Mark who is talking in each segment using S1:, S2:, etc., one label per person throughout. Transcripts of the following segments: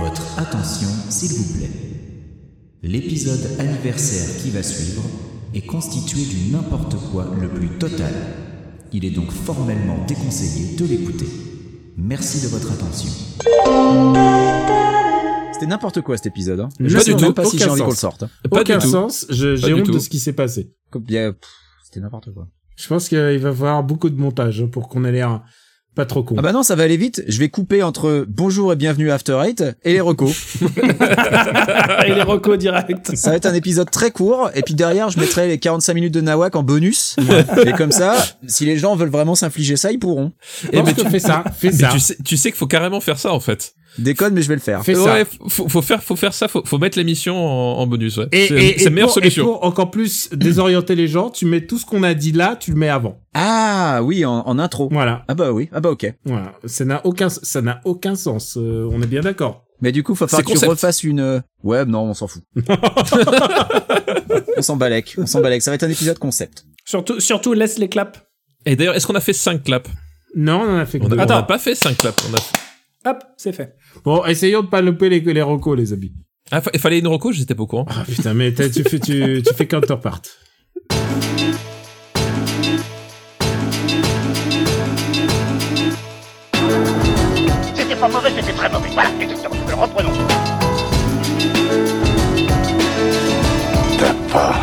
S1: Votre attention, s'il vous plaît. L'épisode anniversaire qui va suivre est constitué du n'importe quoi le plus total. Il est donc formellement déconseillé de l'écouter. Merci de votre attention. C'était n'importe quoi cet épisode. Hein.
S2: Pas du
S1: sais
S2: tout,
S1: même pas si
S2: aucun
S1: j'ai envie qu'on
S2: sens.
S1: le sorte. hein.
S2: Pas
S3: aucun
S2: du tout.
S3: sens. Je- J'ai
S2: du
S3: honte
S2: tout.
S3: de ce qui s'est passé.
S1: Comme bien, pff, C'était n'importe quoi.
S3: Je pense qu'il va falloir beaucoup de montage hein, pour qu'on ait l'air pas trop con.
S1: Ah bah non, ça va aller vite. Je vais couper entre bonjour et bienvenue à After Eight et les recos.
S2: Et les recos direct.
S1: Ça va être un épisode très court et puis derrière je mettrai les 45 minutes de Nawak en bonus et comme ça si les gens veulent vraiment s'infliger ça ils pourront.
S3: Eh
S2: Eh
S3: mais
S2: ben,
S3: tu fais ça, fais
S2: Mais
S3: ça.
S2: tu sais, tu sais qu'il faut carrément faire ça en fait.
S1: Déconne mais je vais le faire.
S3: Fais ça.
S2: ouais, faut, faut faire, faut faire ça, faut, faut mettre l'émission en, en bonus. Ouais.
S3: Et,
S2: C'est-
S3: et-
S2: c'est
S3: et
S2: la meilleure
S3: pour-
S2: solution.
S3: Et pour encore plus désorienter les gens, tu mets tout ce qu'on a dit là, tu le mets avant.
S1: Ah oui en, en intro.
S3: Voilà.
S1: Ah bah oui, ah bah ok.
S3: Voilà. Ça n'a aucun, ça n'a aucun sens. euh, on est bien d'accord.
S1: Mais du coup faut
S2: C'est
S1: faire que tu
S2: concept.
S1: refasses une... euh, Ouais non on s'en fout. on s'en balèque, on s'en balèque. Ça va être un épisode concept.
S4: Surtout, surtout laisse les claps.
S2: Et d'ailleurs, est-ce qu'on a fait 5 claps
S3: Non, on en a fait. que
S2: on
S3: deux.
S2: a, on a pas fait 5 claps. On a fait-
S4: Hop, c'est fait.
S3: Bon, essayons de pas louper les les recos, les amis.
S2: Ah, fa- il fallait une reco, j'étais pas au courant.
S3: Ah putain, mais t'as- tu fais tu, tu fais counterpart.
S5: C'était pas mauvais, c'était très mauvais. Voilà, exactement. Je le reprenons. T'as pas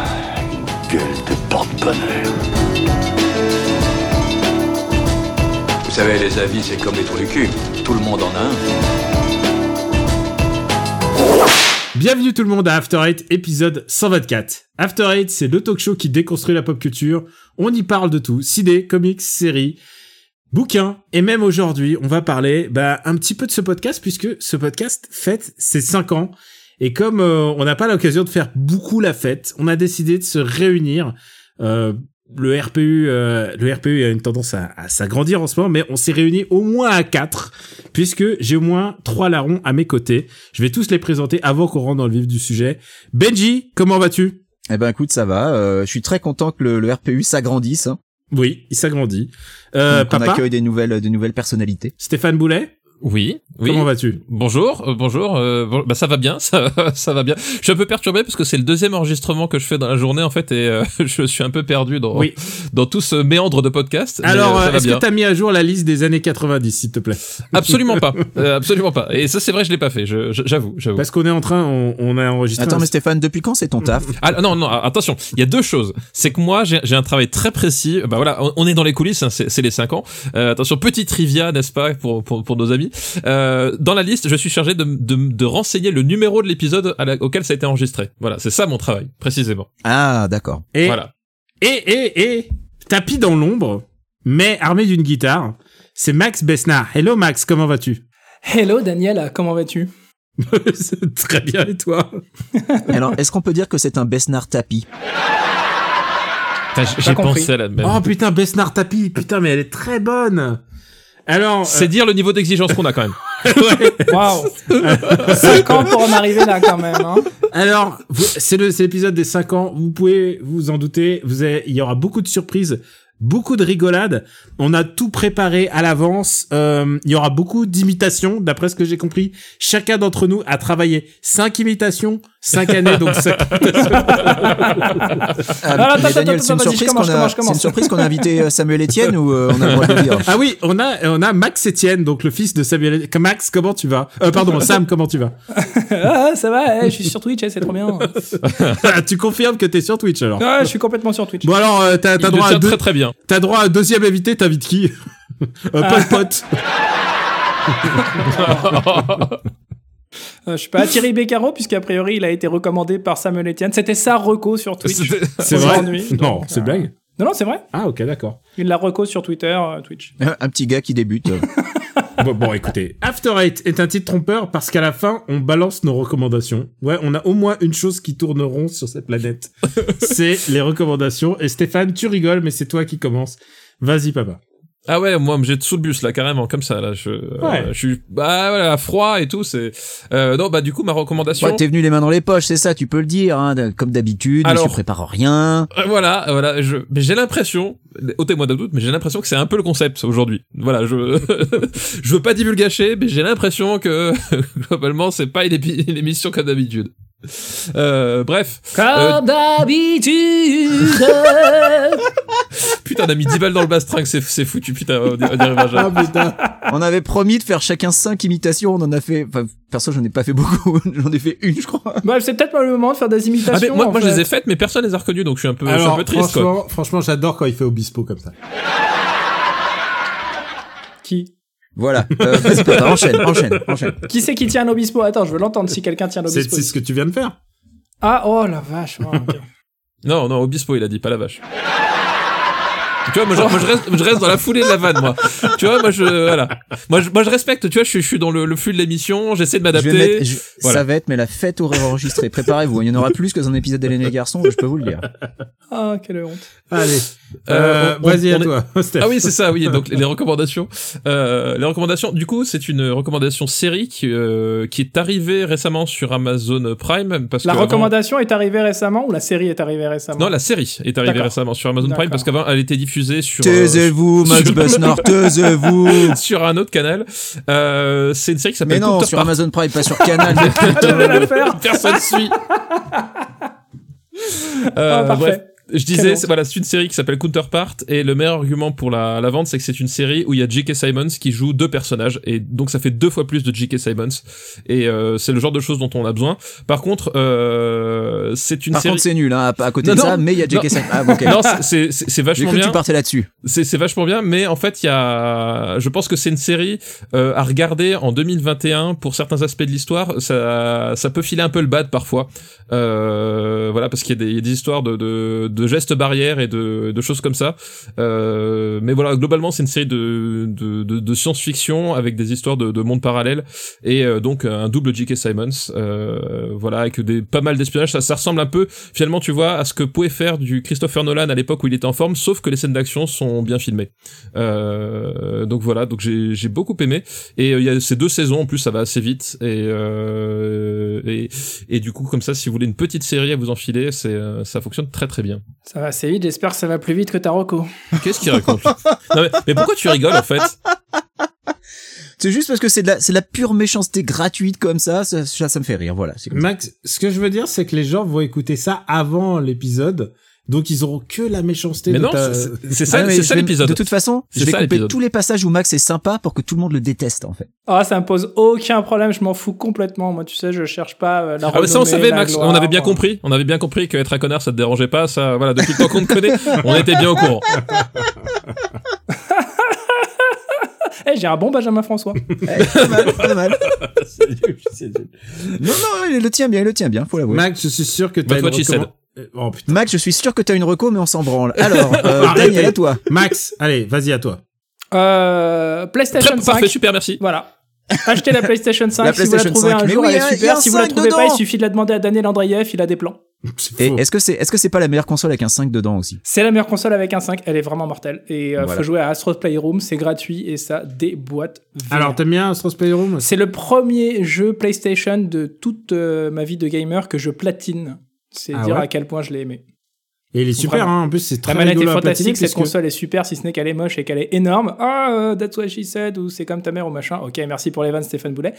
S5: une gueule de porte-bonheur.
S6: Vous savez, les avis, c'est comme les trous du cul. Tout le monde en a un.
S3: Bienvenue tout le monde à After Eight, épisode 124. After Eight, c'est le talk show qui déconstruit la pop culture. On y parle de tout, CD, comics, séries, bouquins. Et même aujourd'hui, on va parler bah, un petit peu de ce podcast, puisque ce podcast fête ses 5 ans. Et comme euh, on n'a pas l'occasion de faire beaucoup la fête, on a décidé de se réunir. Euh, le RPU, euh, le RPU a une tendance à, à s'agrandir en ce moment, mais on s'est réunis au moins à 4, puisque j'ai au moins trois larrons à mes côtés. Je vais tous les présenter avant qu'on rentre dans le vif du sujet. Benji, comment vas-tu
S1: Eh ben écoute ça va, euh, je suis très content que le, le RPU s'agrandisse. Hein,
S3: Oui, il s'agrandit. Euh,
S1: qu'on
S3: papa,
S1: accueille des nouvelles, des nouvelles personnalités.
S3: Stéphane Boulet,
S2: Oui, oui.
S3: comment vas-tu
S2: Bonjour, euh, bonjour. euh, bon- bah ça va bien, ça, va- ça va bien. Je suis un peu perturbé parce que c'est le deuxième enregistrement que je fais dans la journée en fait et euh, je suis un peu perdu dans
S3: Oui.
S2: dans tout ce méandre de podcast. mais,
S3: Alors,
S2: euh, ça
S3: euh,
S2: va
S3: est-ce
S2: bien.
S3: que t'as mis à jour la liste des années 90, s'il te plaît
S2: Absolument pas, Euh, absolument pas. Et ça c'est vrai, je l'ai pas fait. je- je- J'avoue, j'avoue.
S3: Parce qu'on est en train, on, on a enregistré.
S1: Attends
S3: un-
S1: mais Stéphane depuis quand c'est ton taf
S2: Ah non, non, attention, il y a deux choses. C'est que moi, j'ai j'ai un travail très précis. Bah voilà, on, on est dans les coulisses, hein, c'est c'est les 5 ans. Euh, attention, petite trivia, n'est-ce pas, pour, pour, pour nos amis. Euh, dans la liste, je suis chargé de, de, de renseigner le numéro de l'épisode à la- auquel ça a été enregistré. Voilà, c'est ça mon travail, précisément.
S1: Ah d'accord.
S3: et,
S2: Voilà.
S3: et, et, et, tapis dans l'ombre, mais armé d'une guitare, c'est Max Besnard. Hello Max, comment vas-tu
S4: Hello Daniel, comment vas-tu
S3: Très bien, et toi
S1: Alors, est-ce qu'on peut dire que c'est un Besnard tapis
S2: Putain, j'ai- J'ai
S4: compris.
S2: pensé à la même.
S3: Oh putain, Besnard tapis, putain, mais elle est très bonne alors,
S2: c'est dire le niveau d'exigence qu'on a quand même.
S4: Waouh 5 ans pour en arriver là quand même. Hein.
S3: Alors, vous- c'est le- c'est l'épisode des 5 ans. Vous pouvez vous en douter. Vous avez- il y aura beaucoup de surprises, beaucoup de rigolades. On a tout préparé à l'avance. Euh, il y aura beaucoup d'imitations, d'après ce que j'ai compris. Chacun d'entre nous a travaillé 5 imitations, 5 années, donc cinq-
S1: ah,
S4: attends,
S1: mais Daniel,
S4: attends, attends,
S1: c'est une
S4: vas-y, je
S1: surprise
S4: commence,
S1: qu'on a,
S4: je commence, je
S1: c'est une
S4: commence.
S1: surprise qu'on a invité euh, Samuel Etienne ou euh, on a le droit de le dire
S3: Ah oui, on a, on a Max Etienne, donc le fils de Samuel. Max, comment tu vas Euh, Pardon, Sam, comment tu vas
S4: Ah, ça va, eh, je suis sur Twitch, eh, c'est trop bien.
S3: Tu confirmes que t'es sur Twitch alors
S4: Ah, je suis complètement sur Twitch.
S3: Bon alors, euh, t'as
S2: Il
S3: t'as
S2: le
S3: droit, à
S2: tient
S3: deux-
S2: très très bien.
S3: t'as droit à un deuxième invité, t'invites qui euh, Pol Pot. Ah.
S4: Euh, je suis pas Thierry Beccaro, puisqu'a priori il a été recommandé par Samuel Etienne. C'était sa reco sur Twitch.
S2: C'était-
S3: C'est vrai
S4: Aujourd'hui.
S3: Non, c'est
S2: Ah.
S4: euh,
S3: blague.
S4: Non, non, c'est vrai.
S3: Ah ok, d'accord.
S4: Il la reco sur Twitter, euh, Twitch.
S1: Un petit gars qui débute. euh.
S3: bon, bon, écoutez, After Eight est un titre trompeur parce qu'à la fin, on balance nos recommandations. Ouais, on a au moins une chose qui tourneront sur cette planète. c'est les recommandations. Et Stéphane, tu rigoles, mais c'est toi qui commences. Vas-y, papa.
S2: Ah ouais, moi, me jette sous le bus, là, carrément, comme ça, là, je, euh,
S3: Ouais.
S2: je suis, bah, voilà, à froid et tout, c'est, euh, non, bah, du coup, ma recommandation,
S1: Ouais, t'es venu les mains dans les poches, c'est ça, tu peux le dire. Hein, de- comme d'habitude,
S2: Alors-
S1: monsieur prépare rien.
S2: Euh, voilà, euh, voilà, je, mais j'ai l'impression, ôtez-moi de doute, mais j'ai l'impression que c'est un peu le concept aujourd'hui. Voilà, je, je veux pas divulgacher, mais j'ai l'impression que, globalement, c'est pas une, épi- une émission comme d'habitude. Euh, bref, Euh,
S4: Comme d'habitude
S2: putain, on a mis 10 balles dans le bastring, c'est, c'est foutu, putain, on y, on y arrivera jamais.
S3: Ah putain.
S1: On avait promis de faire chacun cinq imitations, on en a fait... Enfin, perso, j'en ai pas fait beaucoup, j'en ai fait une, je crois.
S4: Bref, c'est peut-être pas le moment de faire des imitations.
S2: Ah, mais moi,
S4: en
S2: moi je
S4: fait.
S2: les ai faites, mais personne les a reconnues, donc je suis un peu, je suis un
S3: Alors
S2: peu triste, quoi.
S3: franchement, franchement, j'adore quand il fait Obispo comme ça.
S4: Qui
S1: Voilà. Euh, vas-y, Pépin, enchaîne, enchaîne, enchaîne.
S4: Qui c'est qui tient un obispo Attends, je veux l'entendre si quelqu'un tient un
S3: C'est
S4: obispo.
S3: c'est ce que tu viens de faire.
S4: Ah, oh la vache. ouais, ok.
S2: Non, non, Obispo, il a dit, pas la vache. Tu vois, moi, genre, moi, je, reste, je reste dans la foulée de la vanne, moi. Tu vois, moi, je, voilà. Moi, je, moi, je respecte, tu vois, je, suis- je suis dans le, le flux de l'émission, j'essaie de
S1: Je vais mettre-
S2: m'adapter.
S1: je-
S2: Voilà.
S1: Ça va être, mais la fête aurait enregistré. Préparez-vous, il y en aura plus que dans un épisode d'Hélène et les garçons, je peux vous le dire.
S4: Ah, quelle honte.
S3: Allez,
S2: Euh,
S3: euh,
S2: on-
S3: vas-y
S2: on
S3: à
S2: est-
S3: toi. Steph.
S2: Ah oui, c'est ça, oui. Donc, les les recommandations. Euh, les recommandations, du coup, c'est une recommandation série qui, euh, qui est arrivée récemment sur Amazon Prime. Parce
S4: La
S2: que avant-
S4: recommandation est arrivée récemment ou la série est arrivée récemment
S2: Non, la série est arrivée
S4: D'accord.
S2: récemment sur Amazon Prime
S4: D'accord.
S2: parce qu'avant, elle était diffusée sur. euh,
S1: Taisez-vous, Max
S2: sur-
S1: Besnard, taisez-vous
S2: sur un autre canal. Euh, c'est une série qui
S1: Mais
S2: s'appelle
S1: non,
S2: Counterpart.
S1: sur Amazon Prime, pas sur Canal.
S4: Ah, je vais la faire.
S2: Personne suit. Euh,
S4: Ah, parfait.
S2: bref, je disais,
S4: Quelle
S2: c'est
S4: honte.
S2: voilà, c'est une série qui s'appelle Counterpart et le meilleur argument pour la, la vente, c'est que c'est une série où il y a J.K. Simons qui joue deux personnages et donc ça fait deux fois plus de J.K. Simons et euh, c'est le genre de choses dont on a besoin. Par contre, euh, c'est une
S1: Par
S2: série.
S1: contre, c'est nul, hein, à à côté
S2: Non,
S1: de
S2: non.
S1: ça, mais il y a
S2: Non.
S1: J.K. Simon. Ah, bon, ok.
S2: non, c'est- c'est c'est- c'est
S1: J'ai
S2: vachement
S1: cru que
S2: bien.
S1: tu partais là-dessus.
S2: C'est c'est vachement bien, mais en fait, il y a, je pense que c'est une série euh, à regarder en 2021 pour certains aspects de l'histoire. Ça, ça peut filer un peu le bad parfois, euh, voilà, parce qu'il y, a des- il y a des histoires de, de, de gestes barrières et de, de choses comme ça. Euh, mais voilà, globalement, c'est une série de, de, de, de science-fiction avec des histoires de, de mondes parallèles et euh, donc un double J.K. Simons, euh, voilà, avec des pas mal d'espionnage. Ça, ça ressemble un peu finalement tu vois à ce que pouvait faire du Christopher Nolan à l'époque où il était en forme sauf que les scènes d'action sont bien filmées euh, donc voilà donc j'ai j'ai beaucoup aimé et euh, il y a ces deux saisons en plus ça va assez vite et euh, et, et du coup comme ça si vous voulez une petite série à vous enfiler c'est euh, ça fonctionne très très bien
S4: Ça va assez vite, j'espère que ça va plus vite que ta reco.
S2: qu'est-ce qu'il raconte non, mais, mais pourquoi tu rigoles en fait
S1: C'est juste parce que c'est de, la- c'est de la pure méchanceté gratuite comme ça, ça, ça, ça me fait rire, voilà. c'est comme ça.
S3: Max, ce que je veux dire, c'est que les gens vont écouter ça avant l'épisode, donc ils auront que la méchanceté.
S2: mais
S3: de
S2: non
S3: ta-
S2: c'est c'est
S1: Ah
S2: ça
S1: non, mais
S2: c'est
S1: je
S2: ça
S1: vais-
S2: l'épisode
S1: De toute façon,
S2: C'est
S1: je vais
S2: ça,
S1: couper
S2: l'épisode.
S1: tous les passages où Max est sympa pour que tout le monde le déteste, en fait.
S4: Ah, ça me pose aucun problème, je m'en fous complètement. Moi, tu sais, je cherche pas euh, la
S2: Ah ouais, ça on
S4: renommée,
S2: savait
S4: la
S2: Max,
S4: gloire,
S2: on avait bien
S4: moi.
S2: compris, on avait bien compris qu'être un connard ça te dérangeait pas, ça voilà, depuis le temps qu'on te connaît, on était bien au courant.
S4: Eh, j'ai un bon Benjamin François.
S1: Eh, pas mal, pas mal. Non, non, il le tient bien, il le tient bien, faut l'avouer.
S3: Max, je suis sûr que t'as
S2: But
S3: une
S2: what she said.
S3: recommand- Euh, Oh putain.
S1: Max, je suis sûr que t'as une reco, mais on s'en branle. Alors, euh,
S3: Arrêtez.
S1: Daniel, à toi.
S3: Max, allez, vas-y à toi.
S4: Euh, PlayStation
S2: Très
S4: 5.
S2: parfait, super, merci.
S4: Voilà. Achetez la PlayStation 5
S1: La
S4: si vous la
S1: PlayStation
S4: trouvez
S1: 5,
S4: un
S1: mais
S4: jour,
S1: oui,
S4: elle
S1: hein,
S4: est
S1: il y a
S4: super.
S1: un
S4: Si vous la
S1: 5
S4: trouvez pas, il
S1: dedans.
S4: suffit de la demander à Daniel Andreev, il a des plans.
S3: C'est
S1: Et
S3: faux.
S1: est-ce que c'est est-ce que c'est pas la meilleure console avec un 5 dedans aussi
S4: C'est la meilleure console avec un 5, elle est vraiment mortelle. Et euh,
S1: Voilà.
S4: faut jouer à Astro Playroom, c'est gratuit et ça déboîte. vert.
S3: Alors, t'aimes bien Astros Playroom
S4: c'est le premier jeu PlayStation de toute euh, ma vie de gamer que je platine. C'est
S3: Ah
S4: dire
S3: ouais
S4: à quel point je l'ai aimé.
S3: Et il est super,
S4: Vraiment.
S3: hein, en plus, c'est très
S4: la manette est
S3: rigolo à platiner,
S4: fantastique, cette
S3: puisque-
S4: console est super, si ce n'est qu'elle est moche et qu'elle est énorme. Ah, euh, that's what she said, ou c'est comme ta mère ou machin. Ok, merci pour les vannes, Stéphane Boulet.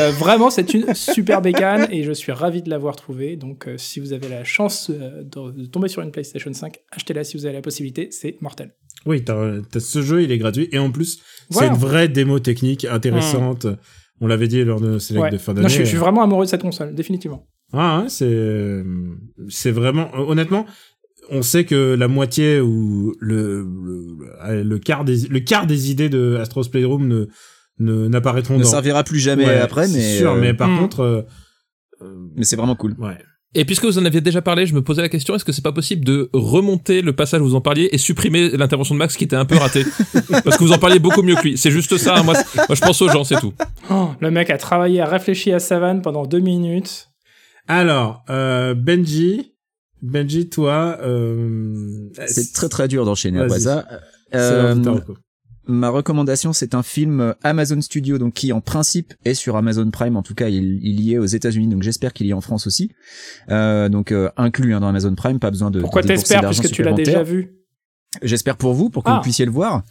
S4: euh, vraiment, c'est une super bécane et je suis ravi de l'avoir trouvée. Donc, euh, si vous avez la chance euh, de, de tomber sur une PlayStation 5, achetez-la si vous avez la possibilité, c'est mortel.
S3: Oui, t'as t'as ce jeu, il est gratuit. Et en plus,
S4: Voilà.
S3: c'est une vraie démo technique intéressante. On l'avait dit lors de Select
S4: Ouais.
S3: de fin
S4: Non,
S3: d'année. euh.
S4: je, suis- je suis vraiment amoureux de cette console, définitivement.
S3: Ah, ouais, c'est c'est vraiment honnêtement, on sait que la moitié ou le le, le quart des le quart des idées de Astros Playroom ne ne n'apparaîtront
S1: Ne
S3: dans.
S1: servira plus jamais
S3: Ouais,
S1: après,
S3: c'est
S1: mais
S3: sûr,
S1: euh,
S3: mais par
S2: Mm.
S4: Hmm.
S3: contre, euh, euh,
S1: mais c'est vraiment cool.
S3: ouais.
S2: Et puisque vous en aviez déjà parlé, je me posais la question, est-ce que c'est pas possible de remonter le passage où vous en parliez et supprimer l'intervention de Max qui était un peu ratée Parce que vous en parliez beaucoup mieux que lui. C'est juste ça, hein, moi, c'est- moi, je pense aux gens, c'est tout.
S4: Oh, le mec a travaillé, a réfléchi à sa vanne pendant deux minutes.
S3: Alors, euh, Benji, Benji, toi, euh,
S1: C'est très très dur d'enchaîner après
S3: Vas-y.
S1: ça.
S3: c'est
S1: Euh,
S3: l'heure de ta reco.
S1: Ma recommandation, c'est un film euh, Amazon Studio, donc qui en principe est sur Amazon Prime. En tout cas, il, il y est aux États-Unis, donc j'espère qu'il y est en France aussi. Euh, donc euh, inclus hein, dans Amazon Prime, pas besoin de.
S4: Pourquoi
S1: de débourser
S4: t'espères
S1: d'argent
S4: puisque tu l'as déjà
S1: supplémentaire.
S4: vu
S1: J'espère pour vous, pour que
S4: Ah.
S1: vous puissiez le voir,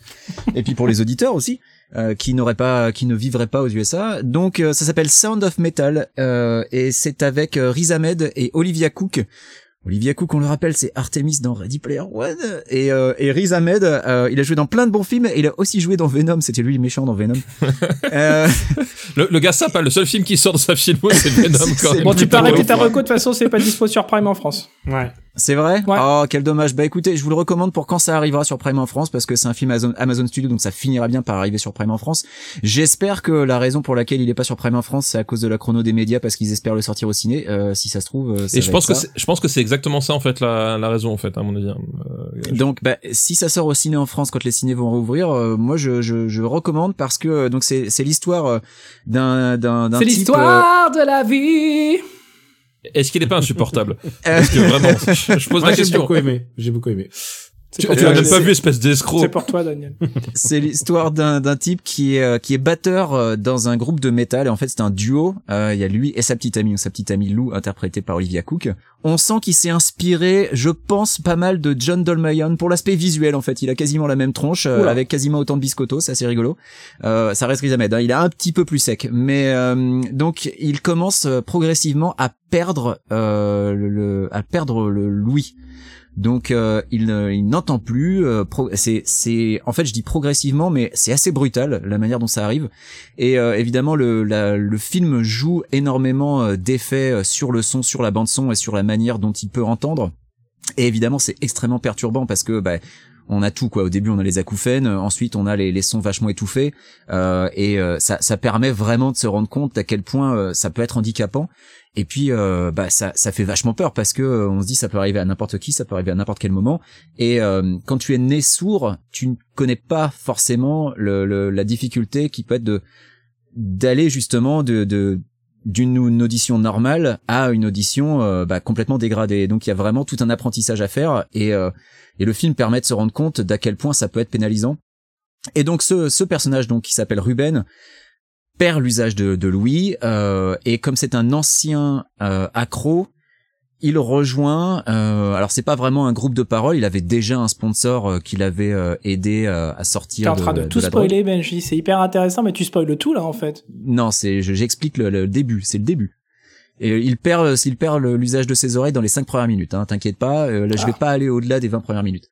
S1: et puis pour les auditeurs aussi, euh, qui n'auraient pas, qui ne vivraient pas aux USA. Donc euh, ça s'appelle Sound of Metal, euh, et c'est avec euh, Riz Ahmed et Olivia Cook. Olivia Cook, on le rappelle, c'est Artemis dans Ready Player One, et, euh, et Riz Ahmed, euh, il a joué dans plein de bons films, et il a aussi joué dans Venom. C'était lui le méchant dans Venom. Euh,
S2: Le, le gars sympa, le seul film qui sort de sa filmo, c'est Venom
S1: C'est-
S2: quand
S1: c'est-
S2: même.
S4: Bon, tu peux
S1: plutôt
S4: arrêter
S1: ouf,
S4: ta
S1: ouais.
S4: reco, de toute façon, c'est pas dispo sur Prime en France.
S3: Ouais.
S1: C'est vrai
S4: Ouais.
S1: Oh, quel dommage. Bah écoutez, je vous le recommande pour quand ça arrivera sur Prime en France, parce que c'est un film Amazon, Amazon Studio, donc ça finira bien par arriver sur Prime en France. J'espère que la raison pour laquelle il est pas sur Prime en France, c'est à cause de la chrono des médias, parce qu'ils espèrent le sortir au ciné. Euh, si ça se trouve, euh, ça
S2: Et
S1: va
S2: je pense
S1: être
S2: que
S1: ça.
S2: c'est- je pense que c'est exactement ça en fait la, la raison en fait à mon avis. hein.
S1: Donc, bah, si ça sort au ciné en France quand les ciné vont rouvrir, euh, moi je, je, je recommande parce que euh, donc c'est c'est l'histoire euh, d'un d'un d'un
S4: C'est
S1: type, euh,
S4: l'histoire de la vie.
S2: Est-ce qu'il est pas insupportable
S1: euh,
S2: Parce que vraiment, je, je pose
S3: Moi,
S2: la
S3: j'ai
S2: question.
S3: beaucoup aimé. J'ai beaucoup aimé.
S2: Tu,
S4: C'est pour
S2: tu l'as
S4: toi,
S2: même pas
S4: Daniel.
S2: vu espèce
S4: C'est
S2: d'escroc.
S4: pour toi, Daniel.
S1: C'est l'histoire d'un d'un type qui est euh, qui est batteur euh, dans un groupe de métal et en fait c'est un duo. Euh, Il y a lui et sa petite amie, donc sa petite amie Lou interprétée par Olivia Cook. On sent qu'il s'est inspiré, je pense, pas mal de John Dolmayan pour l'aspect visuel en fait. Il a quasiment la même tronche euh,
S4: Oula.
S1: avec quasiment autant de biscotto, c'est assez rigolo. Euh, ça reste Riz Ahmed, hein. il est un petit peu plus sec, mais euh, donc il commence euh, progressivement à perdre euh, le, le- à perdre le l'ouïe. Donc euh, il, ne- il n'entend plus. euh, pro- c'est, c'est, en fait, je dis progressivement, mais c'est assez brutal la manière dont ça arrive. Et euh, évidemment, le, la- le film joue énormément euh, d'effets euh, sur le son, sur la bande son et sur la manière dont il peut entendre. Et évidemment, c'est extrêmement perturbant parce que bah, on a tout quoi. Au début, on a les acouphènes, euh, ensuite on a les, les sons vachement étouffés, euh, et euh, ça, ça permet vraiment de se rendre compte à quel point euh, ça peut être handicapant. Et puis, euh, bah, ça, ça fait vachement peur parce que euh, on se dit ça peut arriver à n'importe qui, ça peut arriver à n'importe quel moment. Et euh, quand tu es né sourd, tu ne connais pas forcément le, le- la difficulté qui peut être de d'aller justement de, de d'une une audition normale à une audition euh, bah, complètement dégradée. Donc il y a vraiment tout un apprentissage à faire et euh, et le film permet de se rendre compte d'à quel point ça peut être pénalisant. Et donc ce, ce personnage donc qui s'appelle Ruben perd l'usage de, de Louis euh, et comme c'est un ancien euh, accro, il rejoint. euh, alors c'est pas vraiment un groupe de parole. Il avait déjà un sponsor euh, qui l'avait euh, aidé euh, à
S4: T'es
S1: sortir.
S4: en train de, tout
S1: la drogue.
S4: spoiler, Benji. C'est hyper intéressant, mais tu spoil le tout, là, en fait.
S1: Non, c'est je- j'explique le, le début, c'est le début. Et euh, il perd euh, il perd le- l'usage de ses oreilles dans les cinq premières minutes, hein, t'inquiète pas, euh, là je vais pas aller au-delà des 20 premières minutes.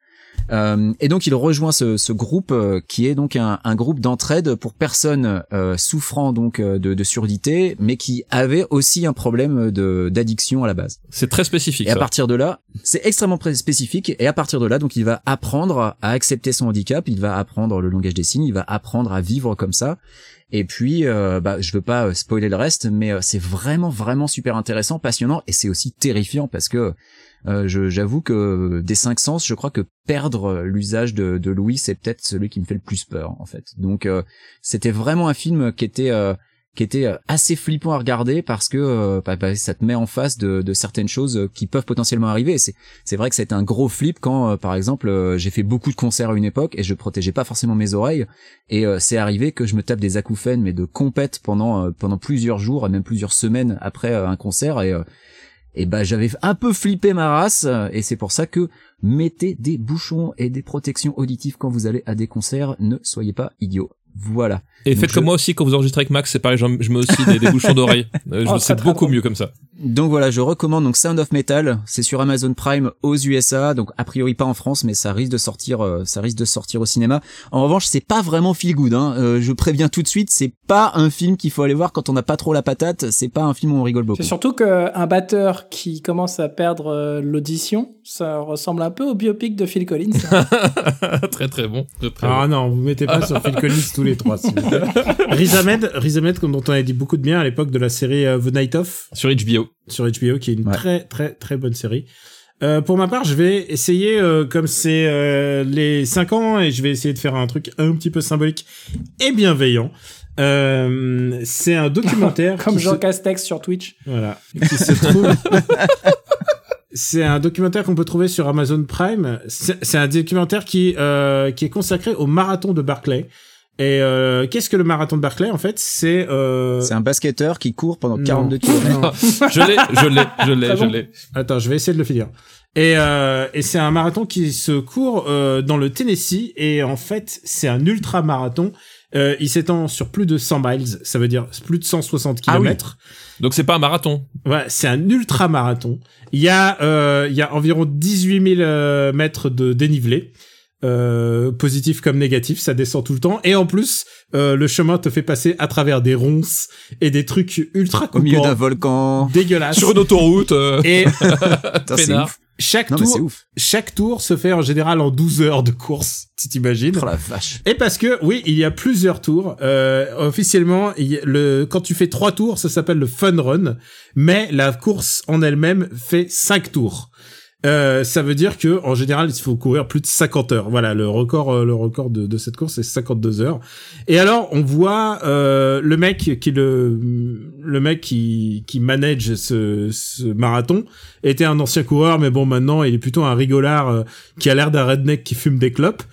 S1: Euh, et donc il rejoint ce, ce groupe euh, qui est donc un, un groupe d'entraide pour personnes euh, souffrant donc euh, de, de surdité, mais qui avaient aussi un problème de d'addiction à la base.
S2: C'est très spécifique.
S1: Et à
S2: ça.
S1: partir de là, c'est extrêmement pré- spécifique. Et à partir de là, donc, il va apprendre à accepter son handicap. Il va apprendre le langage des signes. Il va apprendre à vivre comme ça. Et puis, euh, bah, je veux pas euh, spoiler le reste, mais euh, c'est vraiment, vraiment super intéressant, passionnant, et c'est aussi terrifiant parce que euh, je- j'avoue que euh, des cinq sens, je crois que perdre euh, l'usage de, de Louis, c'est peut-être celui qui me fait le plus peur, en fait. Donc, euh, c'était vraiment un film qui était euh, qui était euh, assez flippant à regarder parce que euh, bah, bah, ça te met en face de, de certaines choses euh, qui peuvent potentiellement arriver. Et C'est c'est vrai que c'était un gros flip quand, euh, par exemple, euh, j'ai fait beaucoup de concerts à une époque et je protégeais pas forcément mes oreilles. Et euh, c'est arrivé que je me tape des acouphènes, mais de compète pendant euh, pendant plusieurs jours, même plusieurs semaines après euh, un concert. Et euh, et bah j'avais un peu flippé ma race. euh, Et c'est pour ça que mettez des bouchons et des protections auditives quand vous allez à des concerts. Ne soyez pas idiots. Voilà.
S2: Et
S1: Donc
S2: faites
S1: je-
S2: comme moi aussi quand vous enregistrez avec Max, c'est pareil, je, je mets aussi des, des bouchons d'oreille. Euh, je
S4: Oh,
S2: c'est
S4: très, très
S2: beaucoup
S4: bon.
S2: mieux comme ça.
S1: Donc voilà, je recommande donc Sound of Metal, c'est sur Amazon Prime aux USA, donc a priori pas en France, mais ça risque de sortir, euh, ça risque de sortir au cinéma. En revanche, c'est pas vraiment feel good, hein. Euh, je préviens tout de suite, c'est pas un film qu'il faut aller voir quand on n'a pas trop la patate, c'est pas un film où on rigole beaucoup.
S4: C'est surtout qu'un batteur qui commence à perdre euh, l'audition, ça ressemble un peu au biopic de Phil Collins.
S2: très très bon. Très, très
S3: Ah non, vous mettez pas sur Phil Collins tous les trois. s'il vous plaît. Riz Ahmed, Riz Ahmed, comme dont on avait dit beaucoup de bien à l'époque de la série euh, The Night Of
S2: bon. Sur HBO.
S3: sur HBO, qui est une
S1: Ouais.
S3: très très très bonne série. Euh, pour ma part, je vais essayer, euh, comme c'est euh, les 5 ans, et je vais essayer de faire un truc un petit peu symbolique et bienveillant. Euh, c'est un documentaire
S4: Comme
S3: qui se-
S4: Jean Castex sur Twitch.
S3: Voilà. Qui se trouve. c'est un documentaire qu'on peut trouver sur Amazon Prime. C'est c'est un documentaire qui euh, qui est consacré au marathon de Barclay. Et euh, qu'est-ce que le marathon de Barclay en fait C'est euh...
S1: C'est un basketteur qui court pendant
S3: non.
S1: 42 km.
S3: Non.
S2: Je l'ai, je l'ai, je l'ai,
S4: Ah
S2: je
S4: bon
S2: l'ai.
S3: Attends, je vais essayer de le finir. Et, euh, et c'est un marathon qui se court euh, dans le Tennessee et en fait c'est un ultra marathon. Euh, il s'étend sur plus de 100 miles, ça veut dire plus de 160
S1: Ah oui.
S3: kilomètres.
S2: Donc c'est pas un marathon.
S3: Ouais, c'est un ultra marathon. Il y a euh, il y a environ 18 000 euh, mètres de dénivelé. Euh, positif comme négatif, ça descend tout le temps. Et en plus, euh, le chemin te fait passer à travers des ronces et des trucs ultra
S1: Au milieu d'un
S3: coupants,
S1: volcan.
S3: dégueulasses.
S2: Sur une autoroute. euh,
S3: Ah, Et
S1: Putain, c'est
S2: Peinard.
S1: ouf.
S3: chaque
S1: Non, mais c'est
S3: tour,
S1: ouf.
S3: chaque tour se fait en général en 12 heures de course, tu t'imagines
S1: Oh la vache.
S3: Et parce que oui, il y a plusieurs tours. Euh, officiellement, il y a le quand tu fais trois tours, ça s'appelle le fun run, mais la course en elle-même fait cinq tours. Euh, ça veut dire que en général, il faut courir plus de 50 heures. Voilà, le record, euh, le record de, de cette course, c'est 52 heures. Et alors, on voit euh, le mec qui le le mec qui qui manage ce, ce marathon était un ancien coureur, mais bon, maintenant, il est plutôt un rigolard euh, qui a l'air d'un redneck qui fume des clopes.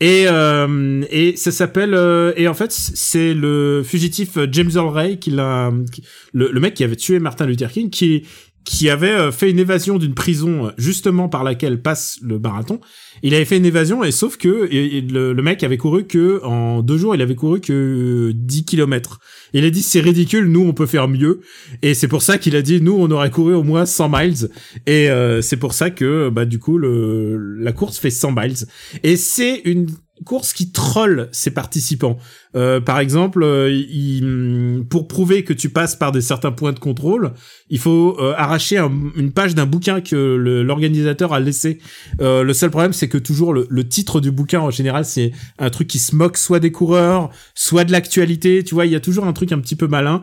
S3: Et, euh, et ça s'appelle euh, et en fait c'est le fugitif euh, James Earl Ray qui l'a qui- le, le mec qui avait tué Martin Luther King qui qui avait euh, fait une évasion d'une prison euh, justement par laquelle passe le marathon. Il avait fait une évasion et sauf que et- et le, le mec avait couru que en deux jours il avait couru que euh, 10 kilomètres. Il a dit c'est ridicule nous on peut faire mieux et c'est pour ça qu'il a dit nous on aurait couru au moins 100 miles et euh, c'est pour ça que bah du coup le la course fait 100 miles. Et c'est une course qui troll ses participants. Euh, par exemple, euh, il- mm, pour prouver que tu passes par des certains points de contrôle, il faut euh, arracher un- une page d'un bouquin que le- l'organisateur a laissé. Euh, le seul problème, c'est que toujours le, le titre du bouquin, en général, c'est un truc qui se moque soit des coureurs, soit de l'actualité. Tu vois, il y a toujours un truc un petit peu malin.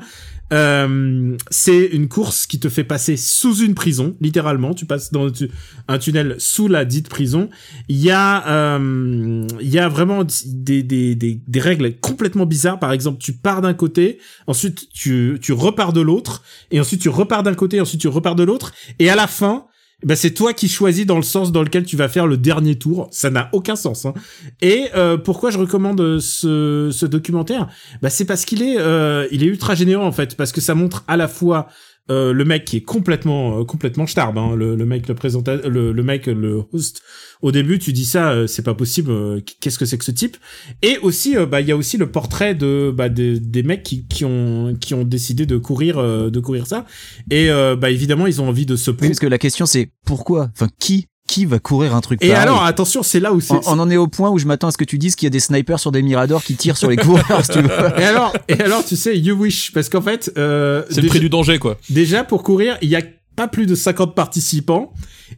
S3: Euh, c'est une course qui te fait passer sous une prison, littéralement. Tu passes dans tu- un tunnel sous la dite prison il y a euh, il y a vraiment des, des, des, des règles complètement bizarres par exemple tu pars d'un côté ensuite tu, tu repars de l'autre et ensuite tu repars d'un côté ensuite tu repars de l'autre et à la fin ben c'est toi qui choisis dans le sens dans lequel tu vas faire le dernier tour. Ça n'a aucun sens. hein. Et euh, pourquoi je recommande euh, ce, ce documentaire Bah c'est parce qu'il est euh, il est ultra généreux en fait parce que ça montre à la fois euh, le mec qui est complètement euh, complètement starbe, hein, le, le mec le présentateur, le, le mec le host au début tu dis ça euh, c'est pas possible euh, qu'est-ce que c'est que ce type et aussi euh, bah il y a aussi le portrait de bah, des, des mecs qui, qui ont qui ont décidé de courir euh, de courir ça et euh, bah évidemment ils ont envie de se
S1: Oui,
S3: prouver
S1: parce que la question c'est pourquoi Enfin, qui qui va courir un truc
S3: et
S1: pareil
S3: alors attention c'est là où c'est
S1: on, on Bah en est au point où je m'attends à ce que tu dises qu'il y a des snipers sur des miradors qui tirent sur les coureurs, si tu veux.
S3: et alors et alors tu sais you wish parce qu'en fait euh,
S2: C'est le prix
S3: déjà-
S2: du danger, quoi.
S3: déjà pour courir il y a pas plus de 50 participants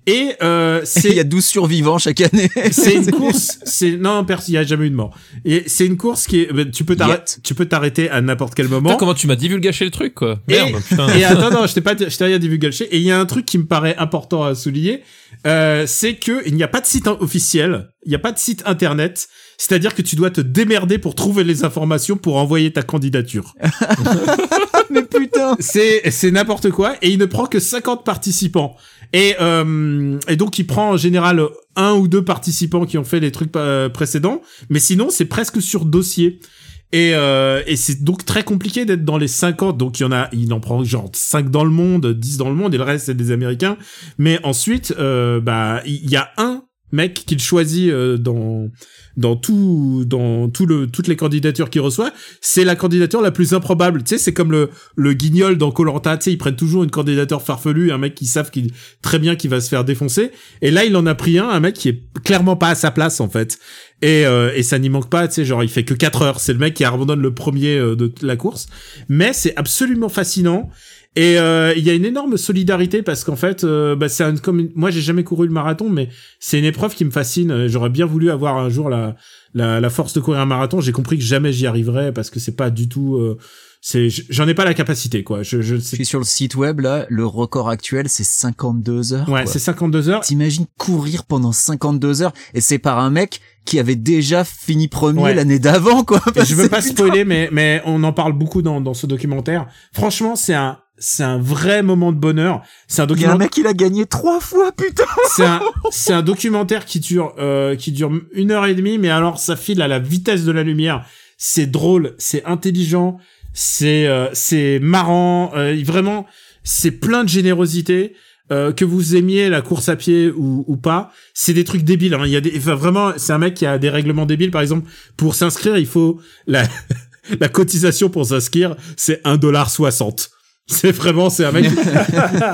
S3: et euh, c'est
S1: Il y a 12 survivants chaque année.
S3: c'est une course, c'est non, pers- il y a jamais eu de mort. Et c'est une course qui est, ben, tu peux t'arrêter,
S1: Yet.
S3: tu peux t'arrêter à n'importe quel moment.
S2: Putain, comment tu m'as divulgaché le truc, quoi.
S3: Et-
S2: Merde, putain.
S3: Et attends, non, je t'ai pas, je t'ai rien divulgué. Et il y a un truc qui me paraît important à souligner, euh, c'est que il n'y a pas de site in- officiel, il n'y a pas de site internet. C'est-à-dire que tu dois te démerder pour trouver les informations pour envoyer ta candidature.
S1: Mais putain
S3: C'est c'est n'importe quoi et il ne prend que 50 participants. Et euh, et donc il prend en général un ou deux participants qui ont fait les trucs euh, précédents, mais sinon c'est presque sur dossier. Et, euh, et c'est donc très compliqué d'être dans les 50. Donc il y en a, il en prend genre 5 dans le monde, 10 dans le monde, et le reste c'est des Américains. Mais ensuite, euh, bah il y a un mec qu'il choisit euh, dans dans tout dans tout le toutes les candidatures qu'il reçoit. C'est la candidature la plus improbable. Tu sais, c'est comme le le guignol dans Colanta. Tu sais, ils prennent toujours une candidature farfelue, un mec qui savent qu'il très bien qu'il va se faire défoncer. Et là, il en a pris un, un mec qui est clairement pas à sa place en fait. Et, euh, et ça n'y manque pas, tu sais, genre il fait que 4 heures. C'est le mec qui abandonne le premier euh, de t- la course. Mais c'est absolument fascinant. Et euh, il y a une énorme solidarité parce qu'en fait, euh, bah, c'est une commune. Moi, j'ai jamais couru le marathon, mais c'est une épreuve qui me fascine. Euh, J'aurais bien voulu avoir un jour la, la, la force de courir un marathon. J'ai compris que jamais j'y arriverais parce que c'est pas du tout. euh, c'est, j'en ai pas la capacité, quoi. Je, je
S1: Je
S3: sais.
S1: suis sur le site web, là, le record actuel, c'est 52 heures.
S3: Ouais,
S1: quoi.
S3: c'est 52 heures.
S1: T'imagines courir pendant 52 heures, et c'est par un mec qui avait déjà fini premier
S3: Ouais.
S1: l'année d'avant, quoi.
S3: Et je veux pas
S1: C'est-
S3: spoiler, mais, mais on en parle beaucoup dans, dans ce documentaire. Franchement, c'est un c'est un vrai moment de bonheur. C'est
S1: Il y a un
S3: un documentaire.
S1: mec, il a gagné trois fois, putain
S3: c'est un, c'est un documentaire qui dure, euh, qui dure une heure et demie, mais alors ça file à la vitesse de la lumière. C'est drôle, c'est intelligent, c'est, euh, c'est marrant. euh, vraiment, c'est plein de générosité. Euh, que vous aimiez la course à pied ou, ou pas, c'est des trucs débiles. hein. Il y a des, enfin, vraiment, c'est un mec qui a des règlements débiles. Par exemple, pour s'inscrire, il faut la, la cotisation pour s'inscrire, c'est un dollar soixante. C'est vraiment, c'est un mec.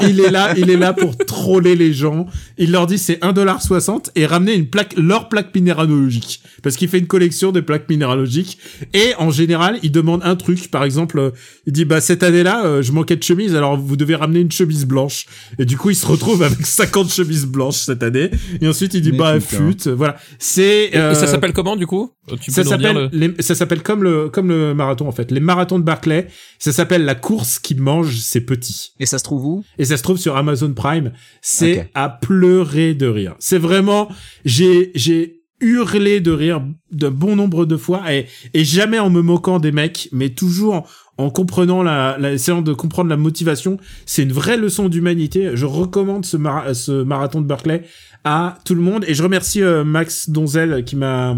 S3: il est là, il est là pour troller les gens. Il leur dit c'est 1,60$ et ramener une plaque, leur plaque minéralogique. Parce qu'il fait une collection de plaques minéralogiques. Et en général, il demande un truc. Par exemple, euh, il dit, bah, cette année-là, euh, je manquais de chemise, alors vous devez ramener une chemise blanche. Et du coup, il se retrouve avec 50 chemises blanches cette année. Et ensuite, il dit,
S1: Mais
S3: bah,
S1: putain.
S3: fut, voilà. C'est,
S2: Et- et
S3: euh,
S2: ça s'appelle comment du coup Euh, Tu
S3: ça
S2: peux nous redire
S3: s'appelle
S2: le-
S3: les- ça s'appelle comme le comme le marathon en fait les marathons de Barclay ça s'appelle la course qui mange ses petits
S1: Et ça se trouve où
S3: et ça se trouve sur Amazon Prime c'est
S1: Ok.
S3: à pleurer de rire c'est vraiment j'ai j'ai hurlé de rire d'un bon nombre de fois et et jamais en me moquant des mecs mais toujours en, en comprenant la, la essayant de comprendre la motivation c'est une vraie leçon d'humanité je recommande ce mara- ce marathon de Barclay à tout le monde et je remercie euh, Max Donzel qui m'a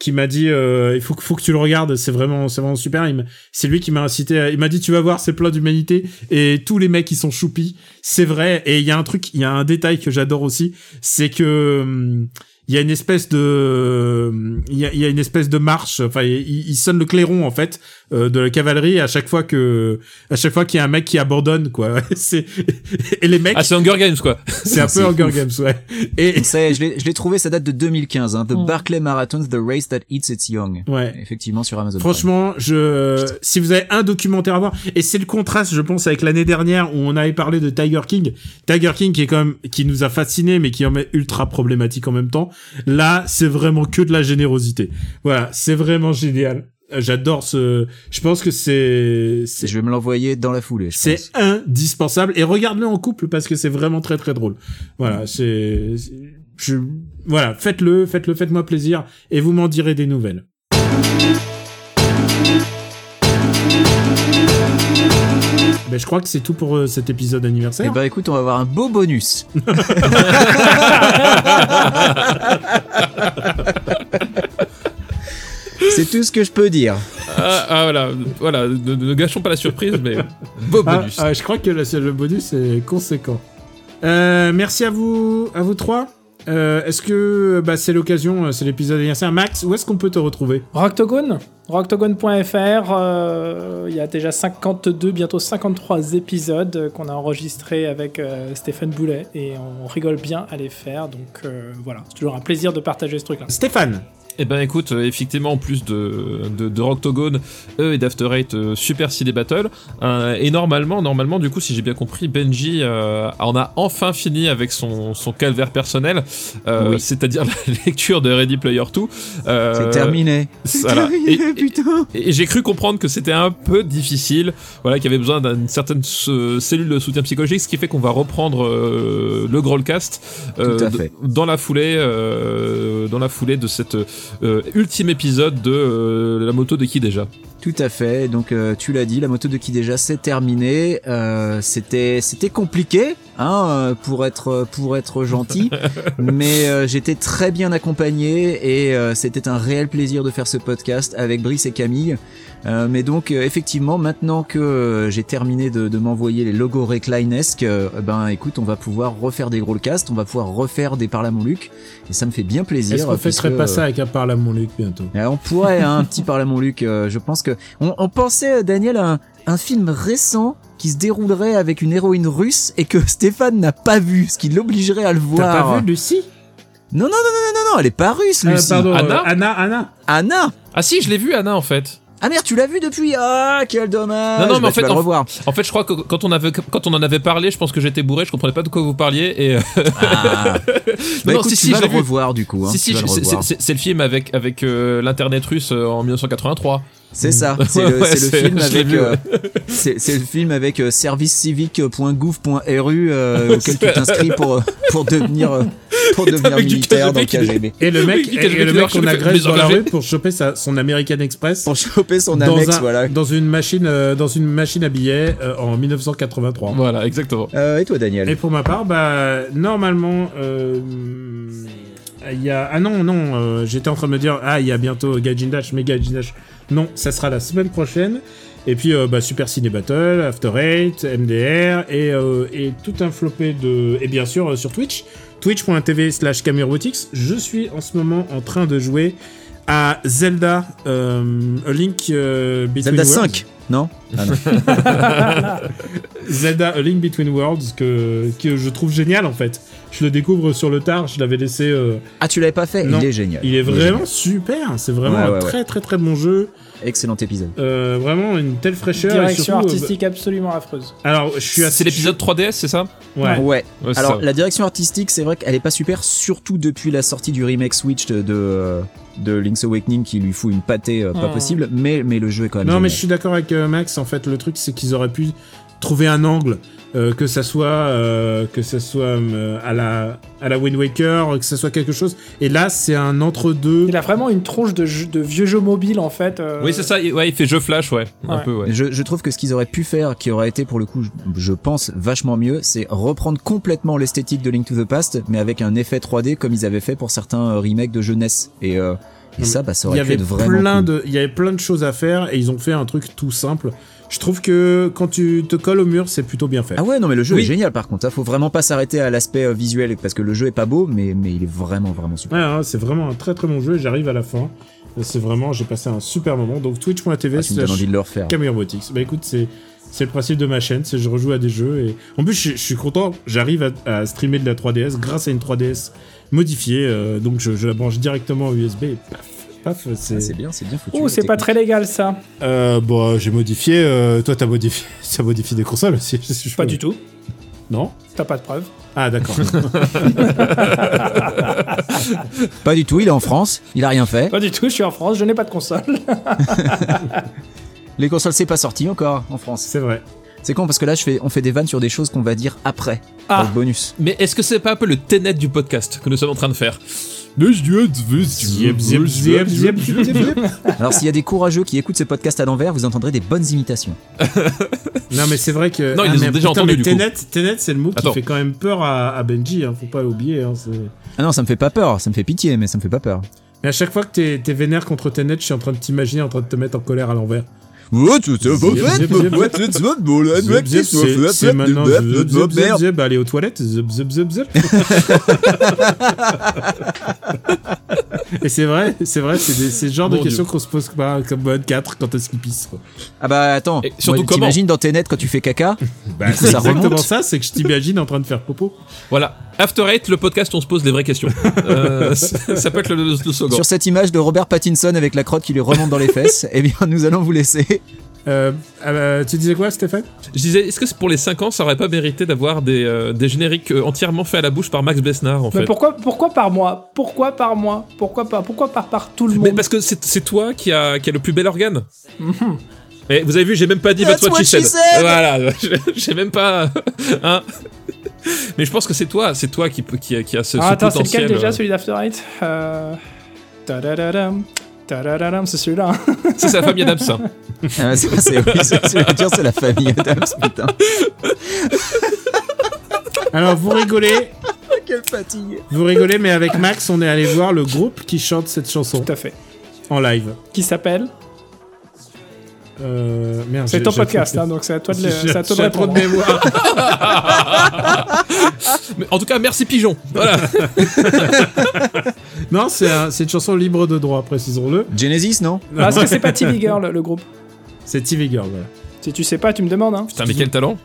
S3: qui m'a dit euh, il faut que faut que tu le regardes c'est vraiment c'est vraiment super Il m- c'est lui qui m'a incité à- il m'a dit tu vas voir c'est plein d'humanité et tous les mecs ils sont choupis c'est vrai et il y a un truc il y a un détail que j'adore aussi c'est que hum, il y a une espèce de hum, il y a, il y a une espèce de marche enfin il, il sonne le clairon en fait euh, de la cavalerie à chaque fois que à chaque fois qu'il y a un mec qui abandonne quoi c'est et les mecs
S2: Ah, c'est Hunger Games quoi.
S3: c'est un
S1: c'est
S3: peu Hunger
S1: ouf.
S3: Games ouais et Mm.
S1: Ça y est, je l'ai je l'ai trouvé, ça date de 2015. Hein. The Barclay Marathon, The Race That Eats Its Young.
S3: ouais
S1: Effectivement, sur Amazon. Prime.
S3: Franchement, je si vous avez un documentaire à voir et c'est le contraste je pense avec l'année dernière où on avait parlé de Tiger King, Tiger King qui est quand même qui nous a fasciné mais qui en est ultra problématique en même temps. Là, c'est vraiment que de la générosité. Voilà, c'est vraiment génial. Euh, J'adore ce je pense que c'est c'est
S1: Je vais me l'envoyer dans la foulée, je
S3: c'est
S1: pense.
S3: indispensable et regarde-le en couple parce que c'est vraiment très très drôle. Voilà, c'est c'est- je voilà, faites-le, faites-le, faites-moi plaisir et vous m'en direz des nouvelles. Ben, je crois que c'est tout pour euh, cet épisode
S1: Eh
S3: anniversaire.
S1: ben écoute, on va avoir un beau bonus. C'est tout ce que je peux dire.
S2: ah, ah, voilà, voilà. Ne, ne gâchons pas la surprise, mais beau
S3: Ah,
S2: bonus.
S3: ah, je crois que le, le bonus est conséquent. Euh, merci à vous, à vous trois. Euh, est-ce que bah, c'est l'occasion, euh, c'est l'épisode anniversaire. Max, où est-ce qu'on peut te retrouver
S4: Rocktogone, rocktogone.fr, euh, il y a déjà 52, bientôt 53 épisodes qu'on a enregistrés avec euh, Stéphane Boulet et on rigole bien à les faire, donc euh, voilà, c'est toujours un plaisir de partager ce truc-là.
S3: Stéphane.
S2: Eh ben écoute, euh, effectivement, en plus de, de, de Rocktogone, eux et d'After Eight, euh, Super CD Battle, euh, et normalement, normalement, du coup, si j'ai bien compris, Benji euh, en a enfin fini avec son, son calvaire personnel, euh,
S1: Oui.
S2: c'est-à-dire la lecture de Ready Player 2. euh,
S1: C'est terminé.
S2: voilà. Et- et-
S1: putain.
S2: Et j'ai cru comprendre que c'était un peu difficile, voilà, qu'il y avait besoin d'une certaine euh, cellule de soutien psychologique, ce qui fait qu'on va reprendre euh, le Growlcast euh,
S1: Tout à
S2: d-
S1: fait.
S2: dans la foulée, euh, dans la foulée de cet euh, ultime épisode de euh, la moto de qui déjà.
S1: Tout à fait. Donc euh, tu l'as dit, la moto de qui déjà c'est terminé. Euh, c'était c'était compliqué hein, euh, pour être pour être gentil, mais euh, j'étais très bien accompagné et euh, c'était un réel plaisir de faire ce podcast avec Brice et Camille. Euh, mais donc euh, effectivement, maintenant que euh, j'ai terminé de, de m'envoyer les logos reclinesques, euh, ben écoute, on va pouvoir refaire des gros casts, on va pouvoir refaire des parles à mon Luc et ça me fait bien plaisir.
S3: Est-ce qu'on
S1: puisque,
S3: fêterait
S1: euh,
S3: pas ça avec un parle à mon Luc bientôt
S1: euh, on pourrait, hein, un petit parle à mon Luc. euh, je pense que on, on pensait, euh, Daniel, à un, un film récent qui se déroulerait avec une héroïne russe et que Stéphane n'a pas vu, ce qui l'obligerait à le
S3: T'as
S1: voir.
S3: pas vu Lucie
S1: non, non, non, non, non, non, elle est pas
S2: Ah,
S1: russe,
S3: Euh,
S1: Lucie.
S3: Pardon,
S2: Anna
S3: euh, Anna, Anna.
S1: Anna.
S2: Ah si, je l'ai vu Anna en fait.
S1: Ah merde, tu l'as vu depuis Ah, quel dommage.
S2: Non, non, mais
S1: Bah,
S2: en
S1: tu
S2: fait,
S1: vas le
S2: en-
S1: revoir.
S2: En fait, je crois que quand on avait, quand on en avait parlé, je pense que j'étais bourré, je comprenais pas de quoi vous parliez et euh,
S1: Ah. bah,
S2: Non, non,
S1: écoute,
S2: si,
S1: tu
S2: si,
S1: vas
S2: je
S1: le
S2: l'ai vu.
S1: revoir du coup. Hein,
S2: si si,
S1: tu vas
S2: je-
S1: le
S2: c'est-
S1: revoir.
S2: c'est c'est le film avec avec euh, l'internet russe euh, en 1983.
S1: C'est ça, c'est le,
S2: Ouais,
S1: c'est le
S2: c'est-
S1: film
S2: je l'ai
S1: avec
S2: vu,
S1: euh, c'est c'est le film avec euh, servicecivique.gouv.ru euh, auquel tu t'inscris pour euh, pour devenir euh, pour devenir
S2: mec du
S1: militaire dans le
S2: KGB.
S1: KGB.
S3: Et le mec,
S2: Oui,
S3: et,
S2: quel
S3: et le
S2: mec
S3: mec
S2: qui
S3: qu'on
S2: fait
S3: agresse
S2: des
S3: dans la
S2: enragés.
S3: rue pour choper sa, son American Express
S1: Pour choper son
S3: dans,
S1: Amex,
S3: un-
S1: voilà.
S3: dans une machine euh, dans une machine à billets euh, en 1983.
S2: Voilà, exactement.
S1: Euh, et toi Daniel
S3: Et pour ma part, bah normalement, euh, il y a ah non non, euh, j'étais en train de me dire ah il y a bientôt Gaijin Dash, mais Gaijin Dash, non, ça sera la semaine prochaine. Et puis euh, bah, Super Ciné Battle, After Eight, MDR et, euh, et tout un flopé de et bien sûr euh, sur Twitch, twitch.tv slash camerobotics. Je suis en ce moment en train de jouer à Zelda euh, A Link euh, Between
S1: Zelda
S3: Worlds.
S1: 5 Non
S3: Zelda A Link Between Worlds que, que je trouve génial en fait. Je le découvre sur le tard, je l'avais laissé. euh,
S1: Ah, tu l'avais pas fait
S3: Non.
S1: Il est génial.
S3: il est
S1: génial.
S3: vraiment super, c'est vraiment
S1: Ouais,
S3: un
S1: ouais,
S3: très très très bon jeu.
S1: excellent épisode.
S3: Euh, vraiment une telle fraîcheur. et
S4: Direction
S3: surtout, euh,
S4: artistique absolument affreuse.
S3: bah, alors je suis assez.
S2: C'est l'épisode 3DS, c'est ça
S1: Ouais.
S3: Ouais.
S2: Ouais, c'est
S1: Alors
S2: ça.
S1: la direction artistique, c'est vrai qu'elle est pas super, surtout depuis la sortie du remake Switch de de, de Link's Awakening qui lui fout une pâtée euh, pas
S4: Hmm.
S1: possible, mais mais le jeu est quand même.
S3: Non mais
S1: génial.
S3: je suis d'accord avec euh, Max. En fait, le truc c'est qu'ils auraient pu trouver un angle, euh, que ça soit euh, que ça soit euh, à la à la Wind Waker, que ça soit quelque chose. Et là, c'est un entre deux.
S4: Il a vraiment une tronche de, jeu- de vieux jeux mobiles en fait. euh,
S2: Oui, c'est ça. il- Ouais, il fait jeu flash, ouais, un
S4: Ouais.
S2: peu, ouais.
S1: Je, je trouve que ce qu'ils auraient pu faire, qui aurait été pour le coup, je, je pense, vachement mieux, c'est reprendre complètement l'esthétique de Link to the Past, mais avec un effet 3D comme ils avaient fait pour certains euh, remakes de jeunesse. Et, euh, et
S3: Non,
S1: ça, bah, ça
S3: il y
S1: aurait pu
S3: avait
S1: être vraiment
S3: plein
S1: cool.
S3: de il y avait plein de choses à faire et ils ont fait un truc tout simple je trouve que quand tu te colles au mur c'est plutôt bien fait
S1: Ah ouais, non, mais le jeu
S2: Oui.
S1: est génial par contre. hein. Faut vraiment pas s'arrêter à l'aspect euh, visuel, parce que le jeu est pas beau, mais, mais il est vraiment, vraiment super.
S3: ouais, hein, c'est vraiment un très très bon jeu et j'arrive à la fin c'est vraiment j'ai passé un super moment donc twitch.tv
S1: Ah, tu me donnes
S3: slash
S1: envie de le refaire.
S3: Camerobotics. bah écoute c'est c'est le principe de ma chaîne c'est je rejoue à des jeux et en plus je, je suis content j'arrive à, à streamer de la 3DS grâce à une 3DS modifiée euh, donc je, je la branche directement en USB et paf paf
S1: Ah,
S3: c'est
S1: C'est bien, c'est bien foutu.
S4: Oh,
S1: la
S4: c'est pas
S1: technique.
S4: très légal ça.
S3: euh, bon j'ai modifié euh, toi t'as modifié t'as modifié des consoles aussi je- je-
S4: Pas du tout.
S3: non
S4: T'as pas de preuve.
S3: Ah d'accord.
S1: Pas du tout, il est en France, il a rien fait.
S4: Pas du tout. Je suis en France. Je n'ai pas de console.
S1: Les consoles, c'est pas sorti encore en France.
S3: c'est vrai.
S1: C'est con parce que là, je fais, on fait des vannes sur des choses qu'on va dire après.
S4: Ah.
S1: Dans le bonus.
S2: Mais est-ce que c'est pas un peu le ténet du podcast que nous sommes en train de faire
S1: Alors, s'il y a des courageux qui écoutent ce podcast à l'envers, vous entendrez des bonnes imitations.
S3: Non mais c'est vrai que. Ah,
S2: Non, ils les
S3: mais
S2: ont déjà entendus,
S3: mais
S2: du coup.
S3: Tenet, Tenet, c'est le mot
S2: Attends.
S3: qui fait quand même peur à, à Benji. Hein, faut pas l'oublier. Hein, c'est- mais
S1: Ah non, ça me fait pas peur, ça me fait pitié, mais ça me fait pas peur.
S3: à chaque fois que t'es, t'es vénère contre Tenet, je suis en train de t'imaginer en train de te mettre en colère à l'envers. Zip, zip, c'est, c'est maintenant. Zip, zip, zip, zip, allez aux toilettes. Zip, zip, zip, zip. Et c'est vrai, c'est vrai, c'est, des, c'est le genre
S2: Mon
S3: de
S2: Dieu.
S3: questions qu'on se pose pas comme mode 4 quand est-ce qu'il pisse. quoi.
S1: Ah bah attends,
S2: Et surtout
S1: moi,
S2: comment
S1: t'imagines dans tes nets quand tu fais caca
S3: Bah,
S1: coup,
S3: c'est
S1: ça remonte.
S3: exactement ça, c'est que je t'imagine en train de faire popo.
S2: Voilà. After Eight, le podcast, on se pose les vraies questions. Euh, ça ça peut être le, le, le slogan.
S1: Sur cette image de Robert Pattinson avec la crotte qui lui remonte dans les fesses, eh bien nous allons vous laisser.
S3: Euh, euh, tu disais quoi, Stéphane
S2: Je disais, est-ce que c'est pour les 5 ans, ça aurait pas mérité d'avoir des, euh, des génériques euh, entièrement faits à la bouche par Max Besnard, en
S4: Mais
S2: fait
S4: pourquoi, pourquoi par moi Pourquoi par moi Pourquoi pas Pourquoi par par tout le
S2: Mais
S4: monde
S2: parce que c'est c'est toi qui a, qui a le plus bel organe. Mais vous avez vu, j'ai même pas dit bah, That's what, she said. Voilà, je- j'ai même pas. hein. Mais je pense que c'est toi, c'est toi qui, peut- qui, a- qui a ce,
S4: Ah,
S2: ce
S4: attends, c'est
S2: potentiel.
S4: lequel déjà
S2: euh,
S4: celui d'After Eight euh... tadadadam, tadadadam, C'est celui-là. hein.
S2: C'est sa famille Adams. ça.
S1: Ah, ça, c'est oui, c'est- c'est- dire, c'est la famille Adams, putain.
S3: Alors vous rigolez,
S1: Quelle fatigue.
S3: vous rigolez, mais avec Max, on est allé voir le groupe qui chante cette chanson
S4: Tout à fait.
S3: en live.
S4: Qui s'appelle
S3: Euh, merde,
S4: C'est
S3: j'ai-
S4: ton
S3: j'ai-
S4: podcast, hein, donc c'est à toi de, le-
S3: J'ai-
S4: c'est à toi de
S3: j'ai trop
S4: répondre.
S3: de mémoire.
S2: Mais en tout cas, merci Pigeon. Voilà.
S3: non, c'est un- c'est une chanson libre de droit, précisons-le.
S1: Genesis, non
S4: Ah, Est-ce que c'est pas TV Girl le groupe
S3: C'est TV Girl, voilà.
S4: Si tu sais pas, tu me demandes. Hein.
S2: Putain, mais quel talent.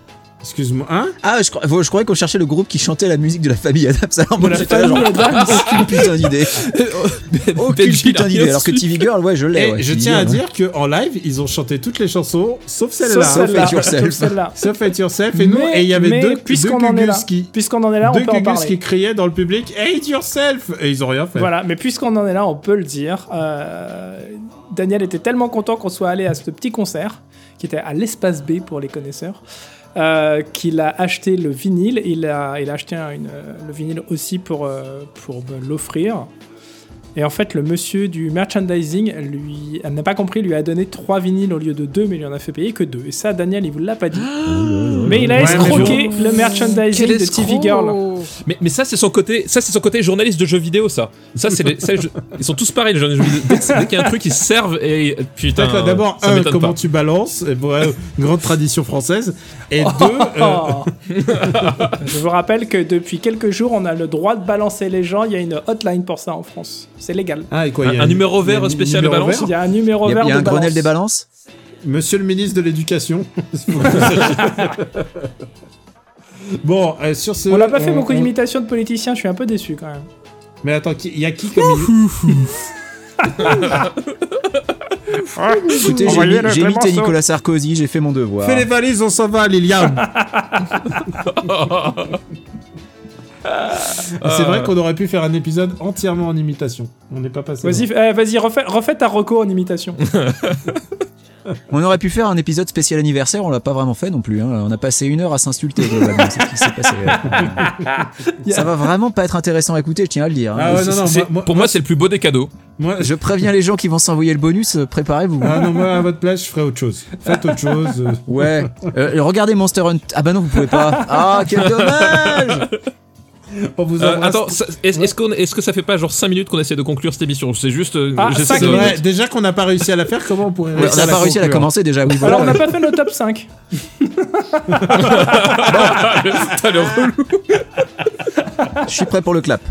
S3: Excuse-moi, hein
S1: Ah, je, crois- je croyais qu'on cherchait le groupe qui chantait la musique de la famille Adams. Alors, moi,
S4: la
S1: j'étais là, genre, aucune putain d'idée. aucune
S2: Benji,
S1: putain
S2: il a
S1: d'idée.
S2: rien
S1: Alors que
S2: su.
S1: TV Girl, Eh ouais, je l'ai.
S3: Et
S1: ouais,
S3: je
S1: TV
S3: tiens à
S1: Girl,
S3: dire que en live, ils ont chanté toutes les chansons, sauf
S4: Sauf
S3: celle-là.
S4: celle-là.
S1: Sauf Yourself.
S4: Sauf celle-là.
S3: Sauf At Yourself et nous.
S4: Mais-
S3: Et il y avait
S4: mais
S3: deux, deux
S4: puisqu'on en est là,
S3: Gugus qui...
S4: puisqu'on en est là,
S3: deux
S4: on peut en
S3: Gugus
S4: parler.
S3: qui criaient dans le public Hate Yourself Et ils ont rien fait.
S4: Voilà, mais puisqu'on en est là, on peut le dire. euh, Daniel était tellement content qu'on soit allé à ce petit concert, qui était à l'espace B pour les connaisseurs, euh, qu'il a acheté le vinyle. Il a, il a acheté un- une, euh, le vinyle aussi pour, euh, pour me l'offrir. Et en fait, le monsieur du merchandising, lui, elle n'a pas compris, lui a donné trois vinyles au lieu de deux, mais il lui en a fait payer que deux. Et ça, Daniel, il vous l'a pas dit.
S3: Ah.
S4: mais il a
S3: Ouais, mais
S4: escroqué
S2: bon.
S4: le merchandising
S2: Quel
S4: de TV Girl.
S2: Mais, mais ça c'est son côté, ça c'est son côté journaliste de jeux vidéo ça. Ça c'est les- ça, je- ils sont tous pareils les journalistes de jeux vidéo. Dès, dès qu'il y a un truc ils se servent et putain.
S3: D'accord, d'abord,
S2: ça
S3: un,
S2: m'étonne
S3: comment
S2: pas.
S3: tu balances, et voilà, grande tradition française. Et deux, euh,
S4: Oh. Je vous rappelle que depuis quelques jours, on a le droit de balancer les gens. Il y a une hotline pour ça en France. C'est légal.
S3: ah, et quoi, il y a
S2: Un, un numéro
S3: il y a
S2: vert
S3: un
S2: spécial de
S3: numéro
S2: balance.
S4: Il y a un numéro
S1: Il y a,
S4: vert
S1: il y a
S4: de
S1: un
S4: balance.
S1: Grenelle des balances.
S3: Monsieur le ministre de l'Éducation. bon, euh, sur ce.
S4: On n'a pas fait beaucoup
S3: on-
S4: d'imitations de politiciens. Je suis un peu déçu quand même.
S3: Mais attends, qui- il y a qui comme.
S1: Écoutez, j'ai
S3: Envoyez
S1: mis-
S3: le
S1: j'ai imité
S3: Clémenceau.
S1: Nicolas Sarkozy, j'ai fait mon devoir.
S3: Fais les valises, on s'en va, Liliane. C'est vrai qu'on aurait pu faire un épisode entièrement en imitation. On n'est pas passé.
S4: Vas-y, eh, vas-y, refais, refais ta reco en imitation.
S1: On aurait pu faire un épisode spécial anniversaire, on l'a pas vraiment fait non plus. hein. On a passé une heure à s'insulter globalement. c'est ce qui s'est passé. Ça va vraiment pas être intéressant à écouter, je tiens à le dire. hein.
S3: Ah ouais, non, non,
S2: C'est-
S3: moi, moi-
S2: pour moi, c'est le plus beau des cadeaux.
S3: moi, je-
S1: Je préviens les gens qui vont s'envoyer le bonus, euh, préparez-vous.
S3: Ah non, moi, à votre place, je ferais autre chose. Faites autre chose. euh.
S1: Ouais. Euh, regardez Monster Hunt. Ah bah non, vous pouvez pas. Ah, quel dommage
S3: On vous
S2: Euh,
S3: embrasse.
S2: attends, ça- est-ce est-ce qu'on- est-ce que ça fait pas genre 5 minutes qu'on essaie de conclure cette émission C'est juste. euh,
S4: Ah,
S2: j'essaie
S4: cinq
S2: de-
S3: C'est vrai,
S4: minutes.
S3: déjà qu'on n'a pas réussi à la faire, comment on pourrait
S1: On n'a pas réussi à la commencer déjà. Oui, voilà.
S4: Alors, on n'a pas fait le top 5.
S2: Ah, le- putain, le relou.
S1: Je suis prêt pour le clap.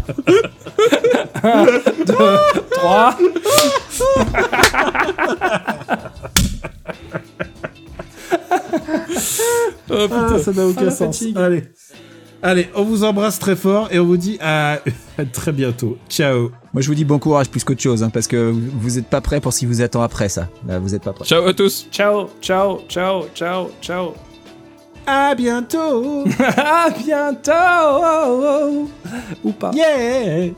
S4: 3.
S2: Oh, putain.
S3: Ah, ça n'a aucun
S4: la
S3: sens.
S4: fatigue.
S3: Allez. Allez, on vous embrasse très fort et on vous dit à, à très bientôt. Ciao.
S1: Moi, je vous dis bon courage plus qu'autre chose, hein, parce que vous- vous n'êtes pas prêt pour ce qui vous attend après ça. Là, vous n'êtes pas prêt.
S2: Ciao à tous.
S4: Ciao, ciao, ciao, ciao, ciao.
S3: À bientôt.
S4: À bientôt. Oh, Ou pas.
S3: yeah.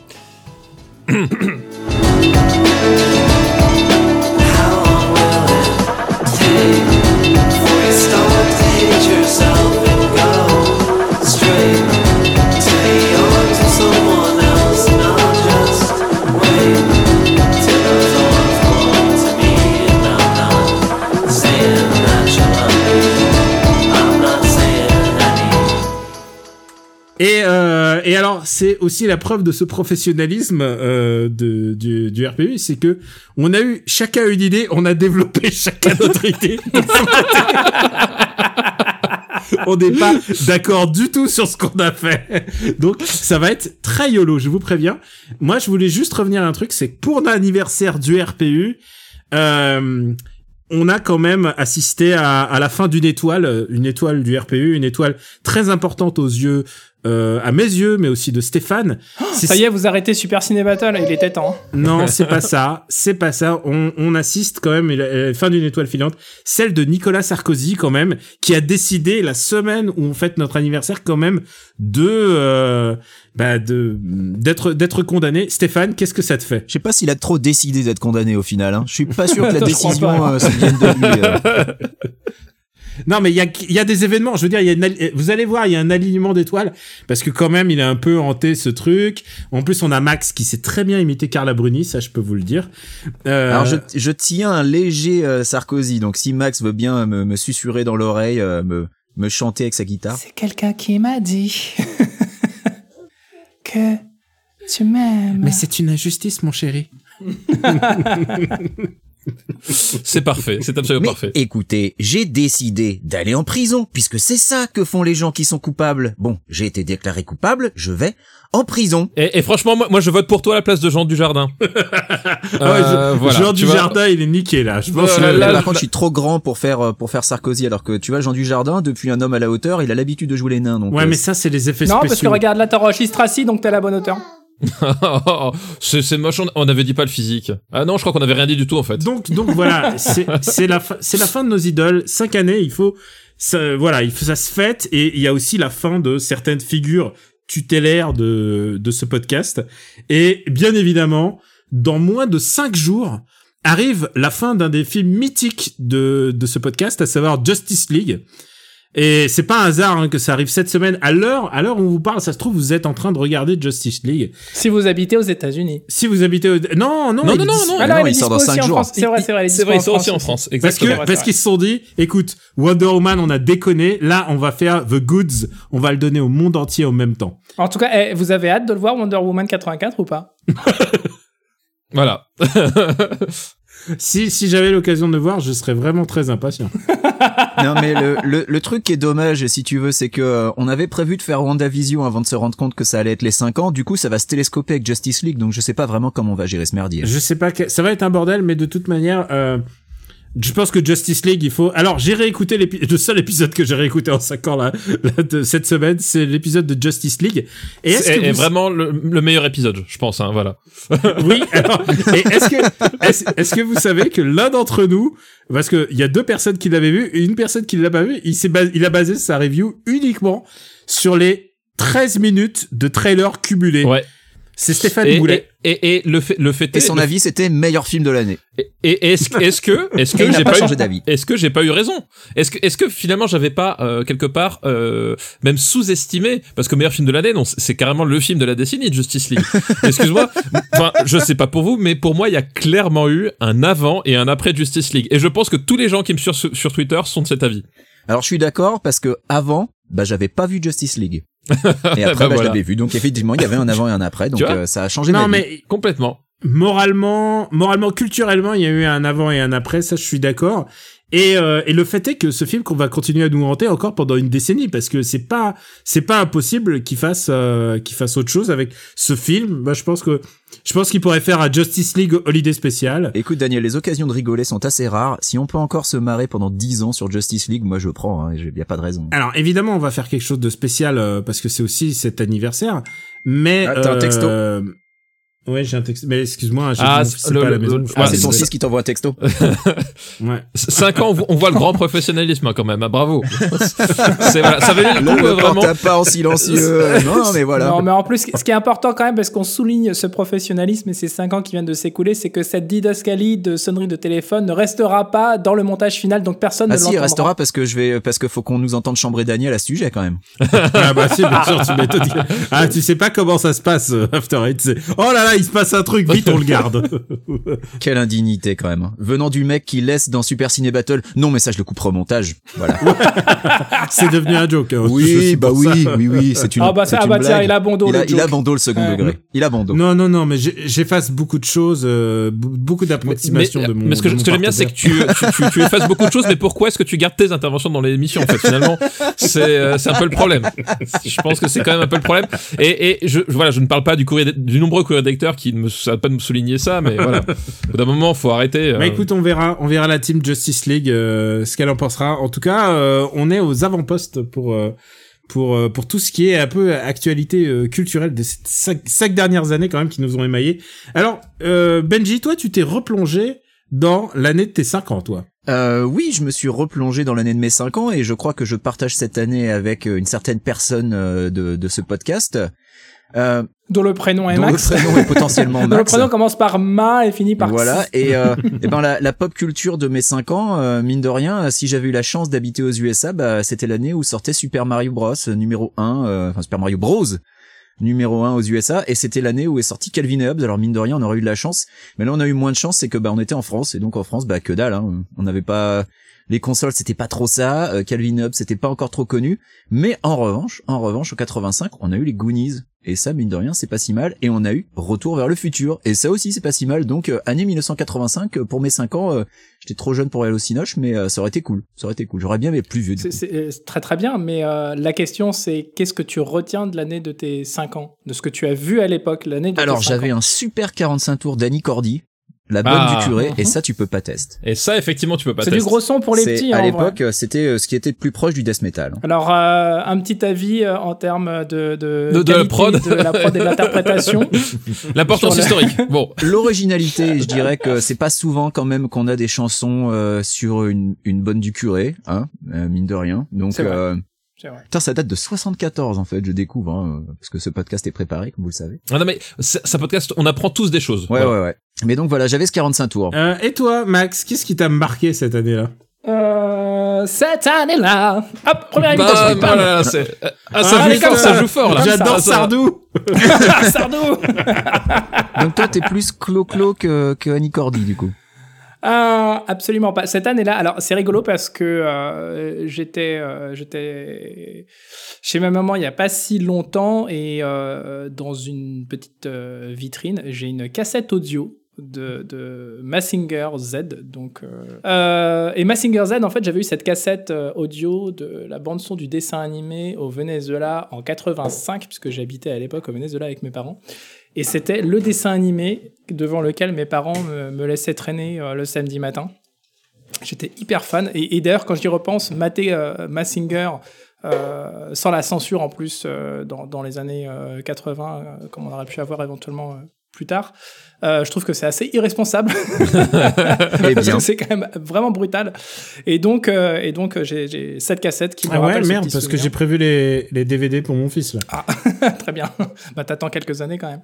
S3: Et, euh, et alors, c'est aussi la preuve de ce professionnalisme euh, de, du, du RPU, c'est que on a eu chacun une idée, on a développé chacun notre idée. on n'est pas d'accord du tout sur ce qu'on a fait. Donc, ça va être très yolo, je vous préviens. Moi, je voulais juste revenir à un truc, c'est que pour l'anniversaire du RPU, euh, on a quand même assisté à, à la fin d'une étoile, euh, une étoile du RPU, une étoile très importante aux yeux, euh, à mes yeux, mais aussi de Stéphane. C'est-
S4: Oh, Ça y est, vous arrêtez Super Ciné Battle. Il était temps.
S3: non, c'est pas ça. C'est pas ça. On, on assiste quand même à la- à la fin d'une étoile filante, celle de Nicolas Sarkozy quand même, qui a décidé la semaine où on fête notre anniversaire quand même de euh, bah de d'être d'être condamné. Stéphane, qu'est-ce que ça te fait
S1: Je sais pas s'il a trop décidé d'être condamné au final. Hein. Je suis pas sûr que la
S4: Attends, je crois
S1: décision
S4: pas.
S1: euh, ça vienne de lui. euh.
S3: Non, mais il y a il y a des événements. Je veux dire, il y a une al- vous allez voir, il y a un alignement d'étoiles parce que quand même, il a un peu hanté ce truc. En plus, on a Max qui sait très bien imiter Carla Bruni, ça je peux vous le dire. Euh,
S1: Alors je, je tiens un léger euh, Sarkozy, donc si Max veut bien me, me susurrer dans l'oreille, euh, me, me chanter avec sa
S4: Ah.
S1: guitare.
S7: C'est quelqu'un qui m'a dit que tu m'aimes.
S3: c'est une injustice, mon chéri.
S2: C'est parfait, c'est absolument
S1: Mais
S2: parfait.
S1: écoutez, j'ai décidé d'aller en prison, puisque c'est ça que font les gens qui sont coupables. Bon, j'ai été déclaré coupable, je vais en prison.
S2: Et, et franchement, moi, moi, je vote pour toi à la place de Jean Dujardin.
S3: Ah ouais,
S2: Euh,
S3: je-
S2: voilà,
S3: Jean
S2: tu vois.
S3: Dujardin, il est niqué là. Je pense
S2: Euh,
S3: que-
S2: là, là,
S1: par contre, je suis trop grand pour faire euh, pour faire Sarkozy, alors que tu vois Jean Dujardin, depuis un homme à la hauteur, il a l'habitude de jouer les nains. Donc,
S3: Ouais,
S1: euh,
S3: mais ça, c'est les effets
S4: Non, parce que
S3: spéciaux.
S4: regarde, là, t'as Roche Istraci, donc t'es la bonne hauteur.
S2: c'est c'est moche, on- on n'avait dit pas le physique. Ah non, je crois qu'on n'avait rien dit du tout en fait.
S3: Donc, donc voilà, c'est c'est la, fin- c'est la fin de nos idoles. Cinq années, il faut, ça, voilà, il faut, ça se fête et il y a aussi la fin de certaines figures tutélaires de, de ce podcast. Et bien évidemment, dans moins de cinq jours, arrive la fin d'un des films mythiques de, de ce podcast, à savoir Justice League. Et c'est pas un hasard hein, que ça arrive cette semaine. À l'heure, à l'heure où on vous parle, ça se trouve, vous êtes en train de regarder Justice League.
S4: Si vous habitez aux États-Unis.
S3: Si vous habitez, au... non, non,
S2: Non,
S3: il
S2: non, non,
S3: dit-
S2: non,
S4: Ah, là,
S1: non,
S4: elle est
S1: il sort
S4: dispo
S1: dans
S4: aussi
S1: cinq
S4: en
S1: jours.
S4: France. C'est vrai, c'est vrai, elle est
S2: C'est
S4: dispo
S2: vrai, ils sont aussi en
S4: aussi.
S2: France.
S3: Parce
S2: Exactement.
S3: que
S4: vrai,
S3: parce
S4: c'est
S3: qu'ils se sont dit, écoute, Wonder Woman, on a déconné. Là, on va faire The Goods. On va le donner au monde entier en même temps.
S4: En tout cas, eh, vous avez hâte de le voir Wonder Woman 84 ou pas
S2: Voilà.
S3: Si si j'avais l'occasion de le voir, je serais vraiment très impatient.
S1: non, mais le, le, le truc qui est dommage, si tu veux, c'est que euh, on avait prévu de faire WandaVision avant de se rendre compte que ça allait être les cinq ans. Du coup, ça va se télescoper avec Justice League, donc je sais pas vraiment comment on va gérer ce merdier.
S3: Je sais pas, que... ça va être un bordel, mais de toute manière. euh, Je pense que Justice League, il faut. Alors, j'ai réécouté l'épi- le seul épisode que j'ai réécouté en 5 ans là, là, de cette semaine, c'est l'épisode de Justice League. Et est-ce
S2: C'est
S3: que
S2: est
S3: vous-
S2: vraiment le, le meilleur épisode, je pense. Hein, voilà.
S3: Oui, alors, et est-ce que, est-ce, est-ce que vous savez que l'un d'entre nous, parce que il y a deux personnes qui l'avaient vu et une personne qui l'a pas vu, il s'est bas- il a basé sa review uniquement sur les 13 minutes de trailer cumulés.
S2: Ouais.
S3: C'est Stéphane
S2: Et,
S3: Boulet.
S2: et, et, et le fait, le fait
S1: Et
S2: est-
S1: son
S2: le-
S1: avis, c'était meilleur film de l'année.
S2: Et, et est-ce est-ce que est-ce
S1: Et
S2: que
S1: il n'a
S2: j'ai
S1: pas
S2: pas,
S1: changé
S2: eu
S1: d'avis.
S2: Est-ce que j'ai pas eu raison Est-ce que est-ce que finalement j'avais pas euh, quelque part euh, même sous-estimé parce que meilleur film de l'année non c'est- c'est carrément le film de la décennie de Justice League. Excuse-moi. Enfin je sais pas pour vous mais pour moi il y a clairement eu un avant et un après Justice League et je pense que tous les gens qui me suivent sur, sur Twitter sont de cet avis.
S1: Alors, je suis d'accord parce que avant, bah, j'avais pas vu Justice League. Et après, bah, je
S2: Ah, voilà.
S1: l'avais vu. Donc, effectivement, il y avait un avant et un après. Donc,
S2: Tu vois
S1: euh, ça a changé ma
S3: Non,
S1: vie.
S3: mais
S2: Complètement.
S3: moralement, moralement, culturellement, il y a eu un avant et un après, ça je suis d'accord. Et, euh, et le fait est que ce film qu'on va continuer à nous hanter encore pendant une décennie parce que c'est pas c'est pas impossible qu'il fasse euh, qu'il fasse autre chose avec ce film. Bah, je pense que je pense qu'il pourrait faire un Justice League Holiday spécial.
S1: Écoute, Daniel, les occasions de rigoler sont assez rares. Si on peut encore se marrer pendant 10 ans sur Justice League, moi, je prends. Hein, J'ai- y a pas de raison.
S3: Alors évidemment, on va faire quelque chose de spécial euh, parce que c'est aussi cet anniversaire. Mais
S1: Ah, t'as un texto
S3: euh, Ouais, j'ai un texte. Mais excuse-moi, j'ai
S2: Ah,
S3: mon
S2: c'est-
S3: fils, c'est
S2: le-
S3: pas à la
S2: le-
S3: maison.
S2: le-
S3: je
S1: Ah,
S3: pense
S2: ouais,
S1: c'est ton
S3: que-
S1: fils qui t'envoie un texto.
S3: Ouais.
S2: Cinq ans on, vo- on voit le grand professionnalisme hein, quand même. Ah, bravo. C'est voilà, ça veut dire
S1: Le, le
S2: vraiment.
S1: porte-à-pas en silencieux. Euh, non, mais voilà.
S4: Non, mais en plus, ce qui est important quand même, parce qu'on souligne ce professionnalisme et ces 5 ans qui viennent de s'écouler, c'est que cette didascalie de sonnerie de téléphone ne restera pas dans le montage final, donc personne
S1: Ah
S4: ne
S1: si, il
S4: l'entendra.
S1: restera parce que je vais, parce que faut qu'on nous entende chambrer Daniel à ce sujet quand même.
S3: Ah bah si, bien sûr, tu m'étonnes. Ah, tu sais pas comment ça se passe, euh, After Eight. c'est- Oh là là, il se passe un truc, vite, on le garde.
S1: Quelle indignité quand même. hein. Venant du mec qui laisse dans Super Ciné Battle. Non, mais ça, je le couperai au montage. Voilà.
S3: C'est devenu un joke. hein. Je
S1: Oui,
S3: suis
S1: bah
S3: pour
S1: oui,
S3: ça.
S1: oui, oui, c'est une.
S4: Ah bah,
S1: c'est
S4: ça, ah
S1: une
S4: bah tiens,
S1: blague.
S4: il a bon dos,
S1: Il
S4: le
S1: a, il
S4: joke.
S1: a bandeau le second
S4: Ouais.
S1: degré. Il a bandeau.
S3: Non, non, non, mais j'ai- j'efface beaucoup de choses, euh, b- beaucoup d'approximations
S2: mais,
S3: de mon.
S2: mais ce que,
S3: de
S2: je-
S3: mon
S2: ce que j'aime bien, c'est que tu, tu, tu, tu effaces beaucoup de choses, mais pourquoi est-ce que tu gardes tes interventions dans les émissions en fait Finalement, c'est euh, c'est un peu le problème. Je pense que c'est quand même un peu le problème. Et, et je, je- voilà, je ne parle pas du courrier d- du nombreux courrier d'acteurs qui ne me savent pas de me souligner ça, mais voilà. Au bout d'un moment, faut arrêter. euh,
S3: Mais Bah, écoute, on verra, on verra la team Justice League euh, ce qu'elle en pensera. En tout cas, euh, on est aux avant-postes pour euh, pour euh, pour tout ce qui est un peu actualité euh, culturelle des cinq, cinq dernières années quand même qui nous ont émaillés. Alors euh, Benji, toi, tu t'es replongé dans l'année de tes 5 ans, toi.
S1: Euh, oui, je me suis replongé dans l'année de mes 5 ans et je crois que je partage cette année avec euh, une certaine personne euh, de, de ce podcast. Euh,
S4: Dont le prénom est
S1: dont
S4: Max.
S1: le prénom est potentiellement
S4: Dont le
S1: Max.
S4: prénom commence par Ma et finit par
S1: Voilà.
S4: X.
S1: Et, euh, et ben la, la pop culture de mes 5 ans, euh, mine de rien, euh, si j'avais eu la chance d'habiter aux USA, bah, c'était l'année où sortait Super Mario Bros euh, numéro 1, euh, enfin Super Mario Bros numéro 1 aux USA, et c'était l'année où est sorti Calvin et Hobbes. Alors mine de rien, on aurait eu de la chance, mais là on a eu moins de chance, c'est que bah on était en France, et donc en France, bah que dalle, hein. on n'avait pas les consoles, c'était pas trop ça, euh, Calvin et Hobbes, c'était pas encore trop connu, mais en revanche, en revanche, en 85, on a eu les Goonies Et ça, mine de rien, c'est pas si mal. Et on a eu Retour vers le futur. Et ça aussi, c'est pas si mal. Donc, euh, année 1985, euh, pour mes 5 ans, euh, j'étais trop jeune pour aller au Cinoche, mais euh, ça aurait été cool. Ça aurait été cool. J'aurais bien aimé plus vieux. du
S4: C'est-
S1: coup.
S4: C'est euh, c'est très très bien, mais euh, la question c'est qu'est-ce que tu retiens de l'année de tes 5 ans De ce que tu as vu à l'époque, l'année de
S1: Alors,
S4: tes cinq
S1: j'avais
S4: ans.
S1: un super 45 tours d'Annie Cordy, la bonne
S2: Ah.
S1: du curé, et
S4: Mhm.
S1: ça, tu peux pas tester.
S2: Et ça, effectivement, tu peux pas
S4: C'est du
S2: tester.
S4: gros son pour les
S1: C'est-
S4: petits.
S1: à
S4: hein, en vrai.
S1: l'époque, euh, c'était euh, ce qui était le plus proche du death metal. hein.
S4: Alors, euh, un petit avis euh, en termes de,
S2: De-
S4: de,
S2: de la
S4: qualité
S2: prod.
S4: de la prod et de l'interprétation.
S2: L'importance
S4: Sur
S2: historique. Bon,
S1: L'originalité, je dirais que c'est pas souvent quand même qu'on a des chansons euh, sur une, une bonne du curé, hein, euh, mine de rien. Donc,
S4: C'est vrai.
S1: euh,
S4: C'est vrai.
S1: putain, ça date de 74 en fait, je découvre, hein, euh, parce que ce podcast est préparé, comme vous le savez.
S2: Ah non mais c'est- ça podcast, on apprend tous des choses.
S1: Ouais,
S2: Voilà.
S1: ouais, ouais. Mais donc voilà, j'avais ce 45 tours.
S3: Euh, et toi, Max, qu'est-ce qui t'a marqué cette année-là
S4: Euh, cette année-là, hop, première
S2: Bah,
S4: imitation.
S2: oh là là, c'est- Ah, ça,
S3: Ah,
S2: joue
S3: mais
S2: fort,
S3: comme
S2: ça
S3: ça.
S2: joue fort, là.
S3: J'adore
S2: Ah, ça-
S3: Sardou
S4: Sardou.
S1: Donc toi, t'es plus clo-clo que, que Annie Cordy du coup.
S4: Ah, absolument pas. Cette année-là, alors c'est rigolo parce que euh, j'étais, euh, j'étais chez ma maman il y a pas si longtemps et euh, dans une petite euh, vitrine, j'ai une cassette audio de, de Massinger Z. Donc, euh, euh, et Massinger Z, en fait, j'avais eu cette cassette euh, audio de la bande son du dessin animé au Venezuela en 85, puisque j'habitais à l'époque au Venezuela avec mes parents. Et c'était le dessin animé devant lequel mes parents me, me laissaient traîner euh, le samedi matin. J'étais hyper fan. Et, et d'ailleurs, quand j'y repense, mater euh, Massinger euh, sans la censure en plus euh, dans, dans les années euh, 80, euh, comme on aurait pu avoir éventuellement euh, plus tard, euh, je trouve que c'est assez irresponsable.
S1: Eh
S4: Parce
S1: bien.
S4: que c'est quand même vraiment brutal. Et donc, euh, et donc euh, j'ai- j'ai cette cassette qui me
S3: Ah ouais,
S4: rappelle ce
S3: merde,
S4: petit
S3: parce que
S4: souvenir.
S3: j'ai prévu les, les DVD pour mon fils, là.
S4: Très bien. bah, t'attends quelques années quand même.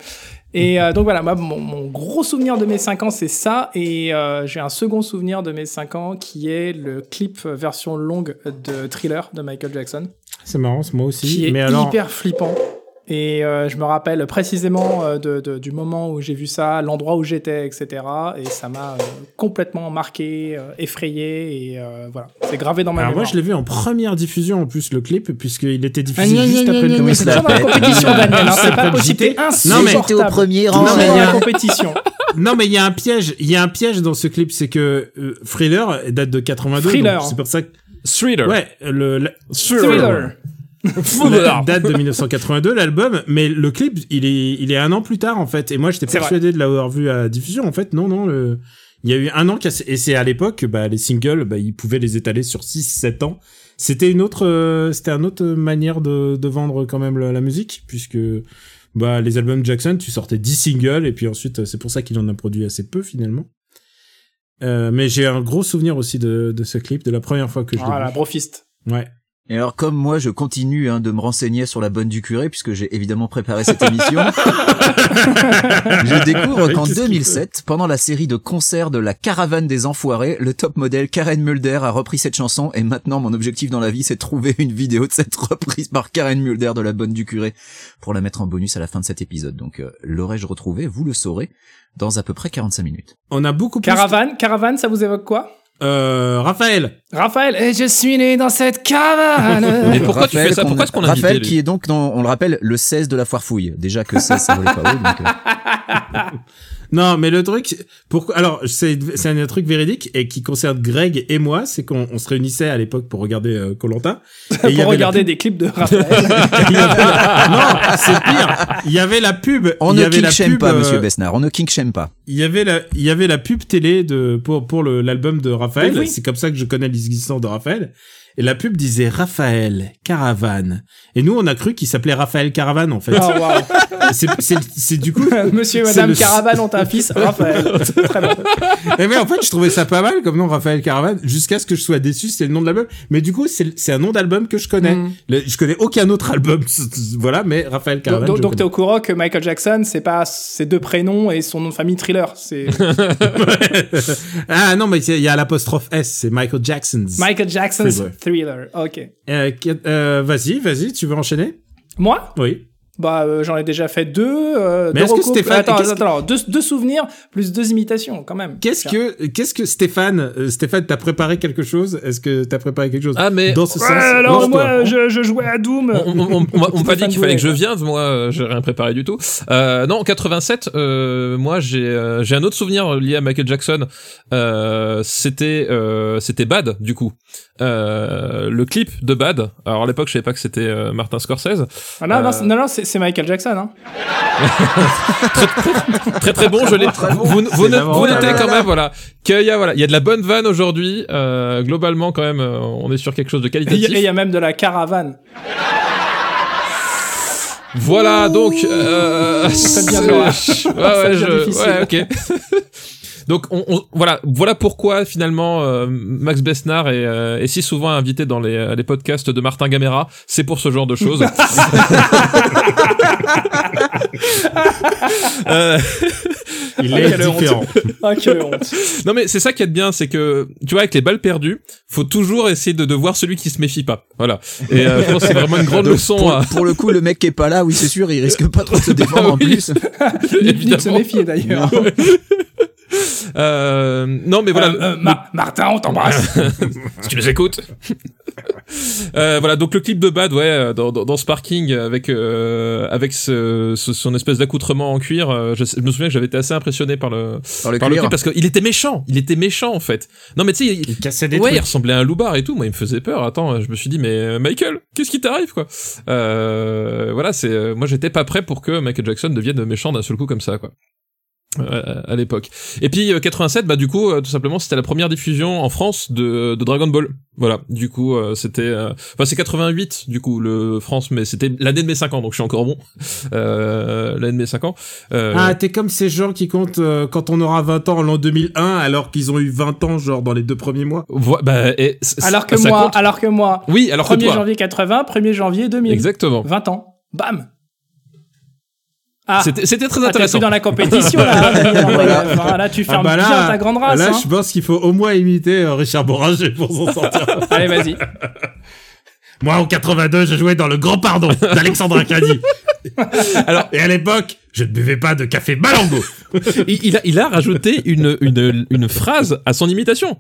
S4: Et euh, donc voilà, moi, mon, mon gros souvenir de mes 5 ans, c'est ça. Et euh, j'ai un second souvenir de mes 5 ans qui est le clip version longue de Thriller de Michael Jackson,
S3: C'est marrant, c'est moi aussi.
S4: qui est
S3: mais alors,
S4: hyper flippant. Et euh, je me rappelle précisément euh, de- de- du moment où j'ai vu ça, l'endroit où j'étais, etc. Et ça m'a euh, complètement marqué, euh, effrayé. Et euh, voilà, c'est gravé dans ma
S3: alors moi,
S4: mémoire.
S3: je l'ai vu en première diffusion, en plus, le clip, puisqu'il était
S4: Ah,
S3: diffusé
S4: gna,
S3: juste
S4: gna,
S3: après le
S4: gna, gna,
S1: Thomas
S4: gna, c'est toujours dans la
S1: Lappel.
S4: compétition, Daniel, hein,
S3: Ça
S4: c'est pas
S3: peut
S4: possible,
S3: jeter.
S4: t'es
S3: Non, mais-
S1: J'étais au
S4: insupportable.
S1: premier
S4: Non,
S1: rang.
S3: Non, mais
S4: mais
S3: il y
S4: la
S3: a-
S4: compétition.
S3: Non, mais il y a un piège. Il y a un piège dans ce clip, c'est que euh, Thriller date de 82.
S4: Thriller.
S3: donc C'est pour ça que
S2: Thriller.
S3: ouais, le la-
S4: Thriller.
S3: la date de 1982 l'album, mais le clip il est il est un an plus tard en fait. Et moi j'étais
S4: C'est
S3: persuadé de l'avoir vu à diffusion en fait. Non non le- Il y a eu un an, qu'à- et c'est à l'époque, que, bah, les singles, bah, ils pouvaient les étaler sur 6-7 ans. C'était une autre, euh, c'était une autre manière de, de vendre quand même la, la musique, puisque, bah, les albums de Jackson, tu sortais 10 singles, et puis ensuite, euh, c'est pour ça qu'il en a produit assez peu finalement. Euh, mais j'ai un gros souvenir aussi de, de ce clip, de la première fois que je
S4: Voilà,
S3: l'ai vu.
S4: brofist.
S3: Ouais.
S1: Et alors comme moi, je continue hein, de me renseigner sur la bonne du curé puisque j'ai évidemment préparé cette émission. je découvre
S3: Mais
S1: qu'en
S3: qu'est-ce qu'il
S1: 2007, pendant la série de concerts de la Caravane des Enfoirés, le top modèle Karen Mulder a repris cette chanson et maintenant mon objectif dans la vie c'est de trouver une vidéo de cette reprise par Karen Mulder de la bonne du curé pour la mettre en bonus à la fin de cet épisode. Donc euh, l'aurais-je retrouvé, vous le saurez, dans à peu près 45 minutes.
S3: On a beaucoup plus
S4: Caravane, caravane, ça vous évoque quoi
S3: Euh, Raphaël.
S4: Raphaël, et je suis né dans cette caravane.
S2: Mais pourquoi tu fais ça
S1: qu'on
S2: Pourquoi
S1: a-
S2: est-ce qu'on a invité
S1: Raphaël
S2: lui
S1: qui est donc, dans- on le rappelle, le 16 de la foire fouille. Déjà que 16, ça volait pas haut, donc, euh,
S3: Non, mais le truc, pourquoi Alors, c'est c'est un truc véridique et qui concerne Greg et moi, c'est qu'on on se réunissait à l'époque pour regarder euh, Colanta. et il y
S4: Pour
S3: avait la
S4: regarder des clips de Raphaël.
S3: pub- il y avait la- Non, c'est pire. Il y avait la pub.
S1: On
S3: il y
S1: ne
S3: avait
S1: kink
S3: la
S1: shame
S3: pub,
S1: pas,
S3: euh,
S1: monsieur Besnard. On ne kink shame pas.
S3: Il y avait la, il y avait la pub télé de pour pour le- l'album de Raphaël.
S4: Mais oui.
S3: C'est comme ça que je connais l'existence de Raphaël. Et la pub disait Raphaël Caravane. Et nous, on a cru qu'il s'appelait Raphaël Caravane en fait.
S4: Oh, wow.
S3: C'est c'est- c'est du coup
S4: Monsieur et
S3: C'est
S4: Madame
S3: le-
S4: Caravane ont un fils, Raphaël. Très bon.
S3: Eh mais en fait, je trouvais ça pas mal comme nom, Raphaël Caravane, jusqu'à ce que je sois déçu, c'est le nom de l'album. Mais du coup, c'est c'est un nom d'album que je connais.
S4: Mm.
S3: Le- je connais aucun autre album, voilà, mais Raphaël
S4: Donc,
S3: Caravane.
S4: donc,
S3: je
S4: donc t'es
S3: connais.
S4: au courant que Michael Jackson, c'est pas ses deux prénoms et son nom de famille Thriller. C'est
S3: ah non, mais il y a l'apostrophe S, c'est Michael Jackson's.
S4: Michael Jackson's
S3: C'est vrai.
S4: Thriller. Ok.
S3: Euh, qui- euh, vas-y, vas-y, tu veux enchaîner
S4: Moi
S3: Oui.
S4: Bah, euh, j'en ai déjà fait deux. euh,
S3: Mais
S4: deux
S3: est-ce que
S4: recoupes-
S3: Stéphane-
S4: Attends,
S3: qu'est-ce
S4: attends, attends, deux, deux souvenirs plus deux imitations, quand même.
S3: Qu'est-ce
S4: Tiens.
S3: que, qu'est-ce que Stéphane, euh, Stéphane, t'as préparé quelque chose Est-ce que t'as préparé quelque chose
S2: Ah, mais.
S3: Dans ce
S4: Ouais,
S3: sens,
S4: alors
S3: lance-toi.
S4: moi, je, je jouais à Doom.
S2: On, on, on- on m'a- on m'a dit
S4: Stéphane
S2: qu'il fallait que je
S4: Boulet.
S2: vienne, moi euh, j'ai rien préparé du tout. Euh, non, en 87, euh, moi j'ai euh, j'ai un autre souvenir lié à Michael Jackson. Euh, c'était euh, c'était Bad du coup, euh, le clip de Bad. Alors à l'époque je savais pas que c'était euh, Martin Scorsese.
S4: Ah, non, non,
S2: Euh,
S4: c'est- non, non, c'est c'est Michael Jackson. Hein.
S2: Très très bon, je l'ai. Vous, vous, vous
S3: vraiment-
S2: notez
S3: Ah là
S2: quand même voilà qu'il y a voilà il y a de la bonne vanne aujourd'hui. Euh, globalement quand même euh, on est sur quelque chose de
S4: Et il y a-
S2: qualitatif.
S4: et il y a même de la caravane.
S2: Voilà, donc. Euh,
S4: Ça devient
S2: c'est-
S4: dur, hein.
S2: ouais, ouais,
S4: devient
S2: je-
S4: difficile.
S2: ouais, ok. donc, on, on- voilà, voilà pourquoi finalement euh, Max Besnard est, euh, est si souvent invité dans les, euh, les podcasts de Martin Gamera. C'est pour ce genre de choses. Euh,
S3: Il
S4: Ah,
S3: est
S4: quelle honte.
S3: différent.
S4: Ah, quelle honte.
S2: non mais c'est ça qui est bien, c'est que tu vois avec les balles perdues, faut toujours essayer de, de voir celui qui se méfie pas. Voilà. Et euh, je pense que c'est vraiment une grande
S1: Donc,
S2: leçon. hein.
S1: pour,
S2: à-
S1: pour le coup, le mec qui est pas là, oui, c'est sûr, il risque pas trop de se défendre en
S2: oui.
S1: plus.
S4: Ni- ni de se
S2: Évidemment.
S4: méfier d'ailleurs.
S2: Euh, non mais voilà.
S4: Euh, euh, Ma- Martin, on t'embrasse.
S2: Si tu nous écoutes. Euh, voilà, donc le clip de Bad, ouais, euh, dans, dans, dans ce parking avec euh, avec ce, ce- son espèce d'accoutrement en cuir. euh, Je, sais- je me souviens que j'avais été assez impressionné par le
S1: Dans le
S2: par le
S1: cuir.
S2: clip parce qu'il était méchant. Il était méchant en fait. Non mais tu sais, il-
S3: Il cassait des
S2: ouais, il
S3: trucs.
S2: ressemblait à un loupard et tout. Moi, il me faisait peur. Attends, euh, je me suis dit, mais euh, Michael, qu'est-ce qui t'arrive, quoi Euh, Voilà, c'est. euh, Moi, j'étais pas prêt pour que Michael Jackson devienne méchant d'un seul coup comme ça, quoi. Euh, à l'époque. Et puis euh, 87, bah du coup, euh, tout simplement, c'était la première diffusion en France de, de Dragon Ball. Voilà. Du coup, euh, c'était. euh, Enfin, c'est 88, du coup, le France, mais c'était l'année de mes 5 ans, donc je suis encore bon. Euh, l'année de mes 5 ans. Euh,
S3: Ah, t'es comme ces gens qui comptent euh, quand on aura 20 ans en l'an 2001, alors qu'ils ont eu 20 ans, genre, dans les deux premiers mois.
S2: vo- bah, et, c-
S4: alors que
S2: ça
S4: moi,
S2: compte.
S4: alors que moi.
S2: Oui, alors que
S4: 1er
S2: toi.
S4: janvier 80, 1er janvier 2000.
S2: Exactement.
S4: 20 ans. Bam. Ah.
S2: C'était c'était très
S4: Ah, t'es
S2: intéressant.
S4: plus dans la compétition là. hein, Daniel. Enfin, là, tu
S3: Ah
S4: fermes
S3: bah là,
S4: bien ta grande race.
S3: Là,
S4: hein.
S3: je pense qu'il faut au moins imiter euh, Richard Boranger pour s'en sortir.
S4: Allez, vas-y.
S3: Moi, en 82, je jouais dans Le Grand Pardon d'Alexandre Acadie.
S2: Alors-
S3: Et à l'époque, je ne buvais pas de café Malango.
S2: il, il a, il a rajouté une, une, une phrase à son imitation.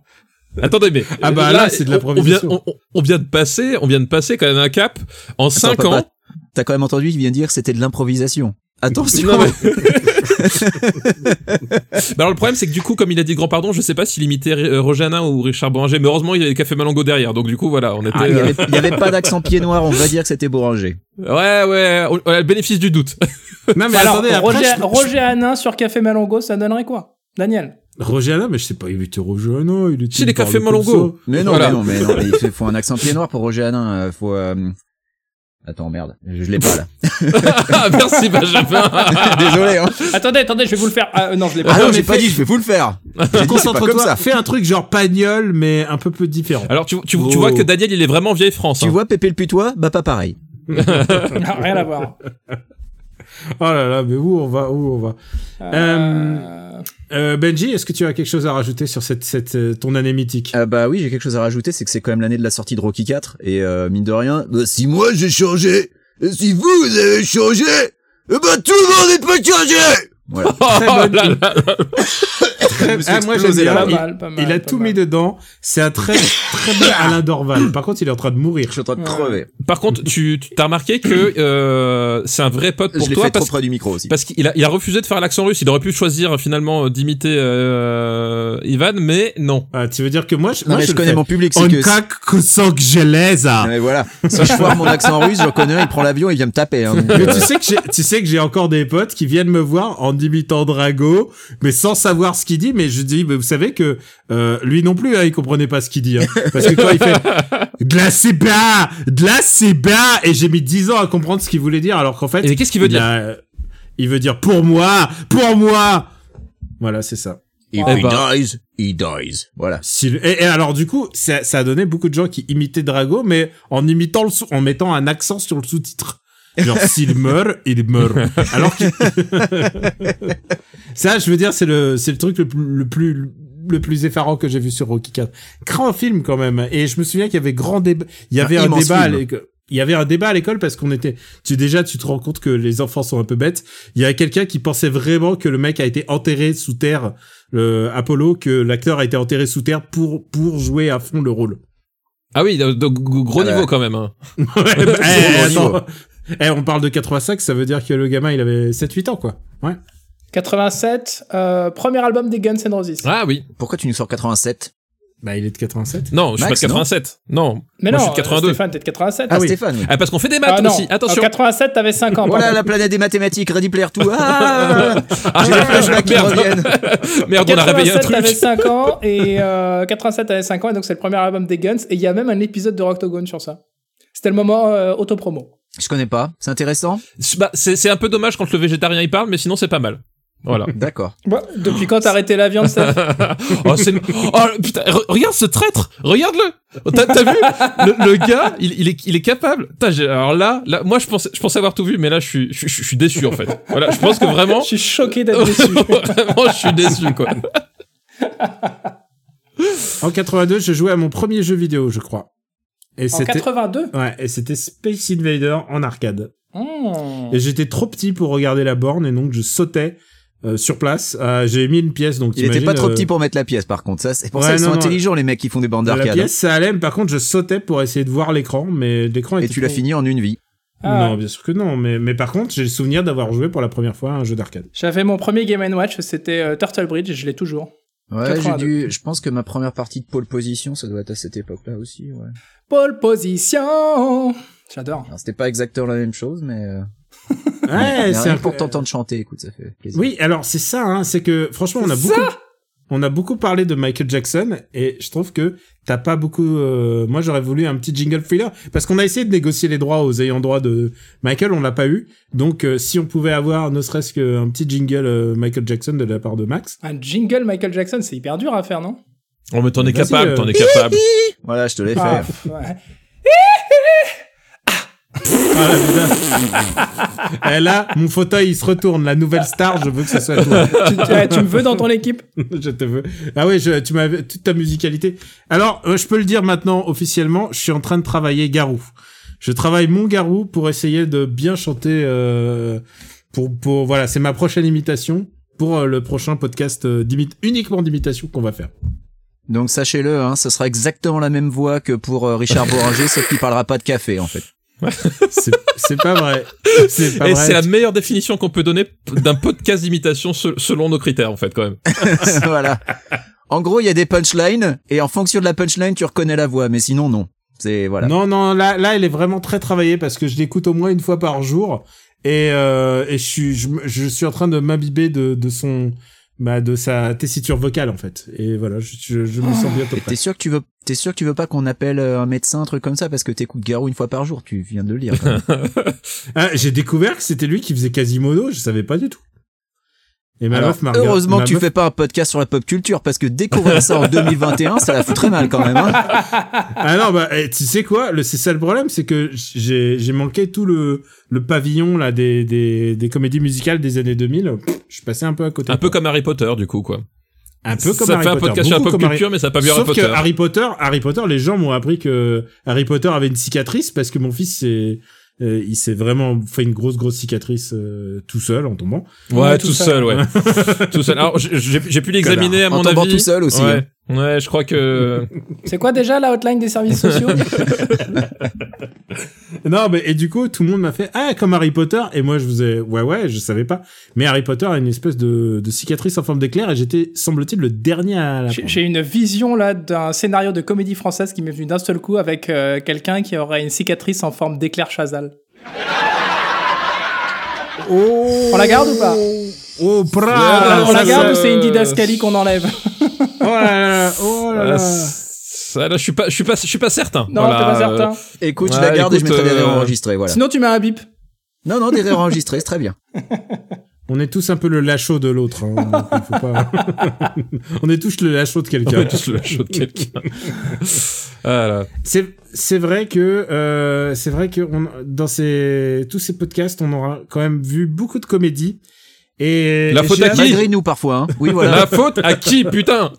S2: Attendez, mais
S3: Ah bah là, c'est de la
S2: on- on vient,
S3: provision.
S2: on, on- on vient de passer, on vient de passer quand même un cap en cinq
S1: papa.
S2: ans.
S1: bah, T'as quand même entendu qu'il vient dire que c'était de l'improvisation. Attention.
S2: Non, mais- Bah alors le problème c'est que du coup comme il a dit grand pardon, je sais pas s'il imitait euh, Roger Hanin ou Richard Boranger, mais heureusement il avait Café Malango derrière, donc du coup voilà, on était.
S1: Ah, il y
S2: euh,
S1: avait, il y avait pas d'accent pied noir, on va dire que c'était Boranger.
S2: Ouais ouais, on, on a le bénéfice du doute.
S3: Non, mais
S4: Alors,
S3: attendez, après,
S4: Roger,
S3: je- je-
S4: Roger Hanin sur Café Malongo, ça donnerait quoi Daniel
S3: Roger Hanin, mais je sais pas imiter Roger Hanin. Il est
S2: Si, les cafés Malango.
S1: Mais non,
S2: Voilà.
S1: mais non, mais non, mais il fait- faut un accent pied noir pour Roger Hanin. euh, faut. euh, Attends, merde, je je l'ai pas là.
S2: Ah, Merci Benjamin.
S1: Désolé. Hein.
S4: Attendez, attendez, je vais vous le faire. Ah, euh, non, je l'ai pas.
S1: Ah non,
S3: mais
S1: j'ai pas
S3: fais-
S1: dit, je vais vous le faire. J'ai dit, c'est pas comme
S3: Concentre-toi,
S1: ça.
S3: fais un truc genre pagnol, mais un peu peu différent.
S2: Alors tu, tu, tu
S3: Oh.
S2: vois que Daniel il est vraiment vieille France.
S1: Tu
S2: hein.
S1: vois Pépé le putois, bah pas pareil.
S4: Ah, rien à voir.
S3: Oh là là, mais où on va, où on va.
S4: Euh,
S3: Euh, Benji, est-ce que tu as quelque chose à rajouter sur cette, cette euh, ton année mythique
S1: Ah bah oui, j'ai quelque chose à rajouter, c'est que c'est quand même l'année de la sortie de Rocky 4 et euh, mine de rien, bah, si moi j'ai changé, et si vous, vous avez changé, eh bah tout le monde n'est pas changé. Voilà.
S2: Oh,
S3: Très bonne-
S2: là là.
S1: Je me suis
S3: Ah, moi,
S1: explosé,
S3: j'aime
S1: là.
S4: pas
S3: il-
S4: mal, pas mal.
S3: Il a
S4: pas
S3: tout
S4: mal.
S3: mis dedans. C'est un très très bon Alain Dorval. Par contre, il est en train de mourir.
S1: Je suis en train de
S4: Ouais.
S1: crever.
S2: Par contre, tu tu- t'as remarqué que euh, c'est un vrai pote pour
S1: je l'ai
S2: toi
S1: fait
S2: parce
S1: trop près du micro aussi.
S2: Parce qu'il a, il a refusé de faire l'accent russe. Il aurait pu choisir finalement euh, d'imiter euh, Ivan, mais non.
S3: Ah, tu veux dire que moi, je,
S1: Non
S3: moi,
S1: mais
S3: je
S1: je
S3: le
S1: connais
S3: fais.
S1: mon public, c'est
S3: On
S1: que.
S3: cac que
S1: Non,
S3: geleza.
S1: mais voilà, si je foire mon accent russe, j'en connais un, il prend l'avion, il vient me taper. Hein, Donc,
S3: Mais
S1: euh,
S3: tu sais que j'ai, tu sais que j'ai encore des potes qui viennent me voir en imitant Drago, mais sans savoir ce qu'il dit. Mais je dis, mais vous savez que euh, lui non plus, hein, il comprenait pas ce qu'il dit, hein. parce que quand il fait de la CBA, de la CBA, et j'ai mis 10 ans à comprendre ce qu'il voulait dire, alors qu'en fait,
S2: Et qu'est-ce qu'il veut
S3: il
S2: dire
S3: a- il veut dire pour moi, pour moi. Voilà, c'est ça.
S1: If
S2: Eh ben.
S1: dies, he dies. Voilà.
S3: Si le- Et, et alors du coup, ça, ça a donné beaucoup de gens qui imitaient Drago, mais en imitant le sous- en mettant un accent sur le sous-titre. Genre s'il meurt, il meurt. Alors que ça, je veux dire, c'est le c'est le truc le, plus- le plus le plus effarant que j'ai vu sur Rocky 4. Grand film quand même. Et je me souviens qu'il y avait grand débat. Il y avait un,
S1: immense
S3: débat. à
S1: film.
S3: l'éco- il y avait un débat à l'école parce qu'on était tu déjà tu te rends compte que les enfants sont un peu bêtes il y a quelqu'un qui pensait vraiment que le mec a été enterré sous terre le Apollo que l'acteur a été enterré sous terre pour pour jouer à fond le rôle
S2: Ah oui, donc gros
S1: Ah bah
S2: niveau
S1: ouais.
S2: quand même. hein.
S3: ouais, bah, eh,
S1: niveau.
S3: attends. Eh, on parle de 85 ça veut dire que le gamin il avait 7 8 ans quoi ouais
S4: 87, euh, premier album des Guns N' Roses.
S2: Ah oui.
S1: Pourquoi tu nous sors 87
S3: bah il est de 87
S2: Non, je suis pas de
S1: Max, non
S2: 87. Non.
S4: Mais
S2: Moi,
S4: non,
S2: je suis de 82.
S4: Stéphane, t'es de 87.
S1: Ah,
S3: oui.
S1: Stéphane, oui. Ah,
S2: Ah, parce qu'on fait des maths
S4: Ah, non.
S2: aussi. Attention. Oh
S4: En 87, t'avais 5 ans.
S1: Voilà
S4: pardon.
S1: la planète des mathématiques, Ready Player 2. Ah,
S2: Ah,
S1: J'ai les flashbacks qui
S2: merde.
S1: reviennent.
S2: Merde, on a réveillé un
S4: 87, t'avais
S2: truc.
S4: 5 ans et euh, 87, t'avais 5 ans et donc c'est le premier album des Guns et il y a même un épisode de Rocktogone sur ça. C'était le moment euh, autopromo.
S1: Je connais pas. C'est intéressant.
S2: Bah, c'est c'est un peu dommage quand le végétarien y parle, mais sinon c'est pas mal. Voilà.
S1: D'accord.
S4: Bon, depuis quand t'as arrêté la viande, Steph
S2: oh, c'est... oh, putain, re- regarde ce traître Regarde-le Oh, T'as, t'as vu le, le gars, il, il est, il est capable. Putain, j'ai- alors là, là, moi je pensais, je pensais avoir tout vu, mais là je suis, je, suis- je suis déçu en fait. Voilà, je pense que vraiment,
S4: Je suis choqué d'être déçu.
S2: vraiment je suis déçu quoi.
S3: en 82 je jouais à mon premier jeu vidéo je crois et
S4: En
S3: c'était
S4: 82
S3: ouais et c'était Space Invader en arcade
S4: Hmm.
S3: Et j'étais trop petit pour regarder la borne et donc je sautais euh, sur place. Euh, j'ai mis une pièce donc
S1: Il était pas
S3: t'imagines,
S1: trop
S3: euh,
S1: petit pour mettre la pièce, par contre. Ça, c'est pour
S3: Ouais,
S1: ça qu'ils
S3: non,
S1: sont
S3: non.
S1: intelligents, les mecs qui font des bandes
S3: La
S1: d'arcade. hein.
S3: pièce ça allait, mais par contre je sautais pour essayer de voir l'écran, mais l'écran
S1: Et
S3: était
S1: tu l'as
S3: trop-
S1: fini en une vie.
S4: Ah.
S3: Non, bien sûr que non, mais, mais par contre j'ai le souvenir d'avoir joué pour la première fois à un jeu d'arcade.
S4: J'avais mon premier Game Watch, c'était euh, Turtle Bridge, et je l'ai toujours.
S1: Ouais, j'ai
S4: 82.
S1: dû. Je pense que ma première partie de pole position, ça doit être à cette époque-là aussi. Ouais.
S4: Pole Position J'adore.
S1: Alors, c'était pas exactement la même chose, mais. euh,
S3: Ouais,
S1: mais
S3: c'est
S1: rien que pour
S3: important.
S1: t'entendre chanter, écoute, ça fait plaisir.
S3: Oui, alors c'est ça, hein, c'est que franchement on a beaucoup. On a beaucoup parlé de Michael Jackson et je trouve que t'as pas beaucoup. euh, moi, j'aurais voulu un petit jingle thriller parce qu'on a essayé de négocier les droits aux ayants droit de Michael, on l'a pas eu. Donc, euh, si on pouvait avoir ne serait-ce qu'un petit jingle euh, Michael Jackson de la part de Max.
S4: Un jingle Michael Jackson, c'est hyper dur à faire, non
S2: Oh, mais t'en es
S3: Vas-y,
S2: capable,
S3: euh.
S2: t'en es capable.
S1: Voilà, je te l'ai
S4: Ah,
S1: fait.
S4: pff, ouais.
S3: Ah, putain. et là, Ah, mon fauteuil il se retourne. La nouvelle star, je veux que ce soit toi.
S4: tu, tu- ouais, tu me veux dans ton équipe
S3: je te veux. Ah ouais, je- tu m'as toute ta musicalité. Alors, euh, je peux le dire maintenant officiellement, je suis en train de travailler Garou. Je travaille mon Garou pour essayer de bien chanter. euh, pour pour voilà, c'est ma prochaine imitation pour euh, le prochain podcast euh, d'imite uniquement d'imitation qu'on va faire.
S1: Donc sachez-le, hein, ce sera exactement la même voix que pour euh, Richard Boranger, sauf qu'il parlera pas de café en fait.
S3: C'est c'est pas vrai. C'est pas
S2: Et
S3: vrai.
S2: c'est la meilleure définition qu'on peut donner p- d'un podcast d'imitation se- selon nos critères en fait quand même.
S1: voilà. En gros, il y a des punchlines et en fonction de la punchline, tu reconnais la voix, mais sinon non. C'est voilà.
S3: Non non, là là, elle est vraiment très travaillée parce que je l'écoute au moins une fois par jour et euh, et je suis je, me- je suis en train de m'imbiber de de son bah, de sa tessiture vocale en fait et voilà je, je, je me sens bientôt
S2: Oh,
S1: Et
S3: prêt.
S1: T'es sûr que tu veux, t'es sûr que tu veux pas qu'on appelle euh, un médecin, un truc comme ça, parce que t'écoutes Garou une fois par jour. Tu viens de le lire. quand même.
S3: Ah, j'ai découvert que c'était lui qui faisait Quasimodo, je savais pas du tout. Et ma
S1: Alors,
S3: meuf m'a regardé-
S1: heureusement
S3: ma
S1: que tu
S3: meuf-
S1: fais pas un podcast sur la pop culture, parce que découvrir ça en 2021, ça la foutrait mal quand même. Hein.
S3: Ah non bah eh, tu sais quoi, le c'est ça le problème, c'est que j'ai j'ai manqué tout le le pavillon là des des des comédies musicales des années 2000. Pff, Je suis passé un peu à côté.
S2: Un peu comme Harry Potter du coup quoi.
S3: un peu comme
S2: ça
S3: Harry
S2: fait un
S3: Potter,
S2: podcast sur la
S3: beaucoup
S2: pop
S3: comme Harry-
S2: culture mais ça a pas vu Harry
S3: Sauf
S2: Potter.
S3: que Harry Potter, Harry Potter, les gens m'ont appris que Harry Potter avait une cicatrice parce que mon fils s'est euh, il s'est vraiment fait une grosse grosse cicatrice euh, tout seul en tombant.
S2: Ouais,
S4: Ouais,
S2: tout,
S4: tout
S2: seul, ouais. tout seul. Alors, j'ai- j'ai j'ai pu l'examiner à
S1: En
S2: mon
S1: tombant
S2: avis.
S1: tout seul aussi,
S2: Ouais. Ouais, je crois que
S3: Oh
S4: C'est quoi déjà la hotline des services sociaux
S3: Non, mais et du coup, tout le monde m'a fait ah comme Harry Potter et moi je vous ai ouais ouais je savais pas. Mais Harry Potter a une espèce de, de cicatrice en forme d'éclair et j'étais semble-t-il le dernier à la.
S4: J'ai j'ai une vision là d'un scénario de comédie française qui m'est venu d'un seul coup avec euh, quelqu'un qui aurait une cicatrice en forme d'éclair Chazal.
S3: Oh,
S4: On la garde ou pas
S3: Oh
S2: Ah,
S4: Ah,
S3: bravo
S4: On
S2: ça,
S4: la garde
S2: ça-
S4: ou c'est une didascalie qu'on enlève
S3: Oh là là oh là
S2: Ah,
S3: là.
S2: ça, là, je suis pas, je suis pas, je suis pas certain.
S4: Non,
S2: Voilà,
S4: t'es pas
S2: euh,
S4: certain.
S1: Écoute, je
S2: Ouais,
S1: la garde et je
S2: écoute,
S1: mettrai des
S2: euh,
S1: réenregistrés. Voilà.
S4: Sinon, tu mets un bip.
S1: Non, non, des réenregistrés, c'est très bien.
S3: On est tous un peu le lachaud de l'autre. hein, donc il faut pas- On est tous le lachaud de
S2: on
S3: quelqu'un.
S2: va tous le chaud de quelqu'un. Ah, là.
S3: C'est c'est vrai que euh, c'est vrai que on, dans ces tous ces podcasts, on aura quand même vu beaucoup de comédies Et
S2: La
S3: et
S2: faute
S3: j'ai
S2: à
S3: hâte-
S2: qui
S1: Malgré nous parfois. Hein. Oui, voilà.
S2: La faute à qui, putain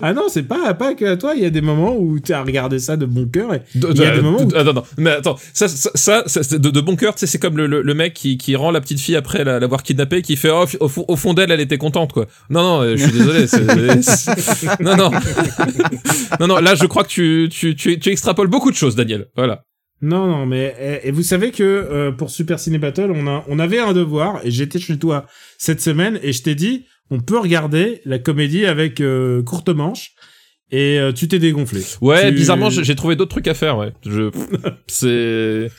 S3: Ah non, c'est pas, pas que à toi. Il y a des moments où tu as regardé ça de bon cœur. Et...
S2: De-
S3: Il y a
S2: de-
S3: des moments où-
S2: de- Attends, attends. mais attends, ça, ça, ça, ça, c'est de, de bon cœur, tu sais, c'est comme le, le, le mec qui, qui rend la petite fille après la- l'avoir kidnappée, qui fait oh, fi- au, fond- au fond d'elle, elle était contente, quoi. Non, non, euh, je suis désolé. c'est- c'est- non, non, non, non. Là, je crois que tu, tu, tu, tu extrapoles beaucoup de choses, Daniel. Voilà.
S3: Non, non, mais et, et vous savez que euh, pour Super Ciné Battle, on, a, on avait un devoir. Et j'étais chez toi cette semaine et je t'ai dit, on peut regarder la comédie avec euh, courte manche. Et euh, tu t'es dégonflé.
S2: Ouais,
S3: Tu-
S2: bizarrement, j'ai j'ai trouvé d'autres trucs à faire. Ouais, je, c'est.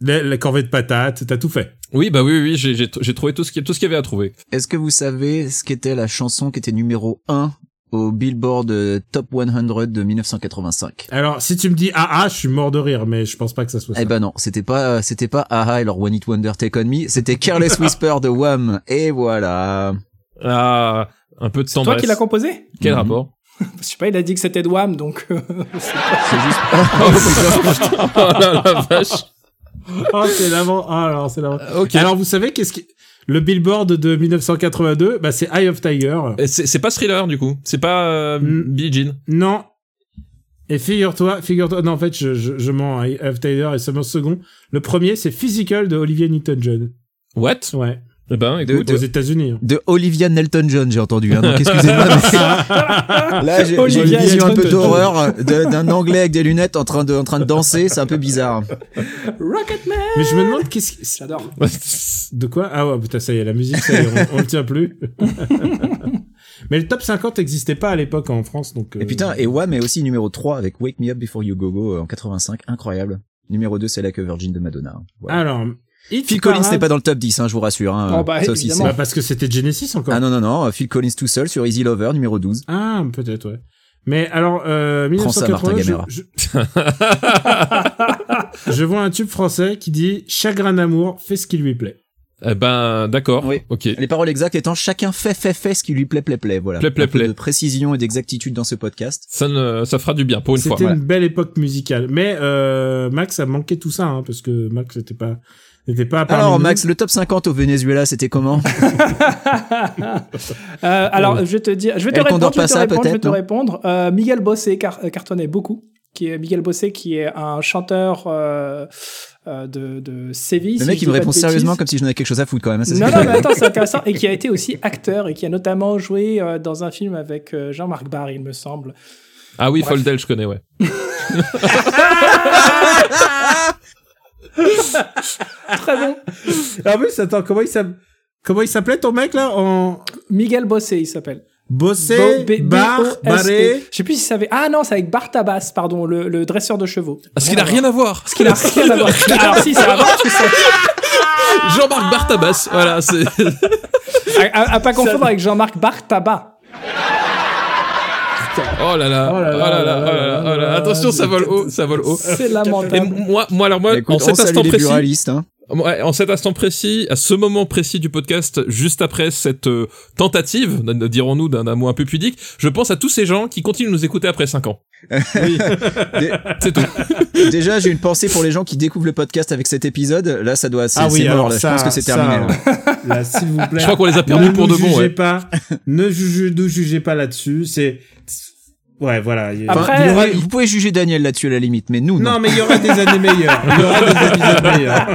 S3: La, la corvée de patates, t'as tout fait.
S2: Oui, bah oui, oui, oui, j'ai j'ai t- j'ai trouvé tout ce qui, tout ce qu'il y avait à trouver.
S1: Est-ce que vous savez ce qu'était la chanson qui était numéro 1 au Billboard euh, Top 100 de 1985
S3: Alors, si tu me dis ah ah, je suis mort de rire, mais je pense pas que ça soit ça.
S1: Eh ben non, c'était pas, c'était pas Aha et leur One It Wonder Take On Me, c'était Careless Whisper de Wham. Et voilà.
S2: Ah, un peu de tendresse.
S4: Toi qui l'as composé
S2: Quel
S1: Mhm.
S2: rapport
S4: Je sais pas, il a dit que c'était de Wham, donc. euh,
S1: C'est juste.
S2: Oh la, la vache.
S3: Oh, c'est l'avant. Ah, alors, c'est l'avant.
S2: Ok.
S3: Alors, vous savez qu'est-ce qui. Le billboard de 1982, bah, c'est Eye of Tiger.
S2: Et C'est c'est pas thriller du coup, c'est pas euh,
S3: Mm.
S2: Billie Jean.
S3: Non. Et figure-toi, figure-toi. Non, en fait, je, je, je mens. hein. Eye of Tiger est seulement second. Le premier, c'est Physical de Olivia Newton-John.
S2: What
S3: Ouais.
S2: Eh ben écoute,
S3: aux États-Unis. hein.
S1: De Olivia Nelton-John, j'ai entendu. Hein, donc excusez-moi. mais- Là, j'ai j'ai une
S4: Olivia
S1: vision un peu
S4: Newton-John.
S1: d'horreur de- d'un Anglais avec des lunettes en train de, en train de danser. C'est un peu bizarre.
S4: Rocketman
S3: Mais je me demande qu'est-ce qui-
S4: J'adore.
S3: De quoi Ah ouais, putain, ça y est, la musique, ça y est, on, on le tient plus. Mais le top 50 n'existait pas à l'époque hein, en France, donc. euh,
S1: Et putain, et Wham est aussi numéro 3 avec Wake Me Up Before You Go Go euh, en 85. Incroyable. Numéro 2, c'est la que Virgin de Madonna. Voilà.
S3: Alors. Hit
S1: Phil Collins
S3: Parade-
S1: n'est pas dans le top 10, hein, je vous rassure. Hein.
S4: Ah, Oh, bah,
S1: Ça aussi,
S4: évidemment.
S3: Bah,
S1: c'est-
S3: parce que c'était Genesis encore.
S1: Ah non, non, non. Phil Collins tout seul sur Easy Lover, numéro 12.
S3: Ah, peut-être, ouais. Mais alors, euh,
S1: Prends ça,
S3: 1980,
S1: Martin
S3: je-
S1: Gamera.
S3: je, je vois un tube français qui dit « Chagrin d'amour, fais ce qui lui plaît
S2: eh ben d'accord,
S1: Oui.
S2: ok.
S1: Les paroles exactes étant chacun fait, fait, fait ce qui lui plaît, plaît, plaît. Voilà.
S2: Plaît, plaît,
S1: Un peu
S2: plaît.
S1: de précision et d'exactitude dans ce podcast.
S2: Ça, ne, ça fera du bien pour ». une fois.
S3: C'était une belle époque musicale. Mais euh, Max a manqué tout ça, hein, parce que Max n'était pas... N'était pas parmi
S1: Alors,
S3: nous.
S1: Max, le top 50 au Venezuela, c'était comment
S4: Euh, alors, je vais te dire, je vais te
S1: El
S4: répondre,
S1: Condor
S4: je vais te
S1: Passa,
S4: répondre, je vais
S1: peut-être,
S4: te
S1: non
S4: répondre. Euh, Miguel Bossé car, euh, cartonnait beaucoup. Qui est Miguel Bossé, qui est un chanteur euh, euh, de, de Séville.
S1: Le
S4: si
S1: mec,
S4: je
S1: il
S4: dis
S1: me
S4: pas de
S1: répond
S4: bêtises.
S1: sérieusement comme si j'en avais quelque chose à foutre quand même. hein, ça,
S4: Non,
S1: c'est-
S4: non, mais attends, c'est intéressant. Et qui a été aussi acteur et qui a notamment joué euh, dans un film avec euh, Jean-Marc Barr, il me semble.
S2: Ah oui,
S4: Bref.
S2: Foldel, je connais, ouais.
S4: Très bon.
S3: Ah oui, attends, comment il s'appelait Comment il s'appelait ton mec là en
S4: Miguel Bossé, il s'appelle. Bo- B-
S3: bossé,
S4: B-
S3: bar,
S4: O- S- E.
S3: barré
S4: Je sais plus si ça avait. Ah non, c'est avec Bartabas, pardon, le, le dresseur de chevaux.
S2: Parce qu'il a rien à voir.
S4: Parce qu'il a rien à voir. Alors si, ça va.
S2: Ah, Jean-Marc Bartabas, voilà. c'est-
S4: À, à- à pas confondre avec Jean-Marc Bartabas.
S2: Oh là là, oh là là, oh là là, oh là là. Attention, ça vole haut, ça vole haut. Oh.
S4: C'est
S2: Et
S4: lamentable.
S2: moi, moi, alors moi,
S1: Écoute,
S2: en
S1: on
S2: cet
S1: salue
S2: instant
S1: les
S2: précis,
S1: buralistes. Hein.
S2: Ouais, en cet instant précis, à ce moment précis du podcast, juste après cette euh, tentative, n- n- dirons-nous d'un d'un mot un peu pudique, je pense à tous ces gens qui continuent de nous écouter après 5 ans. C'est tout.
S1: Déjà, j'ai une pensée pour les gens qui découvrent le podcast avec cet épisode. Là, ça doit, c'est
S3: Ah oui,
S1: c'est
S3: alors
S1: mort. Là,
S3: ça,
S1: je pense que c'est
S3: ça,
S1: terminé. là.
S3: Là, s'il vous plaît.
S2: Je crois qu'on les a
S3: ne
S2: perdus pour de
S3: nous
S2: bon,
S3: jugez
S2: ouais.
S3: pas, ne jugez, ne jugez pas là-dessus. C'est ouais, voilà. Il y a-
S4: Après, euh,
S3: il y aura-
S1: Vous pouvez juger Daniel là-dessus à la limite, mais nous, non.
S3: Non, mais il y aura des années meilleures. Il y aura des épisodes meilleurs.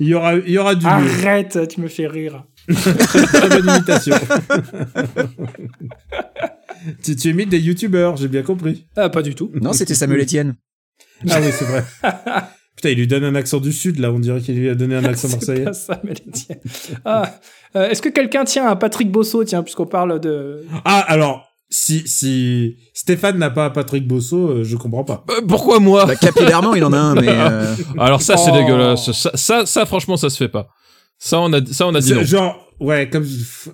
S3: Il y aura, il y aura du
S4: Ah.
S3: mieux.
S4: Arrête, tu me fais rire.
S3: Très bonne imitation. tu, tu imites des youtubeurs, j'ai bien compris.
S4: Ah, pas du tout.
S1: Non, c'était Samuel Etienne.
S3: Ah oui, c'est vrai. Putain, il lui donne un accent du sud là. On dirait qu'il lui a donné un accent
S4: C'est
S3: marseillais.
S4: pas ça, mais les tiens. Ah, euh, Est-ce que quelqu'un tient un Patrick Bosso, tiens, puisqu'on parle de.
S3: Ah, alors, si, si Stéphane n'a pas Patrick Bosso, euh, je comprends pas.
S2: Euh, Pourquoi moi
S1: Bah, capillairement, il en a un, mais euh,
S2: Alors ça, c'est
S4: Oh.
S2: dégueulasse. Ça, ça, ça, franchement, ça se fait pas. Ça, on a, ça, on a dit
S3: Bah, C'est
S2: non.
S3: Genre, ouais, comme,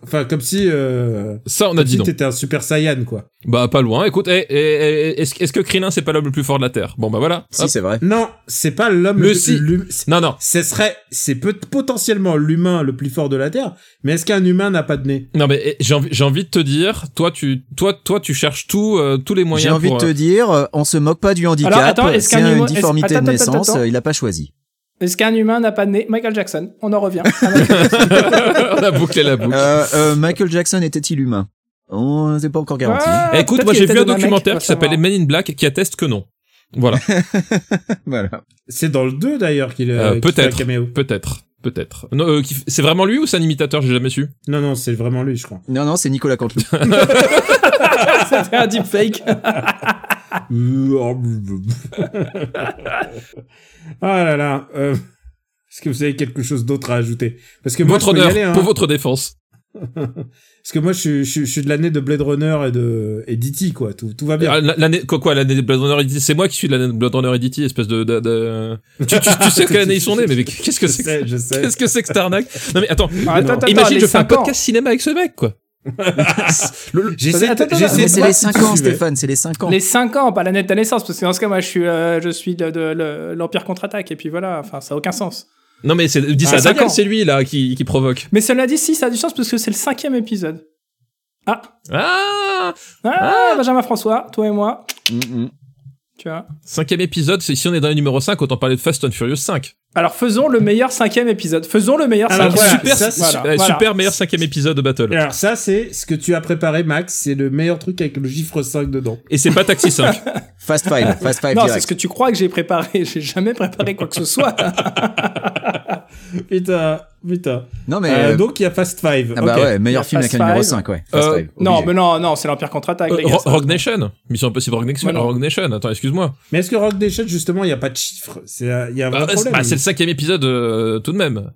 S3: enfin, comme si, euh,
S2: Ça, on a
S3: comme
S2: dit
S3: si
S2: non.
S3: t'étais un super saiyan, quoi.
S2: Bah, pas loin. Écoute, eh, eh, eh, est-ce est-ce que Krillin, c'est pas l'homme le plus fort de la Terre Bon, bah voilà.
S1: si,
S2: Hop.
S1: c'est vrai.
S3: Non, c'est pas l'homme
S2: Mais
S3: le
S2: si.
S3: l'hum- c'est-
S2: Non, non.
S3: Ce serait, c'est peut- potentiellement l'humain le plus fort de la Terre, mais est-ce qu'un humain n'a pas de nez
S2: Non, mais eh, j'ai envie, j'ai envie de te dire, toi, tu, toi, toi, tu cherches tout, euh, tous les moyens
S1: J'ai envie
S2: pour,
S1: de te
S2: euh,
S1: dire, euh, on se moque pas du handicap.
S4: Alors, attends, est-ce
S1: c'est
S4: qu'un humain-
S1: une
S4: est-ce-
S1: difformité
S4: attends,
S1: de
S4: attends,
S1: naissance,
S4: attends.
S1: euh, il a pas choisi.
S4: Est-ce qu'un humain n'a pas de nez Michael Jackson. On en revient. Ah,
S2: on a bouclé la boucle.
S1: Euh, euh, Michael Jackson était-il humain On n'est pas encore garanti.
S4: Ah,
S2: Eh, écoute,
S4: peut-être
S2: moi
S4: qu'il
S2: j'ai vu
S4: était
S2: un
S4: dans mec, Ah,
S2: documentaire
S4: faut
S2: qui s'appelle
S4: savoir.
S2: Men in Black qui atteste que non. Voilà,
S1: voilà.
S3: C'est dans le 2 d'ailleurs qu'il
S2: Euh,
S3: a
S2: peut-être.
S3: caméo.
S2: peut-être, peut-être. Non, euh, qui- c'est vraiment lui ou c'est un imitateur J'ai jamais su.
S3: Non, non, c'est vraiment lui, je crois.
S1: Non, non, c'est Nicolas Canteloup.
S4: C'était un deepfake.
S3: ah là là. euh, Est-ce que vous avez quelque chose d'autre à ajouter Parce que moi,
S2: Votre
S3: je peux y
S2: honneur,
S3: aller, hein.
S2: pour votre défense.
S3: Parce que moi, je, suis- je suis- je suis de l'année de Blade Runner et de et d'E.T., quoi. Tout, tout va bien.
S2: Ah, l- L'année, quoi, quoi, l'année de Blade Runner Edity C'est moi qui suis de l'année de Blade Runner Edity, espèce de. de- de- Tu, tu- tu sais quelle année ils sont nés, mais mais qu'est-ce que
S3: je
S2: c'est que ça
S3: sais, je sais.
S2: Qu'est-ce que c'est que cette arnaque Non mais attends,
S4: Attends, attends, attends,
S2: imagine
S4: les
S2: je fais un
S4: cinq ans.
S2: podcast cinéma avec ce mec, quoi.
S3: J'essaie
S4: Attends,
S3: de-
S4: attends,
S1: Mais
S3: j'essaie de
S1: c'est
S3: voir
S1: les
S3: si
S1: 5
S3: tu
S1: ans,
S3: suivais.
S1: Stéphane, c'est les 5 ans.
S4: Les 5 ans, pas l'année de ta naissance, parce que dans ce cas, moi, je suis, euh, je suis de, de- le- l'Empire contre-attaque, et puis voilà, enfin, ça n'a aucun sens.
S2: Non mais c'est, dis ça,
S4: Ah,
S2: à
S4: cinq
S2: Daniel,
S4: ans.
S2: c'est lui là qui, qui provoque.
S4: Mais cela dit, si, ça a du sens, parce que c'est le cinquième épisode. Ah,
S2: Ah
S4: ah, Benjamin François, toi et moi,
S1: Mm, mm.
S4: tu vois.
S2: Cinquième épisode, c'est- si on est dans le numéro 5, autant parler de Fast and Furious 5.
S4: Alors, faisons le meilleur cinquième épisode. Faisons le meilleur
S3: Alors,
S4: cinquième
S3: voilà,
S2: super,
S3: ça,
S2: su- euh, super meilleur cinquième épisode de Battle.
S3: Alors ça, c'est ce que tu as préparé, Max. C'est le meilleur truc avec le chiffre 5 dedans.
S2: Et c'est pas Taxi 5.
S1: Fast Five, Fast Five
S4: Non, c'est ce
S1: direct.
S4: que tu crois que j'ai préparé. J'ai jamais préparé quoi que ce soit.
S3: Putain, putain.
S1: Non, mais.
S3: Euh,
S1: euh,
S3: donc, il y a Fast Five.
S1: ah bah
S3: Ok.
S1: ouais, meilleur
S4: La
S1: film
S4: Fast
S1: avec un numéro
S4: Five.
S1: 5, ouais. Fast
S2: Euh,
S1: Five,
S4: non,
S1: obligé.
S4: mais non, non, c'est l'Empire contre-attaque,
S2: Euh,
S4: les gars.
S2: Ro-
S4: ça.
S2: Rogue Nation. Mission Impossible Rogue Nation.
S4: Ouais, non.
S2: Rogue Nation, attends, excuse-moi.
S3: Mais est-ce que Rock Nation, justement, il n'y a pas de chiffre C'est un- Il y a un vrai
S2: Bah, c'est
S3: problème.
S2: bah, c'est le cinquième épisode euh, tout de même.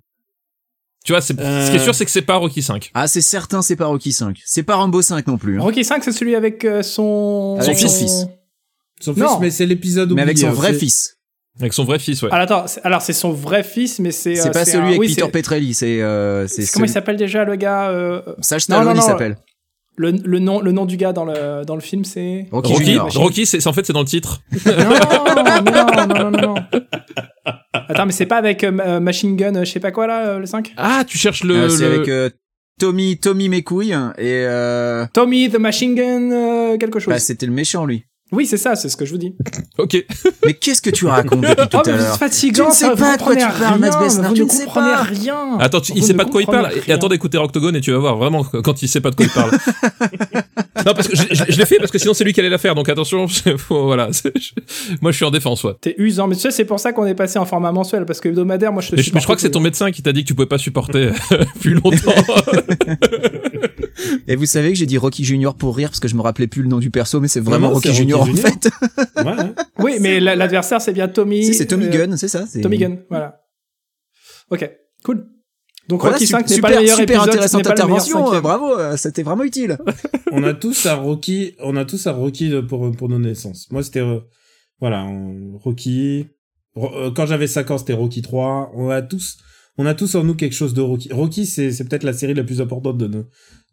S2: Tu vois, c'est- ce qui est
S3: Euh.
S2: sûr, c'est que c'est pas Rocky 5.
S1: Ah, c'est certain, c'est pas Rocky 5. C'est pas Rambo 5 non plus. hein.
S4: Rocky 5, c'est celui avec euh, son...
S1: Avec
S2: son
S1: fils.
S3: Son fils,
S4: Non.
S3: mais c'est l'épisode
S1: Mais avec
S3: oublié,
S1: son
S3: hein,
S1: vrai
S3: c'est-
S1: fils.
S2: Avec son vrai fils, ouais.
S4: Alors, attends, c'est- alors c'est son vrai fils, mais c'est...
S1: C'est
S4: euh,
S1: pas celui
S4: un-
S1: avec
S4: oui,
S1: Peter
S4: c'est-
S1: Petrelli, c'est. euh, C'est
S4: c'est- Comment il
S1: celui-
S4: s'appelle déjà, le gars euh, euh,
S1: Sacha
S4: Non, non,
S1: Stallone, il
S4: non,
S1: s'appelle.
S4: le, le nom, le nom du gars dans le, dans le film, c'est...
S1: Rocky
S2: Rocky,
S1: Junior.
S2: Rocky c'est c'est- en fait, c'est dans le titre.
S4: Non, mais non, non, non, non, non. Attends, mais c'est pas avec euh, euh, Machine Gun, euh, je sais pas quoi, là, euh, le 5
S2: Ah, tu cherches le.
S1: Euh, C'est
S2: le-
S1: avec euh, Tommy, Tommy Mécouille hein, et. euh,
S4: Tommy the Machine Gun, euh, quelque chose.
S1: Bah, c'était le méchant, lui.
S2: Bah,
S4: oui, c'est ça, c'est ce que je vous dis.
S2: Ok.
S1: Mais qu'est-ce que tu racontes depuis
S4: Oh,
S1: tout à
S4: mais c'est
S1: l'heure
S4: fatigant,
S1: Tu ne sais
S4: ça, vous
S1: pas de quoi
S4: comprenez
S1: tu parles, Mads
S4: rien,
S1: Bessner,
S4: vous
S1: tu
S4: ne
S1: ne sais
S4: comprenez
S1: pas.
S4: rien.
S2: Attends, tu-
S4: Vous
S2: il sait
S4: ne
S2: pas de quoi il
S4: comprenez
S2: parle. Et
S4: rien.
S2: attends d'écouter Octogone et tu vas voir vraiment qu- quand il sait pas de quoi il parle. non, parce que je, je- je l'ai fait parce que sinon c'est lui qui allait la faire. Donc attention, faut- voilà. c'est- je- moi je suis en défense, ouais.
S4: T'es usant, mais tu sais, c'est pour ça qu'on est passé en format mensuel, parce que hebdomadaire, moi je te
S2: Mais je, mais je crois que c'est ton
S4: supporte
S2: médecin qui t'a dit que tu pouvais pas supporter plus longtemps.
S1: Et vous savez que j'ai dit Rocky Junior pour rire parce que je me rappelais plus le nom du perso, mais c'est vraiment
S3: non,
S1: Rocky
S3: c'est Rocky
S1: Junior en
S3: Junior.
S1: fait.
S3: Ouais, hein.
S4: plus. Oui, mais la- l'adversaire c'est bien Tommy.
S1: Si, c'est Tommy
S4: euh,
S1: Gunn, c'est ça c'est-
S4: Tommy Gun, voilà. Ok, cool. Donc
S1: Voilà,
S4: Rocky
S1: su-
S4: 5 n'est
S1: super,
S4: pas le meilleur
S1: super
S4: épisode, ce
S1: intéressante
S4: n'est pas le meilleur
S1: intervention, euh,
S4: cinquième.
S1: bravo, euh, c'était vraiment utile.
S3: on a tous un Rocky, on a tous un Rocky de- pour, pour nos naissances. Moi, c'était, euh, voilà, on- Rocky. Ro- euh, quand j'avais 5 ans, c'était Rocky 3. On a tous, on a tous en nous quelque chose de Rocky. Rocky, c'est, c'est peut-être la série la plus importante de, nos-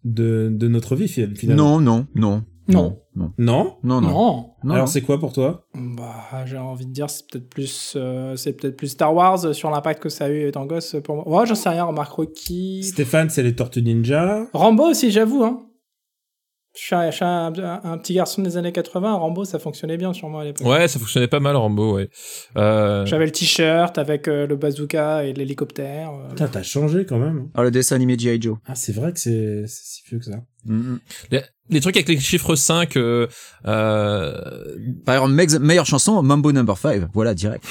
S3: de, de notre vie, fi-
S1: Non,
S3: finalement.
S1: non, non.
S4: Non.
S1: Non,
S3: Non?
S1: non, non. non.
S4: Non.
S1: non.
S3: Alors, c'est quoi pour toi?
S4: Bah, j'ai envie de dire, c'est peut-être plus, euh, c'est peut-être plus Star Wars euh, sur l'impact que ça a eu étant gosse euh, pour moi. Ouais, j'en sais rien, remarque Rocky.
S3: Stéphane, c'est les Tortues Ninja.
S4: Rambo aussi, j'avoue, hein. Je suis, un, je suis un- un- un petit garçon des années 80, Rambo, ça fonctionnait bien sur moi à l'époque.
S2: ouais, ça fonctionnait pas mal Rambo, ouais. Euh,
S4: J'avais le t-shirt avec euh, le bazooka et l'hélicoptère. euh.
S3: Putain, t'as changé quand même. hein.
S1: Ah, le dessin animé G.I. Joe.
S3: Ah, c'est vrai que c'est, c'est si vieux que ça.
S1: Mm,
S2: les, les trucs avec les chiffres 5, euh, euh,
S1: mm. Par exemple, mex- meilleure chanson, Mambo Number 5. Voilà, direct.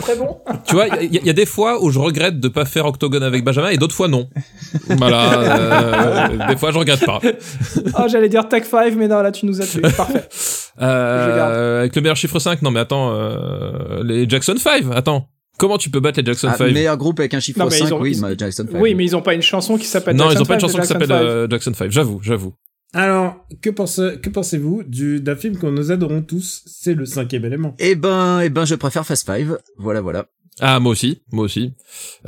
S4: Très bon.
S2: tu vois, il y, a- y a des fois où je regrette de pas faire Octogone avec Benjamin et d'autres fois non. Voilà, euh, des fois je regrette pas.
S4: Oh, j'allais dire Tech 5, mais non, là, tu nous as tués. Parfait. Je garde.
S2: Euh, avec le meilleur chiffre 5, non mais attends, euh, les Jackson 5, attends. Comment tu peux battre les Jackson
S1: Ah,
S2: 5
S1: meilleur groupe avec un chiffre
S4: Non, mais ils
S1: 5,
S4: ont-
S1: oui,
S4: ils-
S1: bah, Jackson 5.
S4: Oui, mais ils ont pas une chanson qui s'appelle
S2: Non, ils
S4: Jackson
S2: ont pas une
S4: 5,
S2: chanson qui
S4: Jackson
S2: s'appelle
S4: 5.
S2: euh, Jackson 5, j'avoue, j'avoue.
S3: Alors, que, pense, que pensez-vous du, d'un film que nous adorons tous? C'est le cinquième élément.
S1: Eh ben, eh ben, je préfère Fast Five. Voilà, voilà.
S2: Ah, moi aussi, moi aussi.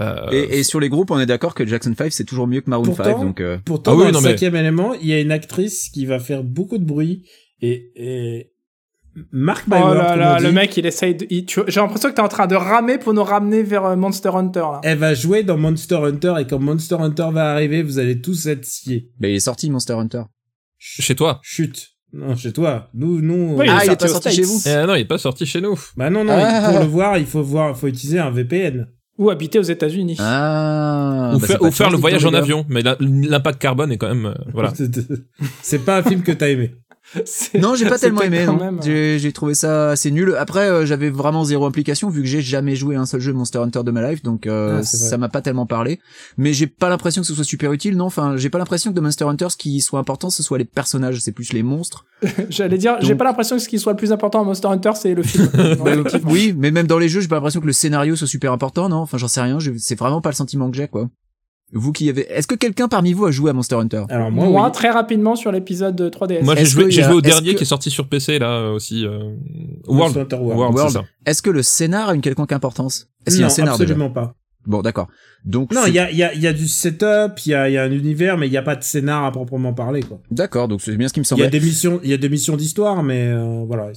S2: Euh,
S1: et, et sur les groupes, on est d'accord que Jackson 5, c'est toujours mieux que Maroon
S3: Pourtant-
S1: 5, donc euh,
S3: Pourtant,
S2: Ah oui,
S3: dans
S2: non,
S3: le
S2: mais-
S3: cinquième élément, il y a une actrice qui va faire beaucoup de bruit et, et... Mark my
S4: Oh
S3: word,
S4: là
S3: comme
S4: là,
S3: on
S4: le
S3: dit,
S4: mec, il essaye de. il- tu- J'ai l'impression que t'es en train de ramer pour nous ramener vers euh, Monster Hunter, là.
S2: Eh,
S3: Elle va jouer dans Monster Hunter et quand Monster Hunter va arriver, vous allez tous être sciés.
S1: bah, il est sorti Monster Hunter.
S2: Chez toi
S3: Chut. Non, chez toi. Nous, nous.
S4: Oui,
S3: euh,
S1: Ah, il est pas
S4: aux
S1: sorti
S4: States.
S1: chez vous
S2: Euh, non, il est pas sorti chez nous.
S3: Bah non, non.
S1: Ah.
S3: Pour le voir, il faut voir, faut utiliser un VPN.
S4: Ou habiter aux États-Unis.
S1: Ah,
S2: ou
S1: bah, c'est
S2: faire,
S1: pas
S2: ou faire le
S1: transit,
S2: voyage
S1: les
S2: en
S1: gars.
S2: avion. Mais la- l'impact carbone est quand même, euh, voilà.
S3: C'est pas un film que t'as aimé.
S4: C'est-
S1: Non, j'ai pas tellement
S4: c'était
S1: aimé.
S4: quand
S1: non.
S4: même-
S1: J'ai j'ai trouvé ça assez nul. Après, euh, j'avais vraiment zéro implication vu que j'ai jamais joué à un seul jeu Monster Hunter de ma life, donc euh,
S3: Ah, c'est vrai.
S1: ça m'a pas tellement parlé. Mais j'ai pas l'impression que ce soit super utile. Non, enfin, j'ai pas l'impression que de Monster Hunter, ce qui soit important, ce soit les personnages, c'est plus les monstres.
S4: J'allais dire, j'ai
S1: Donc-
S4: pas l'impression que ce qui soit le plus important à Monster Hunter, c'est le film. Non,
S1: Bah,
S4: effectivement.
S1: oui, mais même dans les jeux, j'ai pas l'impression que le scénario soit super important. Non, enfin, j'en sais rien. je- C'est vraiment pas le sentiment que j'ai, quoi. Vous qui avez, est-ce que quelqu'un parmi vous a joué à Monster Hunter
S3: Alors moi,
S4: Moi,
S3: oui.
S4: très rapidement sur l'épisode de 3DS.
S2: Moi, j'ai
S1: Est-ce
S2: joué,
S1: qu'il y
S2: j'ai
S1: a-
S2: joué au
S1: est-ce
S2: dernier
S1: que-
S2: qui est sorti sur PC, là, euh, aussi, euh,
S3: Monster
S2: World.
S3: Hunter World.
S2: World,
S1: World.
S2: c'est ça.
S1: Est-ce que le scénar a une quelconque importance Est-ce qu'il y a
S3: Non,
S1: un scénar déjà
S3: absolument pas.
S1: Bon, d'accord. Donc
S3: Non,
S1: c'est-
S3: il y a, il y, a, il y a du setup, il y a, il y a un univers, mais il y a pas de scénar à proprement parler. Quoi.
S1: d'accord. Donc c'est bien ce qui me
S3: Il y
S1: semblait.
S3: a des missions, il y a des missions d'histoire, mais euh, voilà.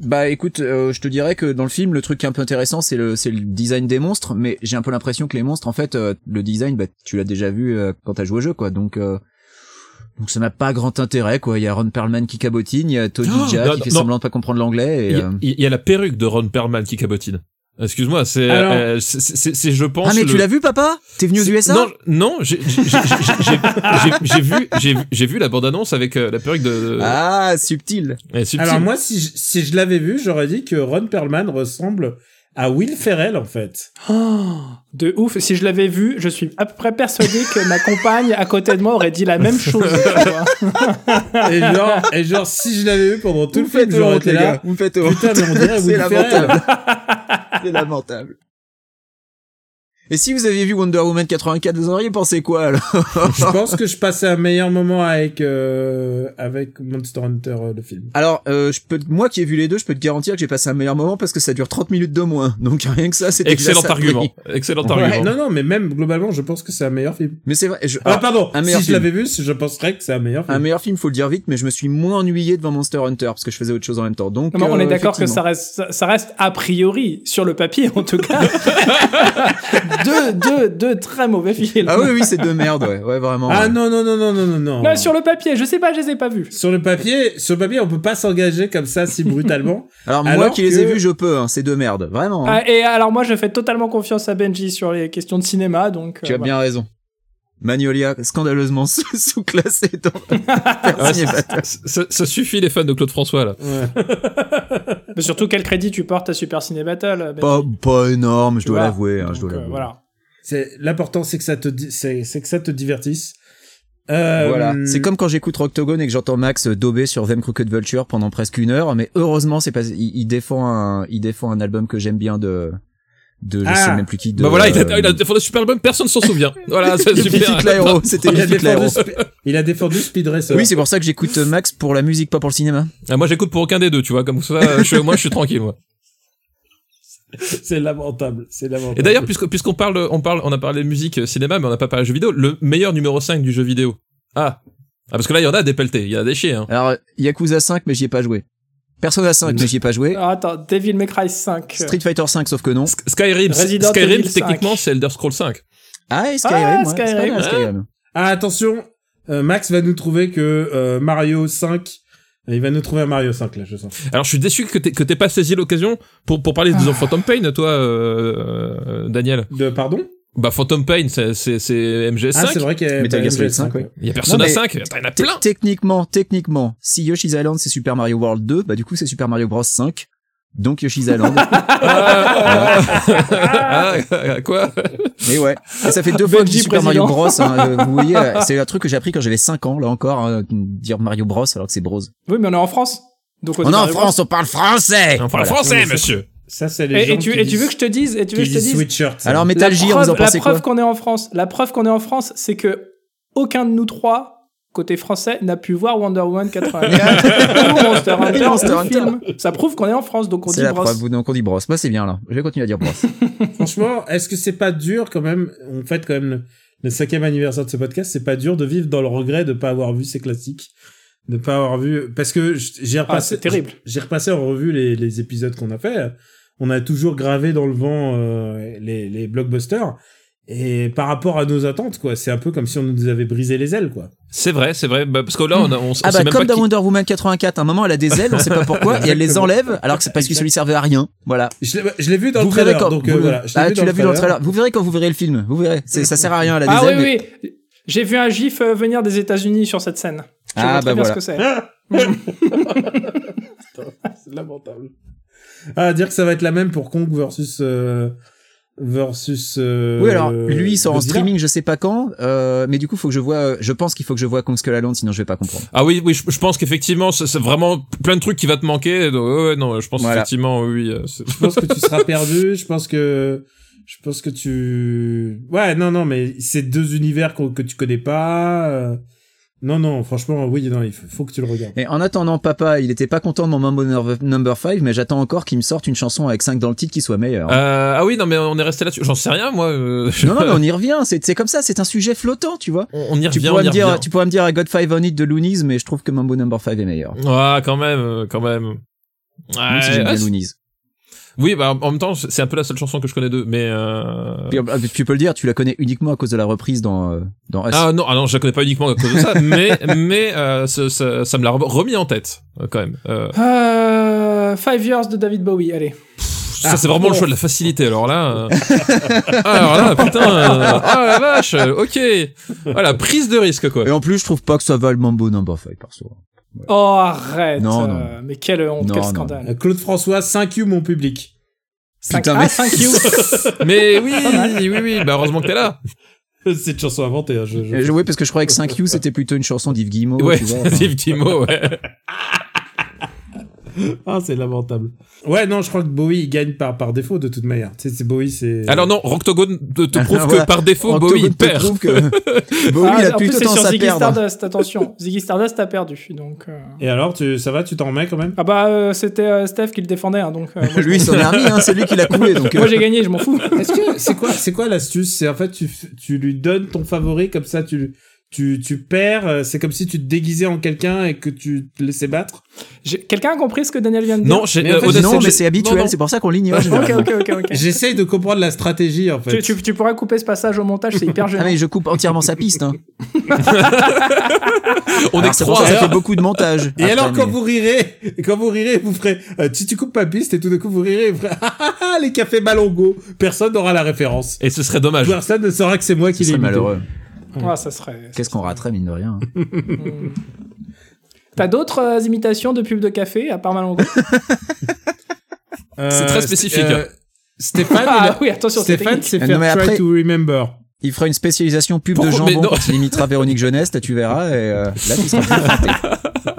S1: Bah écoute, euh, je te dirais que dans le film, le truc qui est un peu intéressant, c'est le c'est le design des monstres, mais j'ai un peu l'impression que les monstres, en fait, euh, le design, bah tu l'as déjà vu euh, quand t'as joué au jeu, quoi. Donc euh, donc ça n'a pas grand intérêt, quoi. Il y a Ron Perlman qui cabotine, il y a Tony
S2: Oh,
S1: Jaa
S2: non,
S1: qui fait
S2: non.
S1: semblant de pas comprendre l'anglais.
S2: Il
S1: Et,
S2: y,
S1: euh,
S2: a- il y a la perruque de Ron Perlman qui cabotine. Excuse-moi, c'est,
S3: Alors-
S2: euh, c'est, c'est- c'est, je pense.
S1: Ah mais
S2: le-
S1: tu l'as vu, papa T'es venu aux
S2: C'est-
S1: USA
S2: Non, non, j'ai, j'ai, j'ai- j'ai- j'ai- j'ai vu, j'ai, j'ai vu la bande-annonce avec euh, la perruque de. de-
S1: Ah subtil.
S2: euh, subtil.
S3: Alors moi, si je, si je l'avais vu, j'aurais dit que Ron Perlman ressemble à Will Ferrell en fait.
S4: Oh, de ouf. Si je l'avais vu, je suis à peu près persuadé que ma compagne à côté de moi aurait dit la même chose. tu vois.
S3: Et genre, et genre si je l'avais vu pendant
S1: Vous
S3: tout le film, j'aurais été là.
S1: Vous me faites
S3: Putain, mais on dirait
S1: C'est
S3: Will Ferrell.
S1: lamentable. C'est lamentable. Et si vous aviez vu Wonder Woman 84, vous auriez pensé quoi alors
S3: Je pense que je passais un meilleur moment avec euh, avec Monster Hunter euh, le film.
S1: Alors, euh, je peux, moi qui ai vu les deux, je peux te garantir que j'ai passé un meilleur moment parce que ça dure 30 minutes de moins. Donc rien que ça, c'est déjà
S2: Excellent
S1: ça de
S2: argument.
S1: prix.
S2: Excellent
S1: Ouais,
S3: Ouais,
S2: argument.
S3: non, non, mais même globalement, je pense que c'est un meilleur film.
S1: Mais c'est vrai, je-
S3: Ah,
S1: alors,
S3: pardon.
S1: un meilleur
S3: Si je
S1: film.
S3: l'avais vu, je penserais que c'est un meilleur film.
S1: un meilleur film, faut le dire vite, mais je me suis moins ennuyé devant Monster Hunter parce que je faisais autre chose en même temps. Donc,
S4: Non, mais on
S1: euh,
S4: est d'accord que
S1: effectivement.
S4: ça reste, ça- ça reste a priori, sur le papier en tout cas, deux, deux, deux très mauvais films.
S1: Ah oui, oui, c'est de merde, ouais, ouais vraiment.
S3: Ah
S1: ouais.
S3: non non non non non non non.
S4: Non, sur le papier, je sais pas, je les ai pas vus.
S3: Sur le papier, sur le papier, on peut pas s'engager comme ça si brutalement.
S1: Alors moi
S3: Alors
S1: qui les ai
S3: que-
S1: vus, je peux. Hein, c'est de merde, vraiment. hein.
S4: Ah, et alors moi, je fais totalement confiance à Benji sur les questions de cinéma, donc.
S1: tu
S4: euh,
S1: as bien raison. Magnolia, scandaleusement sous- sous-classé dans.
S2: Ah, ça- ça, ça suffit les fans de Claude François là.
S3: Ouais.
S4: voilà. Mais surtout, quel crédit tu portes à Super Ciné Battle Benji
S1: pas, pas énorme, je
S4: Tu
S1: dois
S4: vois.
S1: l'avouer. hein, je dois
S4: Donc, euh,
S1: l'avouer.
S4: Voilà.
S3: C'est l'important, c'est que ça te, di- c'est, c'est que ça te divertisse. Euh,
S1: Voilà, c'est comme quand j'écoute Octogone et que j'entends Max dauber sur Them Crooked Vulture pendant presque une heure, mais heureusement c'est pas, il, il défend un, il défend un album que j'aime bien de, de, je
S3: Ah.
S1: sais même plus qui. De,
S2: bah voilà, il
S1: euh,
S2: a, il a défendu un super album, personne s'en souvient. Voilà, c'est
S1: de
S2: super.
S1: Biffy Clyro, c'était
S3: il a,
S1: Biffy Clyro.
S3: défendu, Sp- il a défendu Speed Racer.
S1: Oui, c'est pour ça que j'écoute euh, Max pour la musique, pas pour le cinéma.
S2: Ah, moi j'écoute pour aucun des deux, tu vois, comme ça, je suis, moi je suis tranquille. Moi.
S3: c'est lamentable, c'est lamentable.
S2: Et d'ailleurs, puisque- puisqu'on parle, on parle, on a parlé de musique, euh, cinéma, mais on n'a pas parlé de jeux vidéo, le meilleur numéro 5 du jeu vidéo. Ah. Ah, parce que là, il y en a des pelletés, il y en a des chiens. Hein.
S1: Alors Yakuza 5, mais j'y ai pas joué. Persona 5, mais j'y ai pas
S2: Ah,
S1: joué.
S4: Alors, Ah, attends, Devil May Cry 5.
S1: Street Fighter 5, sauf que non.
S2: S- Skyrim, s-
S4: Resident
S2: Skyrim
S4: Evil 5.
S2: techniquement, c'est Elder Scrolls 5.
S1: Ah, et Skyrim,
S4: Ah,
S1: ouais, c'est pas
S4: Skyrim,
S1: mal,
S4: hein.
S1: Skyrim.
S3: Ah attention, euh, Max va nous trouver que euh, Mario 5. Il va nous trouver un Mario 5 là, je sens.
S2: Alors, je suis déçu que t'aies que t'aies pas saisi l'occasion pour, pour parler des Phantom Pain, toi, euh, euh, Daniel.
S3: De pardon
S2: Bah, Phantom Pain, c'est, c'est, c'est
S3: Ah c'est
S2: MGS5.
S3: vrai qu'il y a
S1: Metal
S3: bah,
S1: Gear Solid
S3: MGS5,
S1: 5, oui.
S3: ouais.
S2: Il y a personne
S1: Non,
S2: à
S1: mais-
S2: 5, t'en as
S1: Te-
S2: plein.
S1: Techniquement, techniquement, si Yoshi's Island c'est Super Mario World 2, bah du coup c'est Super Mario Bros 5. Donc Yoshi's Island.
S2: Ah, ah, ah, quoi?
S1: Mais ouais. Et ça fait deux fois que je dis
S4: Benji
S1: Super Mario
S4: président.
S1: Bros. hein, euh, vous voyez, euh, c'est un truc que j'ai appris quand j'avais 5 ans, là encore, hein, dire Mario Bros alors que c'est Bros.
S4: Oui, mais on est en France. Donc,
S1: On est en
S4: Mario Bros.
S1: France, on parle français
S2: On parle
S1: Voilà.
S2: français, monsieur.
S3: Ça c'est les
S4: Eh, Et,
S3: gens
S4: et tu,
S3: qui
S4: et tu
S3: disent-
S4: veux que je te dise, et tu veux que
S3: qui
S4: je te
S3: disent
S4: dise,
S3: sweatshirt. ça.
S1: Alors
S4: la
S1: Metal Gear,
S4: preuve,
S1: vous en
S4: la
S1: pensez
S4: preuve
S1: quoi
S4: qu'on est en France, la preuve qu'on est en France, c'est que aucun de nous trois côté français n'a pu voir Wonder Woman 84 ou Monster Hunter,
S1: Et Monster
S4: ou
S1: Hunter.
S4: film. Ça prouve qu'on est en France, donc on
S1: C'est
S4: dit
S1: la
S4: brosse.
S1: preuve, donc on dit Bros. Ah Moi c'est bien là, je vais continuer à dire Bros.
S3: Franchement, est-ce que c'est pas dur quand même On fête quand même le- le cinquième anniversaire de ce podcast. C'est pas dur de vivre dans le regret de pas avoir vu ces classiques, de pas avoir vu parce que j- j'ai
S4: Ah,
S3: repassé.
S4: c'est terrible.
S3: J'ai repassé en revue les, les épisodes qu'on a fait. On a toujours gravé dans le vent euh, les, les blockbusters. et par rapport à nos attentes, quoi. C'est un peu comme si on nous avait brisé les ailes, quoi.
S2: C'est vrai, c'est vrai. Bah, parce que là, on, a- on, s- on
S1: Ah
S2: sait
S1: bah
S2: même
S1: comme
S2: pas
S1: dans
S2: qui-
S1: Wonder Woman 84, à un moment elle a des ailes, on sait pas pourquoi, et elle les enlève, alors que c'est parce que celui servait à rien. Voilà.
S3: Je l'ai- je l'ai vu dans
S1: vous
S3: le
S1: verrez
S3: trailer,
S1: quand
S3: donc
S1: vous-
S3: euh, voilà. je l'ai
S1: Ah, tu l'as vu dans le
S3: trailer.
S1: trailer. Vous verrez quand vous verrez le film. Vous verrez. C'est- Ça sert à rien, elle a des
S4: Ah oui,
S1: ailes. mais-
S4: oui. J'ai vu un gif euh, venir des États-Unis sur cette scène.
S1: Ah
S4: Je vois
S1: bah
S4: très bien
S1: voilà.
S4: ce que c'est.
S3: C'est lamentable. Ah, dire que ça va être la même pour Kong versus euh, versus. euh,
S1: Oui, alors lui il sort en
S3: Godzilla.
S1: streaming, je sais pas quand, euh, mais du coup faut que je vois. euh, Je pense qu'il faut que je vois Kong Skull Island, sinon je vais pas comprendre.
S2: Ah oui, oui, je, je pense qu'effectivement, c'est c'est vraiment plein de trucs qui va te manquer. Donc, ouais, ouais, non, je pense
S1: Voilà.
S2: effectivement, oui. euh, c'est-
S3: Je pense que tu seras perdu. Je pense que je pense que tu. Ouais, non, non, mais c'est deux univers qu'on- que tu connais pas. euh, Non, non, franchement, oui, non, il faut, faut que tu le regardes.
S1: Et en attendant, papa, il était pas content de mon Mambo Nerv- Number 5, mais j'attends encore qu'il me sorte une chanson avec 5 dans le titre qui soit meilleure.
S2: Euh, ah oui, non, mais on est resté là-dessus. J'en sais rien, moi. euh, je-
S1: Non, non, mais on y revient. C'est c'est comme ça. C'est un sujet flottant, tu vois.
S2: on, on y
S1: Tu
S2: revient. on
S1: pourras,
S2: y
S1: me dire,
S2: revient.
S1: tu pourras me dire I got 5 on it de Loonies, mais je trouve que Mambo Number 5 est meilleur.
S2: Ah, quand même, euh, quand même.
S1: Même si
S2: Ouais,
S1: j'aime bien
S2: ouais, c'est-
S1: Loonies.
S2: oui, bah, en même temps, c'est c'est un peu la seule chanson que je connais d'eux, mais euh,
S1: Puis, euh, tu peux le dire, tu la connais uniquement à cause de la reprise dans, euh, dans Us.
S2: Ah non, ah non, je la connais pas uniquement à cause de ça, mais mais euh, ça, ça- ça me l'a remis en tête euh, quand même. Euh,
S4: Euh, Five Years de David Bowie, allez.
S2: ça c'est vraiment le choix de la facilité. Alors là, euh, alors là, putain, euh, ah la vache, euh, ok, voilà prise de risque quoi.
S1: Et en plus, je trouve pas que ça va le Mambo Number 5, perso.
S4: Oh, arrête.
S1: Non,
S4: euh,
S1: non.
S4: Mais quelle honte,
S1: Non,
S4: quel
S1: non.
S4: scandale.
S3: Euh, Claude François, 5 U, mon public.
S4: Cinq-
S1: Putain,
S4: ah,
S1: mais-
S4: cinq you.
S2: Mais oui, oui, oui, bah heureusement que t'es là.
S1: Oh,
S3: C'est une chanson inventée. hein, je- je-
S1: Euh, Oui, parce que je croyais que 5U, c'était plutôt une chanson d'Yves Guillemot.
S2: ouais,
S1: tu vois, enfin.
S2: Steve Timo, ouais.
S3: Ah, c'est lamentable. Ouais, non, je crois que Bowie il gagne par, par défaut de toute manière. Tu sais, c'est Bowie, c'est.
S2: Alors non, Roctogone te, te
S1: Ah,
S2: prouve
S1: voilà.
S2: que par défaut,
S1: En
S2: Bowie
S1: Octobre,
S2: perd.
S1: je trouve que Bowie,
S4: Ah,
S1: il a
S4: en plus,
S1: plutôt
S4: c'est sur
S1: tendance à
S4: Ziggy
S1: perdre.
S4: Stardust, attention. Ziggy Stardust a perdu, donc... euh.
S3: Et alors, tu, ça va, tu t'en remets quand même
S4: Ah bah, euh, c'était euh, Steph qui le défendait, hein, donc... euh, moi, je-
S1: Lui, il s'en est remis, hein, c'est lui qui l'a coulé. Donc, euh,
S4: moi, j'ai gagné, je m'en fous.
S3: Est-ce que c'est quoi, c'est quoi l'astuce C'est en fait, tu, f- tu lui donnes ton favori comme ça, tu tu tu perds. euh, C'est comme si tu te déguisais en quelqu'un et que tu te laissais battre.
S4: J'ai- Quelqu'un a compris ce que Daniel vient de dire
S2: Non, j'ai
S3: Mais en fait,
S2: euh, honnêtement,
S1: non, mais
S2: j'ai-
S1: c'est
S2: non, euh,
S1: habituel,
S2: non.
S1: c'est pour ça qu'on l'ignore.
S4: Ok,
S1: généralement.
S4: ok, ok, ok.
S3: J'essaye de comprendre la stratégie en fait.
S4: Tu, tu, tu pourrais couper ce passage au montage, c'est hyper
S1: Ah
S4: gênant.
S1: mais je coupe entièrement sa piste. Hein.
S2: On
S1: Alors,
S2: est
S1: c'est pour ça, que
S2: trois.
S1: ça fait
S3: Alors-
S1: beaucoup de montage.
S3: Et
S1: Après,
S3: alors quand
S1: mais-
S3: vous rirez, quand vous rirez, vous ferez euh, si tu coupes ma piste et tout d'un coup vous rirez, vous ferez ah, ah, ah, les cafés Malongo. Personne n'aura la référence.
S2: Et ce serait dommage.
S3: Personne ne saura que c'est moi qui
S1: Ce serait
S3: l'ai imité.
S1: malheureux.
S4: Ah, ça serait...
S1: Qu'est-ce qu'on raterait mine de rien. hein.
S4: Hmm. T'as d'autres euh, imitations de pubs de café, à part Malongo
S3: Euh,
S2: C'est très spécifique,
S3: euh,
S2: hein.
S3: Stéphane, il
S4: Ah
S3: a-
S4: oui, attention, c'est
S3: Stéphane,
S4: technique.
S3: c'est
S1: Ah,
S3: faire
S1: non, mais
S3: try
S1: après-
S3: to remember.
S1: Il fera une spécialisation pub de
S2: Pourquoi- mais
S1: jambon
S2: non.
S1: quand il imitera Véronique Jeunesse, là, tu verras. Et, euh, là tu seras bien flatté.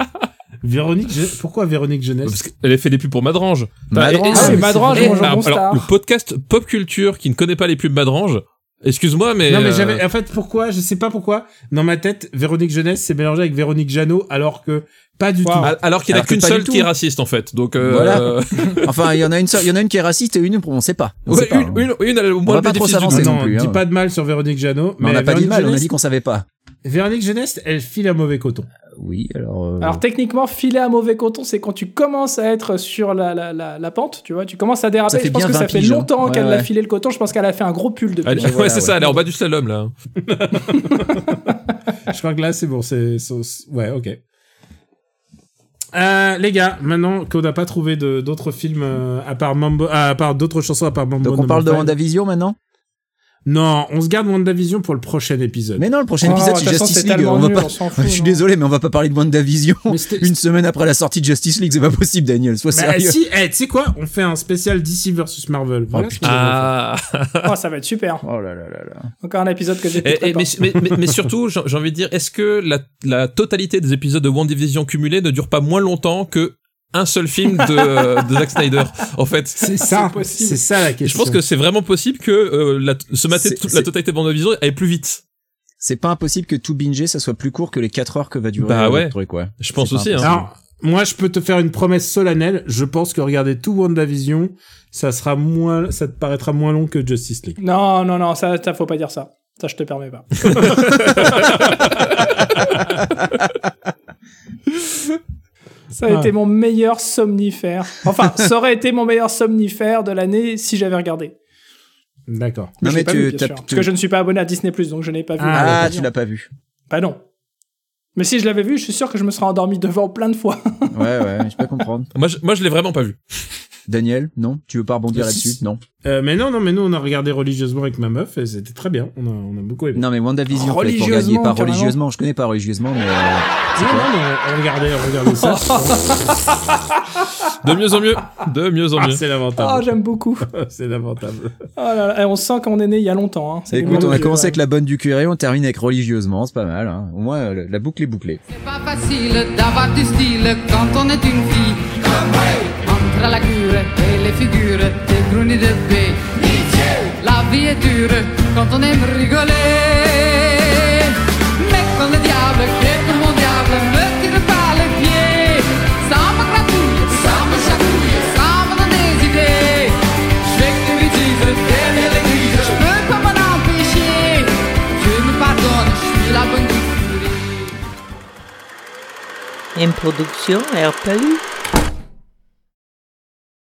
S3: Véronique, Je- pourquoi Véronique Jeunesse
S2: Parce qu'elle a fait des pubs pour Madrange. Bah,
S1: Madrange.
S4: Ah, mais Madrange,
S2: Et-
S4: mon
S2: alors,
S4: jambon star.
S2: le podcast Pop Culture qui ne connaît pas les pubs Madrange, excuse-moi, mais.
S3: Non mais
S2: euh,
S3: j'avais en fait pourquoi je sais pas pourquoi dans ma tête Véronique Jeunesse s'est mélangée avec Véronique Jeannot alors que pas du
S1: Ah,
S4: Waouh.
S2: al- Alors qu'il n'y a
S1: Alors que
S2: qu'une
S1: pas du
S2: seule
S1: tout.
S2: qui est raciste, en fait. Donc, euh,
S1: Voilà.
S2: euh,
S1: Enfin, il y en a une seule, il y en a une qui est raciste et une on sait pas. On
S2: ouais,
S1: sait pas, hein.
S2: une, une, une, elle a au
S1: va
S2: moins le
S1: pas trop
S2: bénéfice du
S3: tout.
S1: s'avancer.
S2: doute.
S1: non
S3: Non,
S1: plus,
S3: dis
S1: hein.
S3: pas de mal sur Véronique Jeannot
S1: Mais
S3: mais
S1: on n'a pas dit
S3: Véronique
S1: mal, on a
S3: Jeunesse-
S1: dit qu'on savait pas.
S3: Véronique Jeunesse elle file un mauvais coton.
S1: Oui, alors. euh,
S4: Alors techniquement, filer à mauvais coton, c'est quand tu commences à être sur la, la, la, la pente, tu vois, tu commences à déraper.
S1: Ça fait
S4: je pense
S1: bien
S4: que ça
S1: 20
S4: fait
S1: piges, hein.
S4: longtemps
S1: Ouais,
S4: qu'elle
S1: ouais.
S4: a filé le coton. Je pense qu'elle a fait un gros pull depuis.
S2: Elle- ouais,
S1: voilà,
S2: c'est
S1: ouais.
S2: ça, elle est en bas du slalom, là. hein.
S3: Je crois que là c'est bon c'est c'est- ouais OK. Euh, les gars, maintenant qu'on n'a pas trouvé de- d'autres films euh, à part Mambo, à part d'autres chansons à part Mambo.
S1: donc on
S3: Number
S1: parle de
S3: Five.
S1: WandaVision maintenant
S3: Non, on se garde WandaVision pour le prochain épisode.
S1: Mais non, le prochain
S4: Oh,
S1: épisode
S4: de
S1: c'est
S4: toute façon,
S1: Justice
S4: c'est
S1: League.
S4: tellement
S1: on va
S4: nul,
S1: pas-
S4: on s'en fout, hein.
S1: Je suis
S4: non.
S1: désolé, mais on va pas parler de WandaVision
S3: Mais c'était-
S1: une semaine après la sortie de Justice League. C'est pas possible, Daniel. Sois
S3: Bah,
S1: sérieux.
S3: si, eh, tu sais quoi On fait un spécial DC versus Marvel. Voilà
S1: Oh,
S3: ce qu'on devrait faire.
S2: Ah.
S4: Oh, ça va être super.
S1: Oh là là là là.
S4: Encore un épisode que j'ai
S1: Eh,
S2: Et- et- mais, mais, mais- mais surtout, j'ai j'ai envie de dire, est-ce que la, la totalité des épisodes de WandaVision cumulés ne dure pas moins longtemps que un seul film de, de Zack Snyder, en fait?
S3: C'est ça,
S4: possible.
S3: c'est ça la
S2: Et
S3: question.
S2: je pense que c'est vraiment possible que euh, la, se mater
S1: C'est-
S2: toute
S1: c'est-
S2: la totalité de WandaVision aille plus vite.
S1: C'est pas impossible que tout binger, ça soit plus court que les 4 heures que va durer
S2: Bah
S1: le
S2: ouais.
S1: truc, ouais.
S2: Je pense
S1: C'est pas
S2: aussi. Hein.
S1: impossible.
S3: Alors, moi, je peux te faire une promesse solennelle. Je pense que regarder tout WandaVision, ça sera moins, ça te paraîtra moins long que Justice League.
S4: Non, non, non, ça, ça, faut pas dire ça. Ça, je te permets pas. ça a
S3: Ah.
S4: été mon meilleur somnifère. Enfin, ça aurait été mon meilleur somnifère de l'année si j'avais regardé.
S3: D'accord.
S1: Non,
S4: Je
S1: mais
S4: l'ai pas
S1: tu-
S4: vu, bien
S1: t'as-
S4: sûr. Parce
S1: tu-
S4: que je ne suis pas abonné à Disney+, donc je n'ai pas vu.
S3: Ah,
S4: la
S1: Ah,
S4: version.
S1: tu l'as pas vu.
S4: Bah non. Mais si je l'avais vu, je suis sûr que je me serais endormi devant plein de fois.
S1: Ouais, ouais, je peux comprendre.
S2: Moi, je, moi, je l'ai vraiment pas vu.
S1: Daniel, non Tu veux pas rebondir
S4: Bah,
S3: Si,
S1: là-dessus
S3: si.
S1: Non.
S3: Euh, mais non, non, mais nous, on a regardé religieusement avec ma meuf et c'était très bien. On a, on a beaucoup aimé.
S1: Non, mais WandaVision, peut-être pour gagner.
S4: Religieusement,
S1: Pas
S4: carrément.
S1: religieusement, je connais pas religieusement, mais. euh, c'est
S3: Non,
S1: quoi
S3: non, mais on regardait, on regardait ça.
S2: De mieux en mieux. De mieux en
S3: Ah,
S2: mieux.
S3: c'est
S4: Oh,
S3: lamentable.
S4: j'aime beaucoup. Oh
S1: Ah.
S3: c'est lamentable.
S4: là là, et on sent qu'on est né il y a longtemps. Hein. C'est
S1: Écoute,
S4: mon
S1: on a
S4: Dieu,
S1: commencé
S4: ouais.
S1: avec la bonne du curé, on termine avec religieusement, c'est pas mal. Hein. Au moins, euh, la boucle est bouclée.
S8: C'est pas facile d'avoir du style quand on est une fille. Entre la cure et les figures des brownies de paix. La vie est dure quand on aime rigoler. Mais quand le diable qui est pour mon diable me tire par les pieds, ça me gratouille, ça me chatouille, ça me donne des idées. Je fais que des bêtises derrière l'église, je peux pas m'en empêcher. Dieu me pardonne, je suis la bonne du curé.
S9: Une production Airplus.